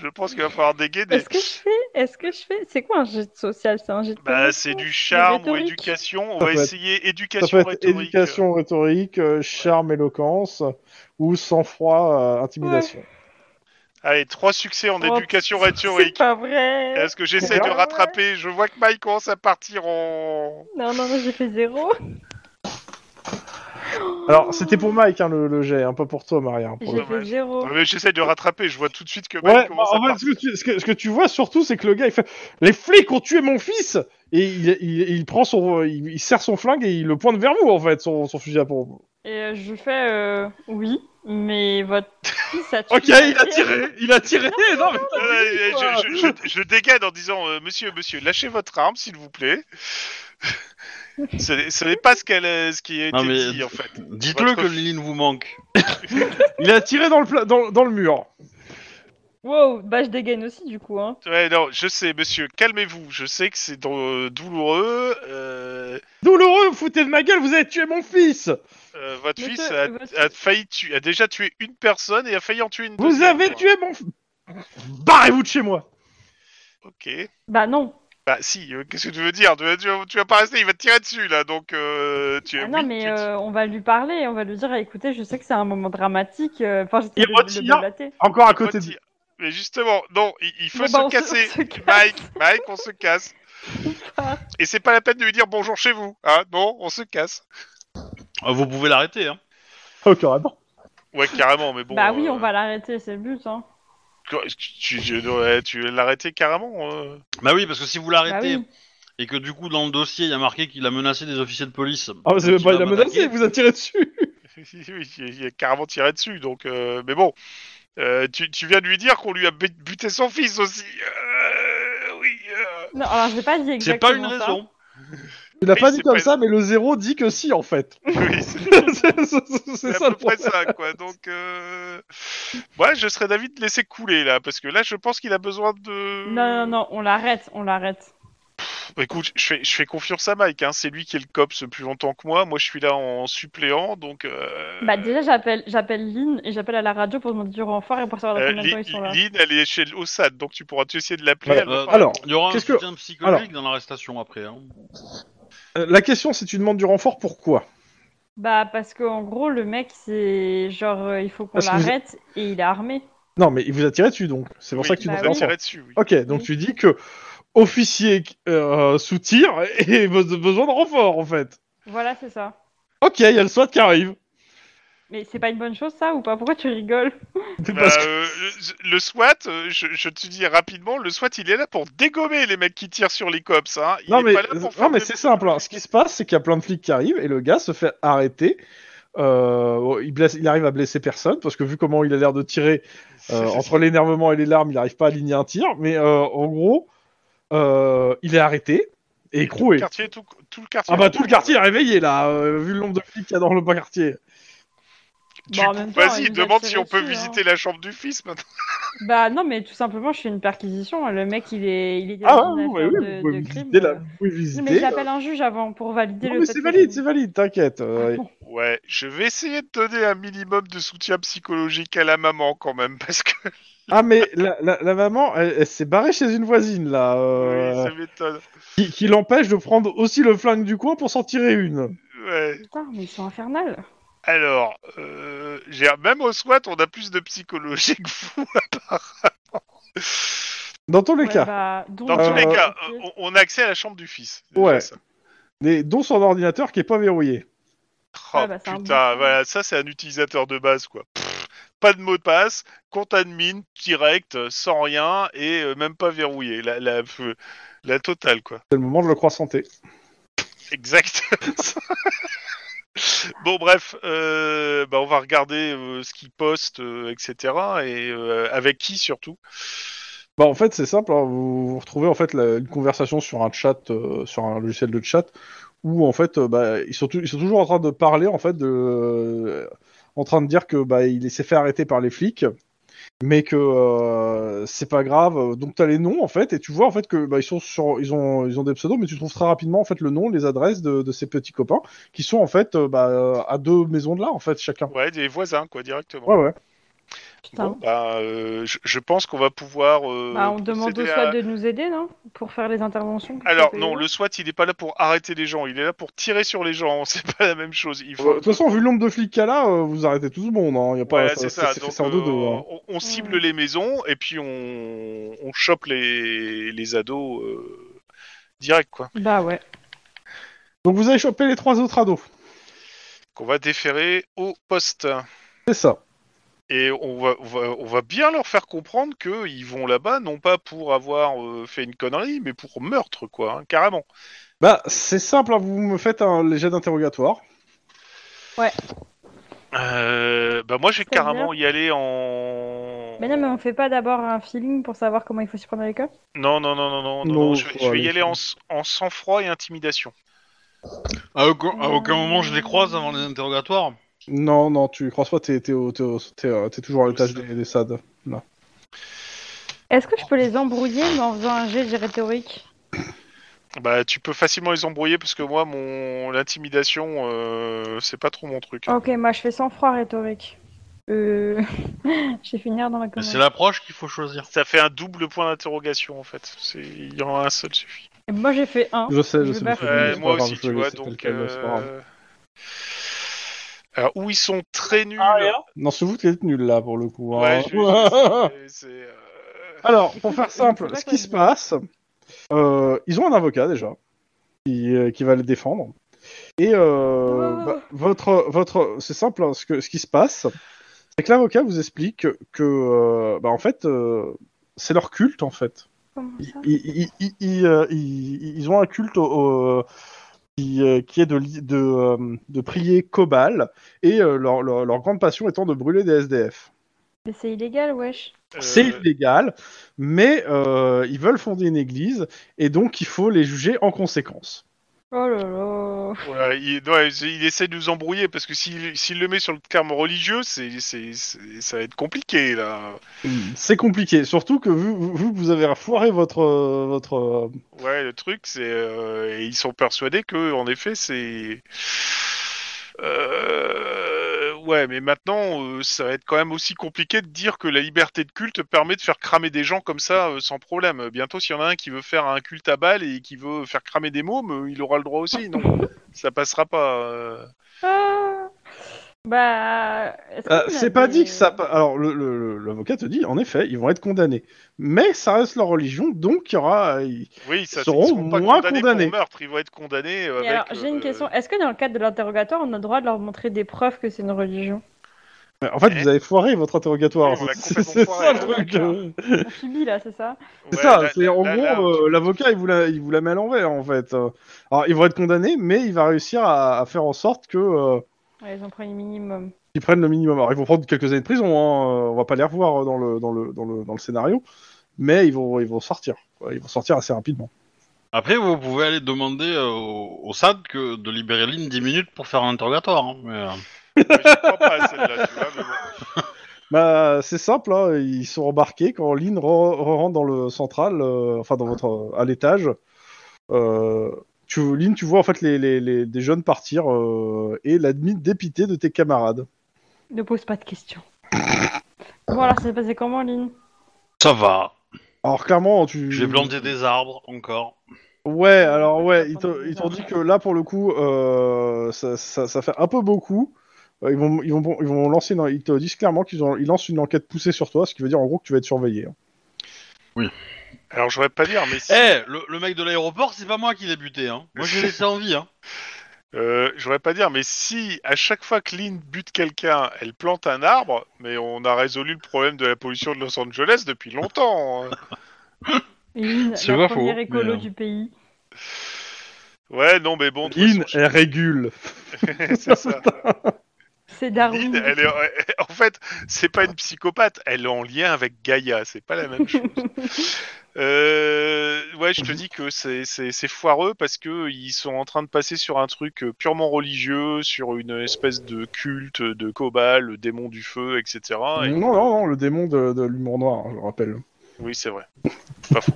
[SPEAKER 4] Je pense qu'il va falloir dégainer.
[SPEAKER 5] Est-ce que je fais Est-ce que je fais C'est quoi un jet de social C'est un jet de
[SPEAKER 4] Bah,
[SPEAKER 5] police
[SPEAKER 4] c'est du charme ou
[SPEAKER 5] rhétorique.
[SPEAKER 4] éducation. On
[SPEAKER 1] Ça
[SPEAKER 4] va
[SPEAKER 1] peut être-
[SPEAKER 4] essayer
[SPEAKER 1] Ça
[SPEAKER 4] éducation
[SPEAKER 1] peut être
[SPEAKER 4] rhétorique.
[SPEAKER 1] éducation rhétorique, euh, charme, éloquence ou sang-froid, euh, intimidation.
[SPEAKER 4] Allez, trois succès en
[SPEAKER 5] Oh,
[SPEAKER 4] éducation
[SPEAKER 5] C'est
[SPEAKER 4] rhétorique.
[SPEAKER 5] pas vrai.
[SPEAKER 4] Est-ce que j'essaie de
[SPEAKER 5] Ouais.
[SPEAKER 4] rattraper Je vois que Mike commence à partir en.
[SPEAKER 5] Non, non, non, j'ai fait
[SPEAKER 4] Oh,
[SPEAKER 5] zéro.
[SPEAKER 1] Alors, c'était pour Mike hein, le, le jet, hein, pas pour toi, Maria. hein, pour le-
[SPEAKER 5] J'ai fait
[SPEAKER 4] dommage.
[SPEAKER 5] zéro.
[SPEAKER 4] Non, mais j'essaie de rattraper. Je vois tout de suite que Mike
[SPEAKER 1] Ouais, bah,
[SPEAKER 4] commence à
[SPEAKER 1] en fait,
[SPEAKER 4] partir.
[SPEAKER 1] ce que, tu, ce que- ce que tu vois surtout, c'est que le gars, il fait Les flics ont tué mon fils Et il, il- il prend son. Il, il serre son flingue et il le pointe vers vous, en fait, son, son fusil à pompe.
[SPEAKER 5] Et euh, je fais euh, oui, mais votre
[SPEAKER 4] [laughs]
[SPEAKER 5] fils a tué.
[SPEAKER 8] Ok, il a tiré Il a tiré Non, mais
[SPEAKER 4] Non, non, je, je, je- je dégaine en disant euh, Monsieur, monsieur, lâchez votre arme, s'il
[SPEAKER 1] [laughs]
[SPEAKER 4] vous plaît. ce n'est- ce n'est pas ce, qu'elle, euh, ce qui a été
[SPEAKER 2] Non, mais-
[SPEAKER 4] dit, en fait.
[SPEAKER 2] dites-le que Liline vous manque.
[SPEAKER 1] Il a tiré dans le, pla- dans, dans le mur.
[SPEAKER 5] Wow, bah je dégaine aussi du coup. Hein.
[SPEAKER 4] Ouais, non, je sais, monsieur, calmez-vous. Je sais que c'est dou- douloureux. euh,
[SPEAKER 1] Douloureux, vous foutez de ma gueule, vous avez tué mon fils
[SPEAKER 4] euh, votre
[SPEAKER 5] Monsieur,
[SPEAKER 4] fils a,
[SPEAKER 5] votre-
[SPEAKER 4] a failli tu- a déjà tué une personne et a failli en tuer une
[SPEAKER 1] Vous
[SPEAKER 4] deuxième,
[SPEAKER 1] avez
[SPEAKER 4] quoi.
[SPEAKER 1] tué mon. f- Barrez-vous de chez moi
[SPEAKER 4] Ok.
[SPEAKER 5] Bah non.
[SPEAKER 4] Bah, si, euh, qu'est-ce que tu veux dire tu, vas- tu vas- tu vas pas rester, il va te tirer dessus, là, donc. euh, tu,
[SPEAKER 5] Ah non,
[SPEAKER 4] oui,
[SPEAKER 5] mais
[SPEAKER 4] tu-
[SPEAKER 5] euh, on va lui parler, on va lui dire écoutez, je sais que c'est un moment dramatique. euh, Enfin, j'étais
[SPEAKER 1] Il retire. Encore à côté de.
[SPEAKER 4] retire. Mais justement, non, il, il faut
[SPEAKER 5] Bon,
[SPEAKER 4] se
[SPEAKER 5] bah, on se- [laughs]
[SPEAKER 4] casser.
[SPEAKER 5] on se casse.
[SPEAKER 4] Mike, Mike, on se casse.
[SPEAKER 5] Ah.
[SPEAKER 4] Et c'est pas la peine de lui dire bonjour chez vous, hein Non, on se casse.
[SPEAKER 2] Ah, Vous pouvez l'arrêter, hein.
[SPEAKER 1] Oh, carrément.
[SPEAKER 4] Ouais, carrément, mais bon.
[SPEAKER 5] bah oui,
[SPEAKER 4] euh,
[SPEAKER 5] on va l'arrêter, c'est le but. Hein.
[SPEAKER 4] quoi, Tu, tu- ouais, tu veux l'arrêter carrément euh
[SPEAKER 2] Bah oui, parce que si vous
[SPEAKER 5] Bah
[SPEAKER 2] l'arrêtez
[SPEAKER 5] oui.
[SPEAKER 2] et que du coup dans le dossier il y a marqué qu'il a menacé des officiers de police.
[SPEAKER 1] Ah, vous
[SPEAKER 2] et
[SPEAKER 1] avez
[SPEAKER 2] qu'il
[SPEAKER 1] pas
[SPEAKER 2] va
[SPEAKER 1] il a
[SPEAKER 2] m'attaquer,
[SPEAKER 1] menacé, il vous a tiré dessus
[SPEAKER 4] [laughs] Oui, il a carrément tiré dessus, donc. euh, mais bon, Euh, tu, tu viens de lui dire qu'on lui a bu- buté son fils aussi. Euh, oui. euh.
[SPEAKER 5] Non, alors j'ai pas dit
[SPEAKER 2] C'est pas
[SPEAKER 5] exactement
[SPEAKER 2] une
[SPEAKER 5] ça.
[SPEAKER 2] raison.
[SPEAKER 1] Il l'a
[SPEAKER 4] Oui,
[SPEAKER 1] pas dit
[SPEAKER 4] c'est
[SPEAKER 1] comme
[SPEAKER 4] pas-
[SPEAKER 1] ça, mais le zéro dit que si, en
[SPEAKER 4] [laughs]
[SPEAKER 1] fait.
[SPEAKER 5] [laughs]
[SPEAKER 4] Oui, c'est-
[SPEAKER 1] c'est c'est- c'est
[SPEAKER 4] C'est
[SPEAKER 1] ça
[SPEAKER 4] à
[SPEAKER 1] le
[SPEAKER 4] peu près
[SPEAKER 1] problème.
[SPEAKER 4] ça, quoi. Donc, euh... ouais, je serais d'avis de laisser couler là, parce que là, je pense qu'il a besoin de.
[SPEAKER 5] Non, non, non, on l'arrête, on l'arrête.
[SPEAKER 4] Bah, écoute, je fais, je fais confiance à Mike. Hein. C'est lui qui est le cops plus longtemps que moi. Moi, je suis là en suppléant, donc. Euh...
[SPEAKER 5] Bah déjà, j'appelle, j'appelle Lynn et j'appelle à la radio pour demander du renfort et pour savoir dans
[SPEAKER 4] euh,
[SPEAKER 5] combien de temps ils
[SPEAKER 4] Lynn,
[SPEAKER 5] sont là.
[SPEAKER 4] Lynn, elle est chez l'OSAD, donc tu pourras essayer de l'appeler.
[SPEAKER 1] Ouais,
[SPEAKER 4] elle va
[SPEAKER 2] euh,
[SPEAKER 4] pas-
[SPEAKER 1] Alors,
[SPEAKER 2] Il y aura un
[SPEAKER 1] Qu'est-ce que-
[SPEAKER 2] soutien psychologique dans l'arrestation après. Hein.
[SPEAKER 1] Euh, La question, c'est tu demandes du renfort pourquoi
[SPEAKER 5] Bah parce qu'en gros, le mec, c'est genre, euh, il faut qu'on
[SPEAKER 1] Parce que vous-
[SPEAKER 5] l'arrête et il est armé.
[SPEAKER 1] Non, mais il vous a tiré dessus donc. C'est pour
[SPEAKER 4] Oui,
[SPEAKER 1] ça que tu
[SPEAKER 4] il
[SPEAKER 5] bah
[SPEAKER 1] demandes
[SPEAKER 4] va
[SPEAKER 1] du
[SPEAKER 5] oui.
[SPEAKER 1] renfort.
[SPEAKER 4] tirer dessus. Oui.
[SPEAKER 1] Ok, donc
[SPEAKER 5] Oui.
[SPEAKER 1] tu dis que officier euh, sous tir [laughs] et be- besoin de renfort en fait.
[SPEAKER 5] Voilà, c'est ça.
[SPEAKER 1] Ok, il y a le SWAT qui arrive.
[SPEAKER 5] Mais c'est pas une bonne chose ça ou pas Pourquoi tu rigoles
[SPEAKER 1] C'est [laughs]
[SPEAKER 4] Bah,
[SPEAKER 1] parce que-
[SPEAKER 4] euh, le- le SWAT, euh, je, je te dis rapidement, le SWAT, il est là pour dégommer les mecs qui tirent sur les cops. Hein. Il
[SPEAKER 1] Non
[SPEAKER 4] est
[SPEAKER 1] mais,
[SPEAKER 4] pas là pour
[SPEAKER 1] non
[SPEAKER 4] faire
[SPEAKER 1] mais
[SPEAKER 4] des-
[SPEAKER 1] c'est simple. hein. Ce qui se passe, c'est qu'il y a plein de flics qui arrivent et le gars se fait arrêter. Euh, bon, il, blesse- il arrive à blesser personne parce que vu comment il a l'air de tirer euh, entre l'énervement et les larmes, il n'arrive pas à aligner un tir. Mais euh, en gros, euh, il est arrêté et Ah bah,
[SPEAKER 4] tout le
[SPEAKER 1] écroué.
[SPEAKER 4] quartier, tout, tout le quartier.
[SPEAKER 1] Ah bah tout le quartier est réveillé là, euh, vu le nombre de flics qu'il y a dans le bas quartier.
[SPEAKER 4] Tu-
[SPEAKER 5] Bon, en même temps, il
[SPEAKER 4] Vas-y,
[SPEAKER 5] nous a
[SPEAKER 4] demande
[SPEAKER 5] tiré
[SPEAKER 4] si on peut
[SPEAKER 5] dessus, hein.
[SPEAKER 4] visiter la chambre du fils maintenant.
[SPEAKER 5] Bah non, mais tout simplement, je fais une perquisition. Le mec, il est, il est
[SPEAKER 1] Ah,
[SPEAKER 5] dans une
[SPEAKER 1] oui,
[SPEAKER 5] affaire
[SPEAKER 1] oui, vous
[SPEAKER 5] de,
[SPEAKER 1] pouvez
[SPEAKER 5] de crime. euh.
[SPEAKER 1] visiter là. Vous pouvez
[SPEAKER 5] Non,
[SPEAKER 1] visiter. euh.
[SPEAKER 5] Mais j'appelle un juge avant pour valider
[SPEAKER 1] Non,
[SPEAKER 5] le.
[SPEAKER 1] mais
[SPEAKER 5] fait
[SPEAKER 1] c'est
[SPEAKER 5] que-
[SPEAKER 1] valide, c'est valide, t'inquiète. euh,
[SPEAKER 5] [laughs]
[SPEAKER 4] Ouais, je vais essayer de donner un minimum de soutien psychologique à la maman quand même, parce que [laughs]
[SPEAKER 1] Ah, mais la, la- la maman, elle, elle s'est barrée chez une voisine, là, euh,
[SPEAKER 4] oui, ça m'étonne.
[SPEAKER 1] qui, qui l'empêche de prendre aussi le flingue du coin pour s'en tirer une.
[SPEAKER 4] Ouais.
[SPEAKER 5] Putain, mais ils sont infernales.
[SPEAKER 4] Alors, euh, j'ai- même au SWAT, on a plus de psychologie que vous.
[SPEAKER 1] Dans tous les
[SPEAKER 5] Ouais,
[SPEAKER 1] cas.
[SPEAKER 5] bah, donc,
[SPEAKER 4] [laughs] Dans tous
[SPEAKER 1] Euh,
[SPEAKER 4] les cas,
[SPEAKER 5] ok.
[SPEAKER 4] on, on a accès à la chambre du fils. Déjà,
[SPEAKER 1] Ouais.
[SPEAKER 4] ça.
[SPEAKER 1] Mais dont son ordinateur qui est pas verrouillé.
[SPEAKER 4] Oh,
[SPEAKER 5] Ah, bah, c'est un bon
[SPEAKER 4] putain,
[SPEAKER 5] point.
[SPEAKER 4] voilà, ça c'est un utilisateur de base, quoi. Pff, pas de mot de passe, compte admin, direct, euh, sans rien, et euh, même pas verrouillé. La, la, euh, la totale, quoi. [laughs]
[SPEAKER 1] C'est le moment de le croissanter.
[SPEAKER 4] Exact. [laughs] bon, bref, euh, bah, on va regarder euh, ce qu'il poste, euh, etc. Et euh, avec qui surtout.
[SPEAKER 1] Bah en fait c'est simple, hein, vous, vous retrouvez en fait la- une conversation sur un chat, euh, sur un logiciel de chat, où en fait euh, bah, ils, sont tou- ils sont toujours en train de parler en fait de, euh, en train de dire que bah il s'est fait arrêter par les flics, mais que euh, c'est pas grave. Donc t'as les noms en fait et tu vois en fait que bah, ils sont sur, ils ont ils ont des pseudos, mais tu trouves très rapidement en fait le nom, les adresses de, de ces petits copains qui sont en fait euh, bah, à deux maisons de là en fait chacun.
[SPEAKER 4] Ouais, des voisins, quoi, directement.
[SPEAKER 1] Ouais ouais.
[SPEAKER 5] Putain.
[SPEAKER 4] Bon, bah, euh, je, je pense qu'on va pouvoir. euh,
[SPEAKER 5] Bah, on demande au
[SPEAKER 4] procéder
[SPEAKER 5] SWAT
[SPEAKER 4] à-
[SPEAKER 5] de nous aider, non Pour faire les interventions. pour
[SPEAKER 4] Alors
[SPEAKER 5] taper
[SPEAKER 4] non,
[SPEAKER 5] les
[SPEAKER 4] le SWAT il est pas là pour arrêter les gens, il est là pour tirer sur les gens. [laughs] C'est pas la même chose. Il
[SPEAKER 1] Bah, De
[SPEAKER 4] faut.
[SPEAKER 1] toute façon vu le nombre de flics qu'il y a là, euh, vous arrêtez tout le monde. Hein. Y a pas,
[SPEAKER 4] Ouais,
[SPEAKER 1] ça-
[SPEAKER 4] c'est
[SPEAKER 1] ça
[SPEAKER 4] ça.
[SPEAKER 1] s'est fait
[SPEAKER 4] Donc,
[SPEAKER 1] en
[SPEAKER 4] euh,
[SPEAKER 1] deux-deux, hein.
[SPEAKER 4] on, on cible les maisons et puis on, on chope les, les ados euh, direct, quoi.
[SPEAKER 5] gens. Bah ouais.
[SPEAKER 1] Donc vous avez chopé les trois autres ados.
[SPEAKER 4] Qu'on va déférer au poste.
[SPEAKER 1] C'est ça.
[SPEAKER 4] Et on va, on va, on va bien leur faire comprendre que ils vont là-bas non pas pour avoir euh, fait une connerie, mais pour meurtre, quoi, hein, carrément.
[SPEAKER 1] Bah c'est simple, hein, vous me faites un léger d'interrogatoire.
[SPEAKER 4] Euh, bah moi j'ai
[SPEAKER 5] C'est-à-dire
[SPEAKER 4] carrément y aller en.
[SPEAKER 5] Mais non, mais on fait pas d'abord un feeling pour savoir comment il faut s'y prendre avec eux
[SPEAKER 4] Non, non, non, non, non, non,
[SPEAKER 1] Non,
[SPEAKER 4] non, je, vais-
[SPEAKER 1] faut
[SPEAKER 4] je vais
[SPEAKER 1] aller,
[SPEAKER 4] y aller
[SPEAKER 1] faut-
[SPEAKER 4] en, s- en sang-froid et intimidation.
[SPEAKER 2] À aucun, à aucun moment je les croise avant les interrogatoires.
[SPEAKER 1] Non, non, tu crois pas, t'es t'es au- t'es au- t'es, euh, t'es toujours à l'étage des, des SAD.
[SPEAKER 5] Est-ce que je peux les embrouiller mais en faisant un jet de rhétorique
[SPEAKER 4] Bah, tu peux facilement les embrouiller parce que moi, mon l'intimidation, euh, c'est pas trop mon truc.
[SPEAKER 1] Oh.
[SPEAKER 5] Ok, moi je fais sans froid rhétorique. Euh. [laughs] je vais finir dans la commande.
[SPEAKER 2] C'est l'approche qu'il faut choisir.
[SPEAKER 4] Ça fait un double point d'interrogation en fait. C'est- Il y en a un seul suffit.
[SPEAKER 5] Et Moi j'ai fait un.
[SPEAKER 1] Je sais, je
[SPEAKER 5] Je
[SPEAKER 1] sais.
[SPEAKER 5] vais
[SPEAKER 1] monsieur,
[SPEAKER 5] pas-
[SPEAKER 1] mais
[SPEAKER 4] Ouais,
[SPEAKER 1] c'est
[SPEAKER 4] moi
[SPEAKER 1] pas
[SPEAKER 4] aussi,
[SPEAKER 1] grave, je
[SPEAKER 4] tu vois.
[SPEAKER 1] laisse tel
[SPEAKER 4] Donc,
[SPEAKER 1] quel, c'est pas grave.
[SPEAKER 4] euh, alors où ils sont très nuls.
[SPEAKER 1] Ah, Non, c'est vous qui êtes nul là pour le coup. hein. [laughs]
[SPEAKER 4] Ouais, je- [laughs] je- c'est- c'est, euh,
[SPEAKER 1] Alors,
[SPEAKER 5] [laughs]
[SPEAKER 1] pour faire
[SPEAKER 5] Je sais pas
[SPEAKER 1] simple,
[SPEAKER 5] quoi
[SPEAKER 1] ce qui se
[SPEAKER 5] dire.
[SPEAKER 1] passe, euh, ils ont un avocat déjà qui, euh, qui va les défendre. Et euh,
[SPEAKER 5] Oh.
[SPEAKER 1] bah, votre votre c'est simple hein, ce que ce qui se passe, c'est que l'avocat vous explique que euh, bah, en fait euh, c'est leur culte en fait.
[SPEAKER 5] Comment ça
[SPEAKER 1] ils, ils- ils- ils, euh, ils- ils ont un culte au- au- qui, euh, qui est de, li- de, euh, de prier Cobal, et euh, leur, leur- leur grande passion étant de brûler des SDF.
[SPEAKER 5] Mais c'est illégal, wesh.
[SPEAKER 4] euh,
[SPEAKER 1] C'est illégal, mais euh, ils veulent fonder une église, et donc il faut les juger en conséquence.
[SPEAKER 5] Oh là là.
[SPEAKER 4] Ouais, il, ouais, il essaie de nous embrouiller parce que s'il s'il le met sur le terme religieux, c'est c'est- c'est- ça va être compliqué là.
[SPEAKER 1] C'est compliqué, surtout que vu, vu que vous avez foiré votre... euh, votre euh,
[SPEAKER 4] Ouais, le truc, c'est euh, et ils sont persuadés que, en effet, c'est. Euh, Ouais, mais maintenant, euh, ça va être quand même aussi compliqué de dire que la liberté de culte permet de faire cramer des gens comme ça euh, sans problème. Bientôt, s'il y en a un qui veut faire un culte à balles et qui veut faire cramer des mômes, euh, il aura le droit aussi. Non, ça passera pas. euh.
[SPEAKER 5] Ah. Bah. est-ce
[SPEAKER 1] Euh,
[SPEAKER 5] qu'on a
[SPEAKER 1] c'est pas
[SPEAKER 5] des-
[SPEAKER 1] dit que ça. pa- Alors, le- le- le- l'avocat te dit, en effet, ils vont être condamnés. Mais ça reste leur religion, donc il y aura. il-
[SPEAKER 4] Oui, ça,
[SPEAKER 1] seront
[SPEAKER 4] ils seront pas
[SPEAKER 1] moins
[SPEAKER 4] condamnés,
[SPEAKER 1] condamnés.
[SPEAKER 4] pour meurtre, ils vont être condamnés. euh,
[SPEAKER 5] Et
[SPEAKER 4] avec,
[SPEAKER 5] alors, j'ai
[SPEAKER 4] euh,
[SPEAKER 5] une question. Est-ce que dans le cadre de l'interrogatoire, on a le droit de leur montrer des preuves que c'est une religion
[SPEAKER 1] En fait,
[SPEAKER 4] Eh
[SPEAKER 1] vous avez foiré votre interrogatoire.
[SPEAKER 4] Oui, on l'a
[SPEAKER 1] C'est-
[SPEAKER 4] complètement
[SPEAKER 1] c'est ça
[SPEAKER 4] foiré,
[SPEAKER 1] le
[SPEAKER 4] ouais,
[SPEAKER 1] truc.
[SPEAKER 5] d'accord.
[SPEAKER 1] euh.
[SPEAKER 5] On subit là, c'est ça
[SPEAKER 1] C'est
[SPEAKER 4] ouais,
[SPEAKER 1] ça.
[SPEAKER 4] là-
[SPEAKER 1] c'est- en
[SPEAKER 4] là-
[SPEAKER 1] gros,
[SPEAKER 4] là,
[SPEAKER 1] euh, l'avocat, il vous la, il vous la met à l'envers, en fait. Euh, Alors, ils vont être condamnés, mais il va réussir à, à faire en sorte que euh,
[SPEAKER 5] Ouais, ils ont pris le minimum.
[SPEAKER 1] ils prennent le minimum. Alors, ils vont prendre quelques années de prison. Hein. euh, On va pas les revoir euh, dans le dans le dans le dans le scénario, mais ils vont ils vont sortir. quoi, Ils vont sortir assez rapidement.
[SPEAKER 2] Après, vous pouvez aller demander euh, au, au SAD que de libérer Lynn 10 minutes pour faire un interrogatoire. hein, mais, euh,
[SPEAKER 4] Mais j'y crois pas à celle-là, tu vois, mais bon.
[SPEAKER 1] Bah, c'est simple, hein, ils sont embarqués quand Lynn re- re- rentre dans le central, euh, enfin dans votre, euh, à l'étage. Euh, tu, Lynn, tu vois en fait les, les- les- des jeunes partir euh, et la dépité dépitée de tes camarades.
[SPEAKER 5] Ne pose pas de questions. bon, alors, ça s'est passé comment, Lynn
[SPEAKER 2] Ça va.
[SPEAKER 1] Alors clairement, tu.
[SPEAKER 2] J'ai planté des arbres encore.
[SPEAKER 1] Ouais, alors ouais, ils t'ont ils t'ont dit que là pour le coup, euh, ça, ça- ça fait un peu beaucoup. Euh, Ils vont, ils vont, ils vont lancer, une- ils te disent clairement qu'ils ont- ils lancent une enquête poussée sur toi, ce qui veut dire en gros que tu vas être surveillé. hein.
[SPEAKER 4] Alors, je voudrais pas dire, mais si-
[SPEAKER 2] Eh, le, le mec de l'aéroport, c'est pas moi qui l'ai buté, hein. Moi, j'ai laissé en vie, hein.
[SPEAKER 4] euh, je voudrais pas dire, mais si à chaque fois que Lynn bute quelqu'un, elle plante un arbre, mais on a résolu le problème de la pollution de Los Angeles depuis longtemps. hein.
[SPEAKER 5] Lynn,
[SPEAKER 2] C'est pas
[SPEAKER 5] la
[SPEAKER 2] faux,
[SPEAKER 5] première
[SPEAKER 2] mais,
[SPEAKER 5] écolo
[SPEAKER 2] euh,
[SPEAKER 5] du pays.
[SPEAKER 4] Ouais, non, mais bon. de toute
[SPEAKER 1] Lynn,
[SPEAKER 4] façon,
[SPEAKER 1] elle régule.
[SPEAKER 4] je- c'est ça.
[SPEAKER 5] C'est Darwin.
[SPEAKER 4] Lynn, [laughs] elle est... euh, en fait, c'est pas une psychopathe, elle est en lien avec Gaïa, c'est pas la même chose. Euh, ouais, je te dis que c'est- c'est c'est foireux parce que ils sont en train de passer sur un truc euh, purement religieux, sur une espèce de culte de Cobal, le démon du feu, etc. Et-
[SPEAKER 1] Non, non, non, le démon de, de l'humour noir, hein, je le rappelle.
[SPEAKER 4] Oui, c'est vrai. Pas faux.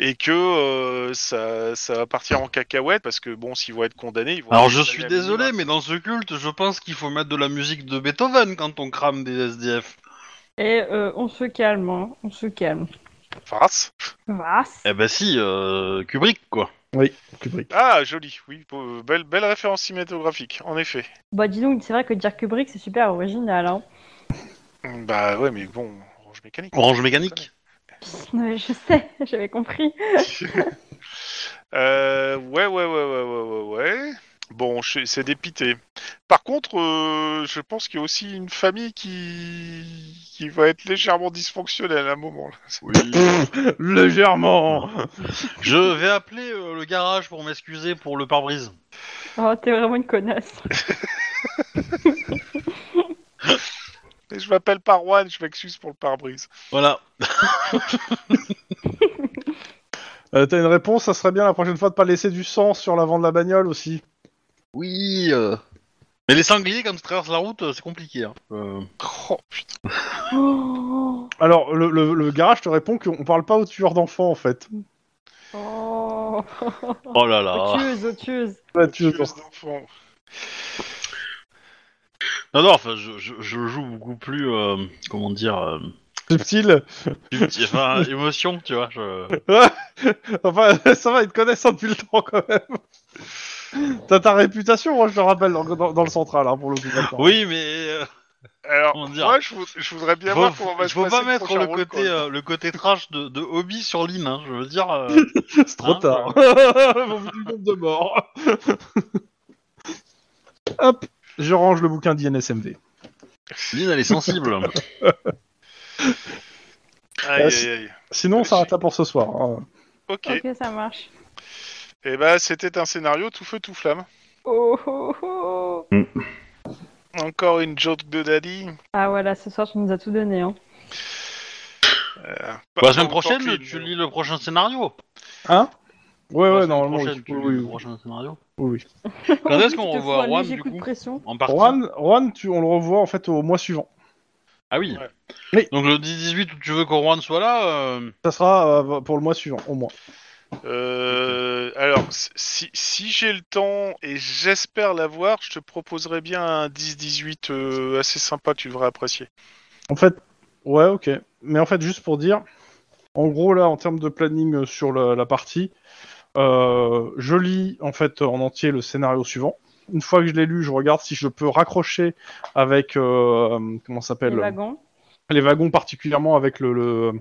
[SPEAKER 4] Et que euh, ça, ça va partir en cacahuète parce que bon, s'ils vont être condamnés, ils vont.
[SPEAKER 2] Alors
[SPEAKER 4] être
[SPEAKER 2] je
[SPEAKER 4] condamnés
[SPEAKER 2] suis
[SPEAKER 4] à
[SPEAKER 2] désolé,
[SPEAKER 4] minima.
[SPEAKER 2] mais dans ce culte, je pense qu'il faut mettre de la musique de Beethoven quand on crame des SDF.
[SPEAKER 5] Et euh, on se calme, hein, on se calme.
[SPEAKER 4] Farce.
[SPEAKER 5] Vas.
[SPEAKER 2] Eh ben si, euh, Kubrick quoi.
[SPEAKER 1] Kubrick.
[SPEAKER 4] Ah, joli. Oui, euh, belle, belle référence cinématographique, en effet.
[SPEAKER 5] Bah, dis donc, c'est vrai que dire Kubrick, c'est super original. Hein.
[SPEAKER 4] Bah ouais, mais bon, orange mécanique.
[SPEAKER 2] Orange mécanique.
[SPEAKER 5] Ouais, Je sais, j'avais compris.
[SPEAKER 4] Euh, ouais, ouais, ouais, ouais, ouais, ouais, ouais. Bon, je- c'est dépité. Par contre, euh, je pense qu'il y a aussi une famille qui, qui va être légèrement dysfonctionnelle à un moment. là.
[SPEAKER 1] [laughs] Légèrement
[SPEAKER 2] Je vais appeler euh, le garage pour m'excuser pour le pare-brise.
[SPEAKER 5] Oh, t'es vraiment une connasse.
[SPEAKER 4] Et je m'appelle pas Juan, je m'excuse pour le pare-brise.
[SPEAKER 2] Voilà.
[SPEAKER 1] Euh, T'as une réponse, ça serait bien la prochaine fois de pas laisser du sang sur l'avant de la bagnole aussi.
[SPEAKER 2] Oui. euh. Mais les sangliers quand ils traversent la route, euh, c'est compliqué. hein. Euh,
[SPEAKER 4] Oh, putain.
[SPEAKER 5] Oh,
[SPEAKER 1] Alors, le, le- le garage te répond qu'on parle pas aux tueurs d'enfants en fait.
[SPEAKER 5] oh.
[SPEAKER 2] Oh là là.
[SPEAKER 5] Otueuse, otueuse.
[SPEAKER 1] Là, tu-
[SPEAKER 4] Tueuse d'enfants.
[SPEAKER 2] Non non, enfin je, je, je joue beaucoup plus euh, comment dire euh,
[SPEAKER 1] Subtil.
[SPEAKER 2] subtil, [laughs] enfin émotion, tu vois. je-
[SPEAKER 1] Enfin, [laughs] ça va, ils te connaissent depuis le temps quand même. T'as ta réputation, moi je te rappelle, dans, dans- dans le central hein, pour le coup. d'accord.
[SPEAKER 2] Oui mais euh,
[SPEAKER 4] Alors,
[SPEAKER 2] Comment dire
[SPEAKER 4] moi, je, vou- je voudrais bien
[SPEAKER 2] faut,
[SPEAKER 4] voir comment va se
[SPEAKER 2] faut
[SPEAKER 4] passer
[SPEAKER 2] pas mettre
[SPEAKER 4] prochain
[SPEAKER 2] le
[SPEAKER 4] roll
[SPEAKER 2] côté
[SPEAKER 4] call.
[SPEAKER 2] euh, le côté trash de, de hobby sur l'île. Hein, je veux dire. euh,
[SPEAKER 1] c'est trop
[SPEAKER 2] Hein,
[SPEAKER 1] tard. [laughs] Mon vu du nombre de morts. [laughs] Hop, je range le bouquin d'INSMV.
[SPEAKER 2] Lynn, elle est
[SPEAKER 4] [laughs]
[SPEAKER 2] sensible. hein.
[SPEAKER 4] Aïe,
[SPEAKER 1] Ah,
[SPEAKER 4] aïe,
[SPEAKER 1] c'est-
[SPEAKER 4] aïe.
[SPEAKER 1] Sinon, on s'arrête là pour ce soir. hein.
[SPEAKER 4] Ok.
[SPEAKER 5] Ok, ça marche.
[SPEAKER 4] Et bah, c'était un scénario tout feu, tout flamme.
[SPEAKER 5] Oh, oh, oh.
[SPEAKER 4] Encore une joke de daddy.
[SPEAKER 5] Ah, voilà, ce soir, tu nous as tout donné. Hein.
[SPEAKER 4] Pas-
[SPEAKER 2] Bah, la semaine
[SPEAKER 4] pas autant
[SPEAKER 2] prochaine,
[SPEAKER 4] que Lynn,
[SPEAKER 2] tu
[SPEAKER 4] mais-
[SPEAKER 2] lis le prochain scénario.
[SPEAKER 1] Hein Ouais,
[SPEAKER 2] La
[SPEAKER 1] ouais,
[SPEAKER 2] semaine
[SPEAKER 1] normalement.
[SPEAKER 2] prochaine,
[SPEAKER 1] oui.
[SPEAKER 2] tu
[SPEAKER 1] Oui,
[SPEAKER 2] lis
[SPEAKER 1] oui,
[SPEAKER 2] le
[SPEAKER 1] oui.
[SPEAKER 2] prochain scénario.
[SPEAKER 1] [laughs] Oui, oui.
[SPEAKER 2] Quand est-ce qu'on
[SPEAKER 5] [laughs] Tu te
[SPEAKER 2] revoit
[SPEAKER 5] fous un
[SPEAKER 2] Juan
[SPEAKER 5] léger
[SPEAKER 2] du
[SPEAKER 5] coup de
[SPEAKER 2] coup
[SPEAKER 5] pression.
[SPEAKER 2] En partie.
[SPEAKER 1] Juan, Juan, tu, on le revoit en fait au mois suivant.
[SPEAKER 2] Ah oui.
[SPEAKER 4] Ouais.
[SPEAKER 1] Oui.
[SPEAKER 2] Donc le 10-18 où tu veux que Juan soit là. euh,
[SPEAKER 1] Ça sera euh, pour le mois suivant, au moins.
[SPEAKER 4] Euh, alors, si, si j'ai le temps et j'espère l'avoir, je te proposerai bien un 10-18 euh, assez sympa que tu devrais apprécier.
[SPEAKER 1] En fait, ouais, ok. Mais en fait, juste pour dire, en gros, là, en termes de planning euh, sur la, la partie, euh, je lis en fait en entier le scénario suivant. Une fois que je l'ai lu, je regarde si je peux raccrocher avec euh, comment ça
[SPEAKER 5] Les
[SPEAKER 1] s'appelle
[SPEAKER 5] wagons.
[SPEAKER 1] les wagons particulièrement avec le le,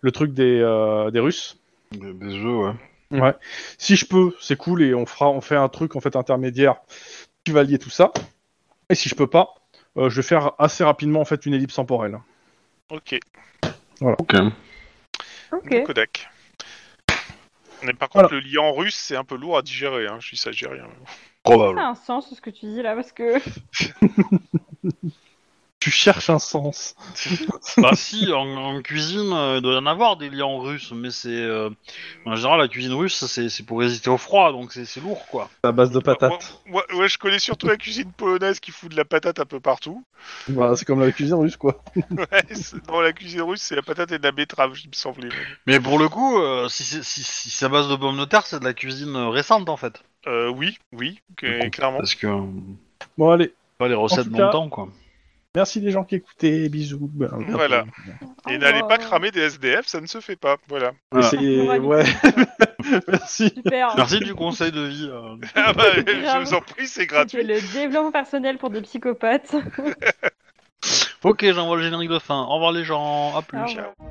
[SPEAKER 1] le truc des euh, des Russes.
[SPEAKER 2] Des, des jeux, Euh, ouais.
[SPEAKER 1] Si je peux, c'est cool et on fera on fait un truc en fait intermédiaire qui va lier tout ça. Et si je peux pas, euh, je vais faire assez rapidement en fait une ellipse temporelle.
[SPEAKER 4] Ok,
[SPEAKER 2] Ok.
[SPEAKER 5] Ok.
[SPEAKER 4] de Kodak. Mais par
[SPEAKER 1] Voilà.
[SPEAKER 4] contre, le lien en russe, c'est un peu lourd à digérer. Hein. Je dis ça, je dis rien.
[SPEAKER 2] Probable.
[SPEAKER 5] Ça a un sens ce que tu dis là parce que.
[SPEAKER 1] Tu cherches un sens.
[SPEAKER 2] [laughs] Bah si, en, en cuisine, euh, il doit y en avoir des liens russes, mais c'est... euh, en général, la cuisine russe, c'est c'est pour résister au froid, donc c'est c'est lourd, quoi.
[SPEAKER 9] à base de patates.
[SPEAKER 4] Moi, moi, je connais surtout la cuisine polonaise qui fout de la patate un peu partout. [laughs]
[SPEAKER 9] Bah, c'est comme la cuisine russe, quoi.
[SPEAKER 4] Ouais, c'est- non, la cuisine russe, c'est la patate et de la betterave, il me semblait.
[SPEAKER 2] Mais pour le coup, euh, si c'est si, si c'est à base de pommes de terre, c'est de la cuisine euh, récente, en fait.
[SPEAKER 4] Euh, oui, oui, que-
[SPEAKER 2] Du coup.
[SPEAKER 4] clairement.
[SPEAKER 2] Parce que... euh,
[SPEAKER 1] Bon, allez.
[SPEAKER 2] Pas les recettes
[SPEAKER 1] tout
[SPEAKER 2] de
[SPEAKER 1] cas-
[SPEAKER 2] mon temps, quoi.
[SPEAKER 1] Merci les gens qui écoutaient. Bisous. Ben,
[SPEAKER 4] Voilà. Et
[SPEAKER 5] Au
[SPEAKER 4] n'allez pas
[SPEAKER 5] revoir.
[SPEAKER 4] cramer des SDF, ça ne se fait pas. Voilà. [laughs]
[SPEAKER 2] Voilà.
[SPEAKER 1] Essayez-
[SPEAKER 5] Moralité.
[SPEAKER 1] Ouais, [laughs] merci.
[SPEAKER 2] [laughs]
[SPEAKER 5] Super.
[SPEAKER 2] Merci du conseil de vie. euh.
[SPEAKER 4] Ah bah, je
[SPEAKER 5] Bravo.
[SPEAKER 4] vous en prie, c'est
[SPEAKER 5] C'était
[SPEAKER 4] gratuit.
[SPEAKER 5] le développement personnel pour des psychopathes.
[SPEAKER 2] Ok, j'envoie le générique de fin. Au revoir les gens, à plus.
[SPEAKER 5] Au revoir.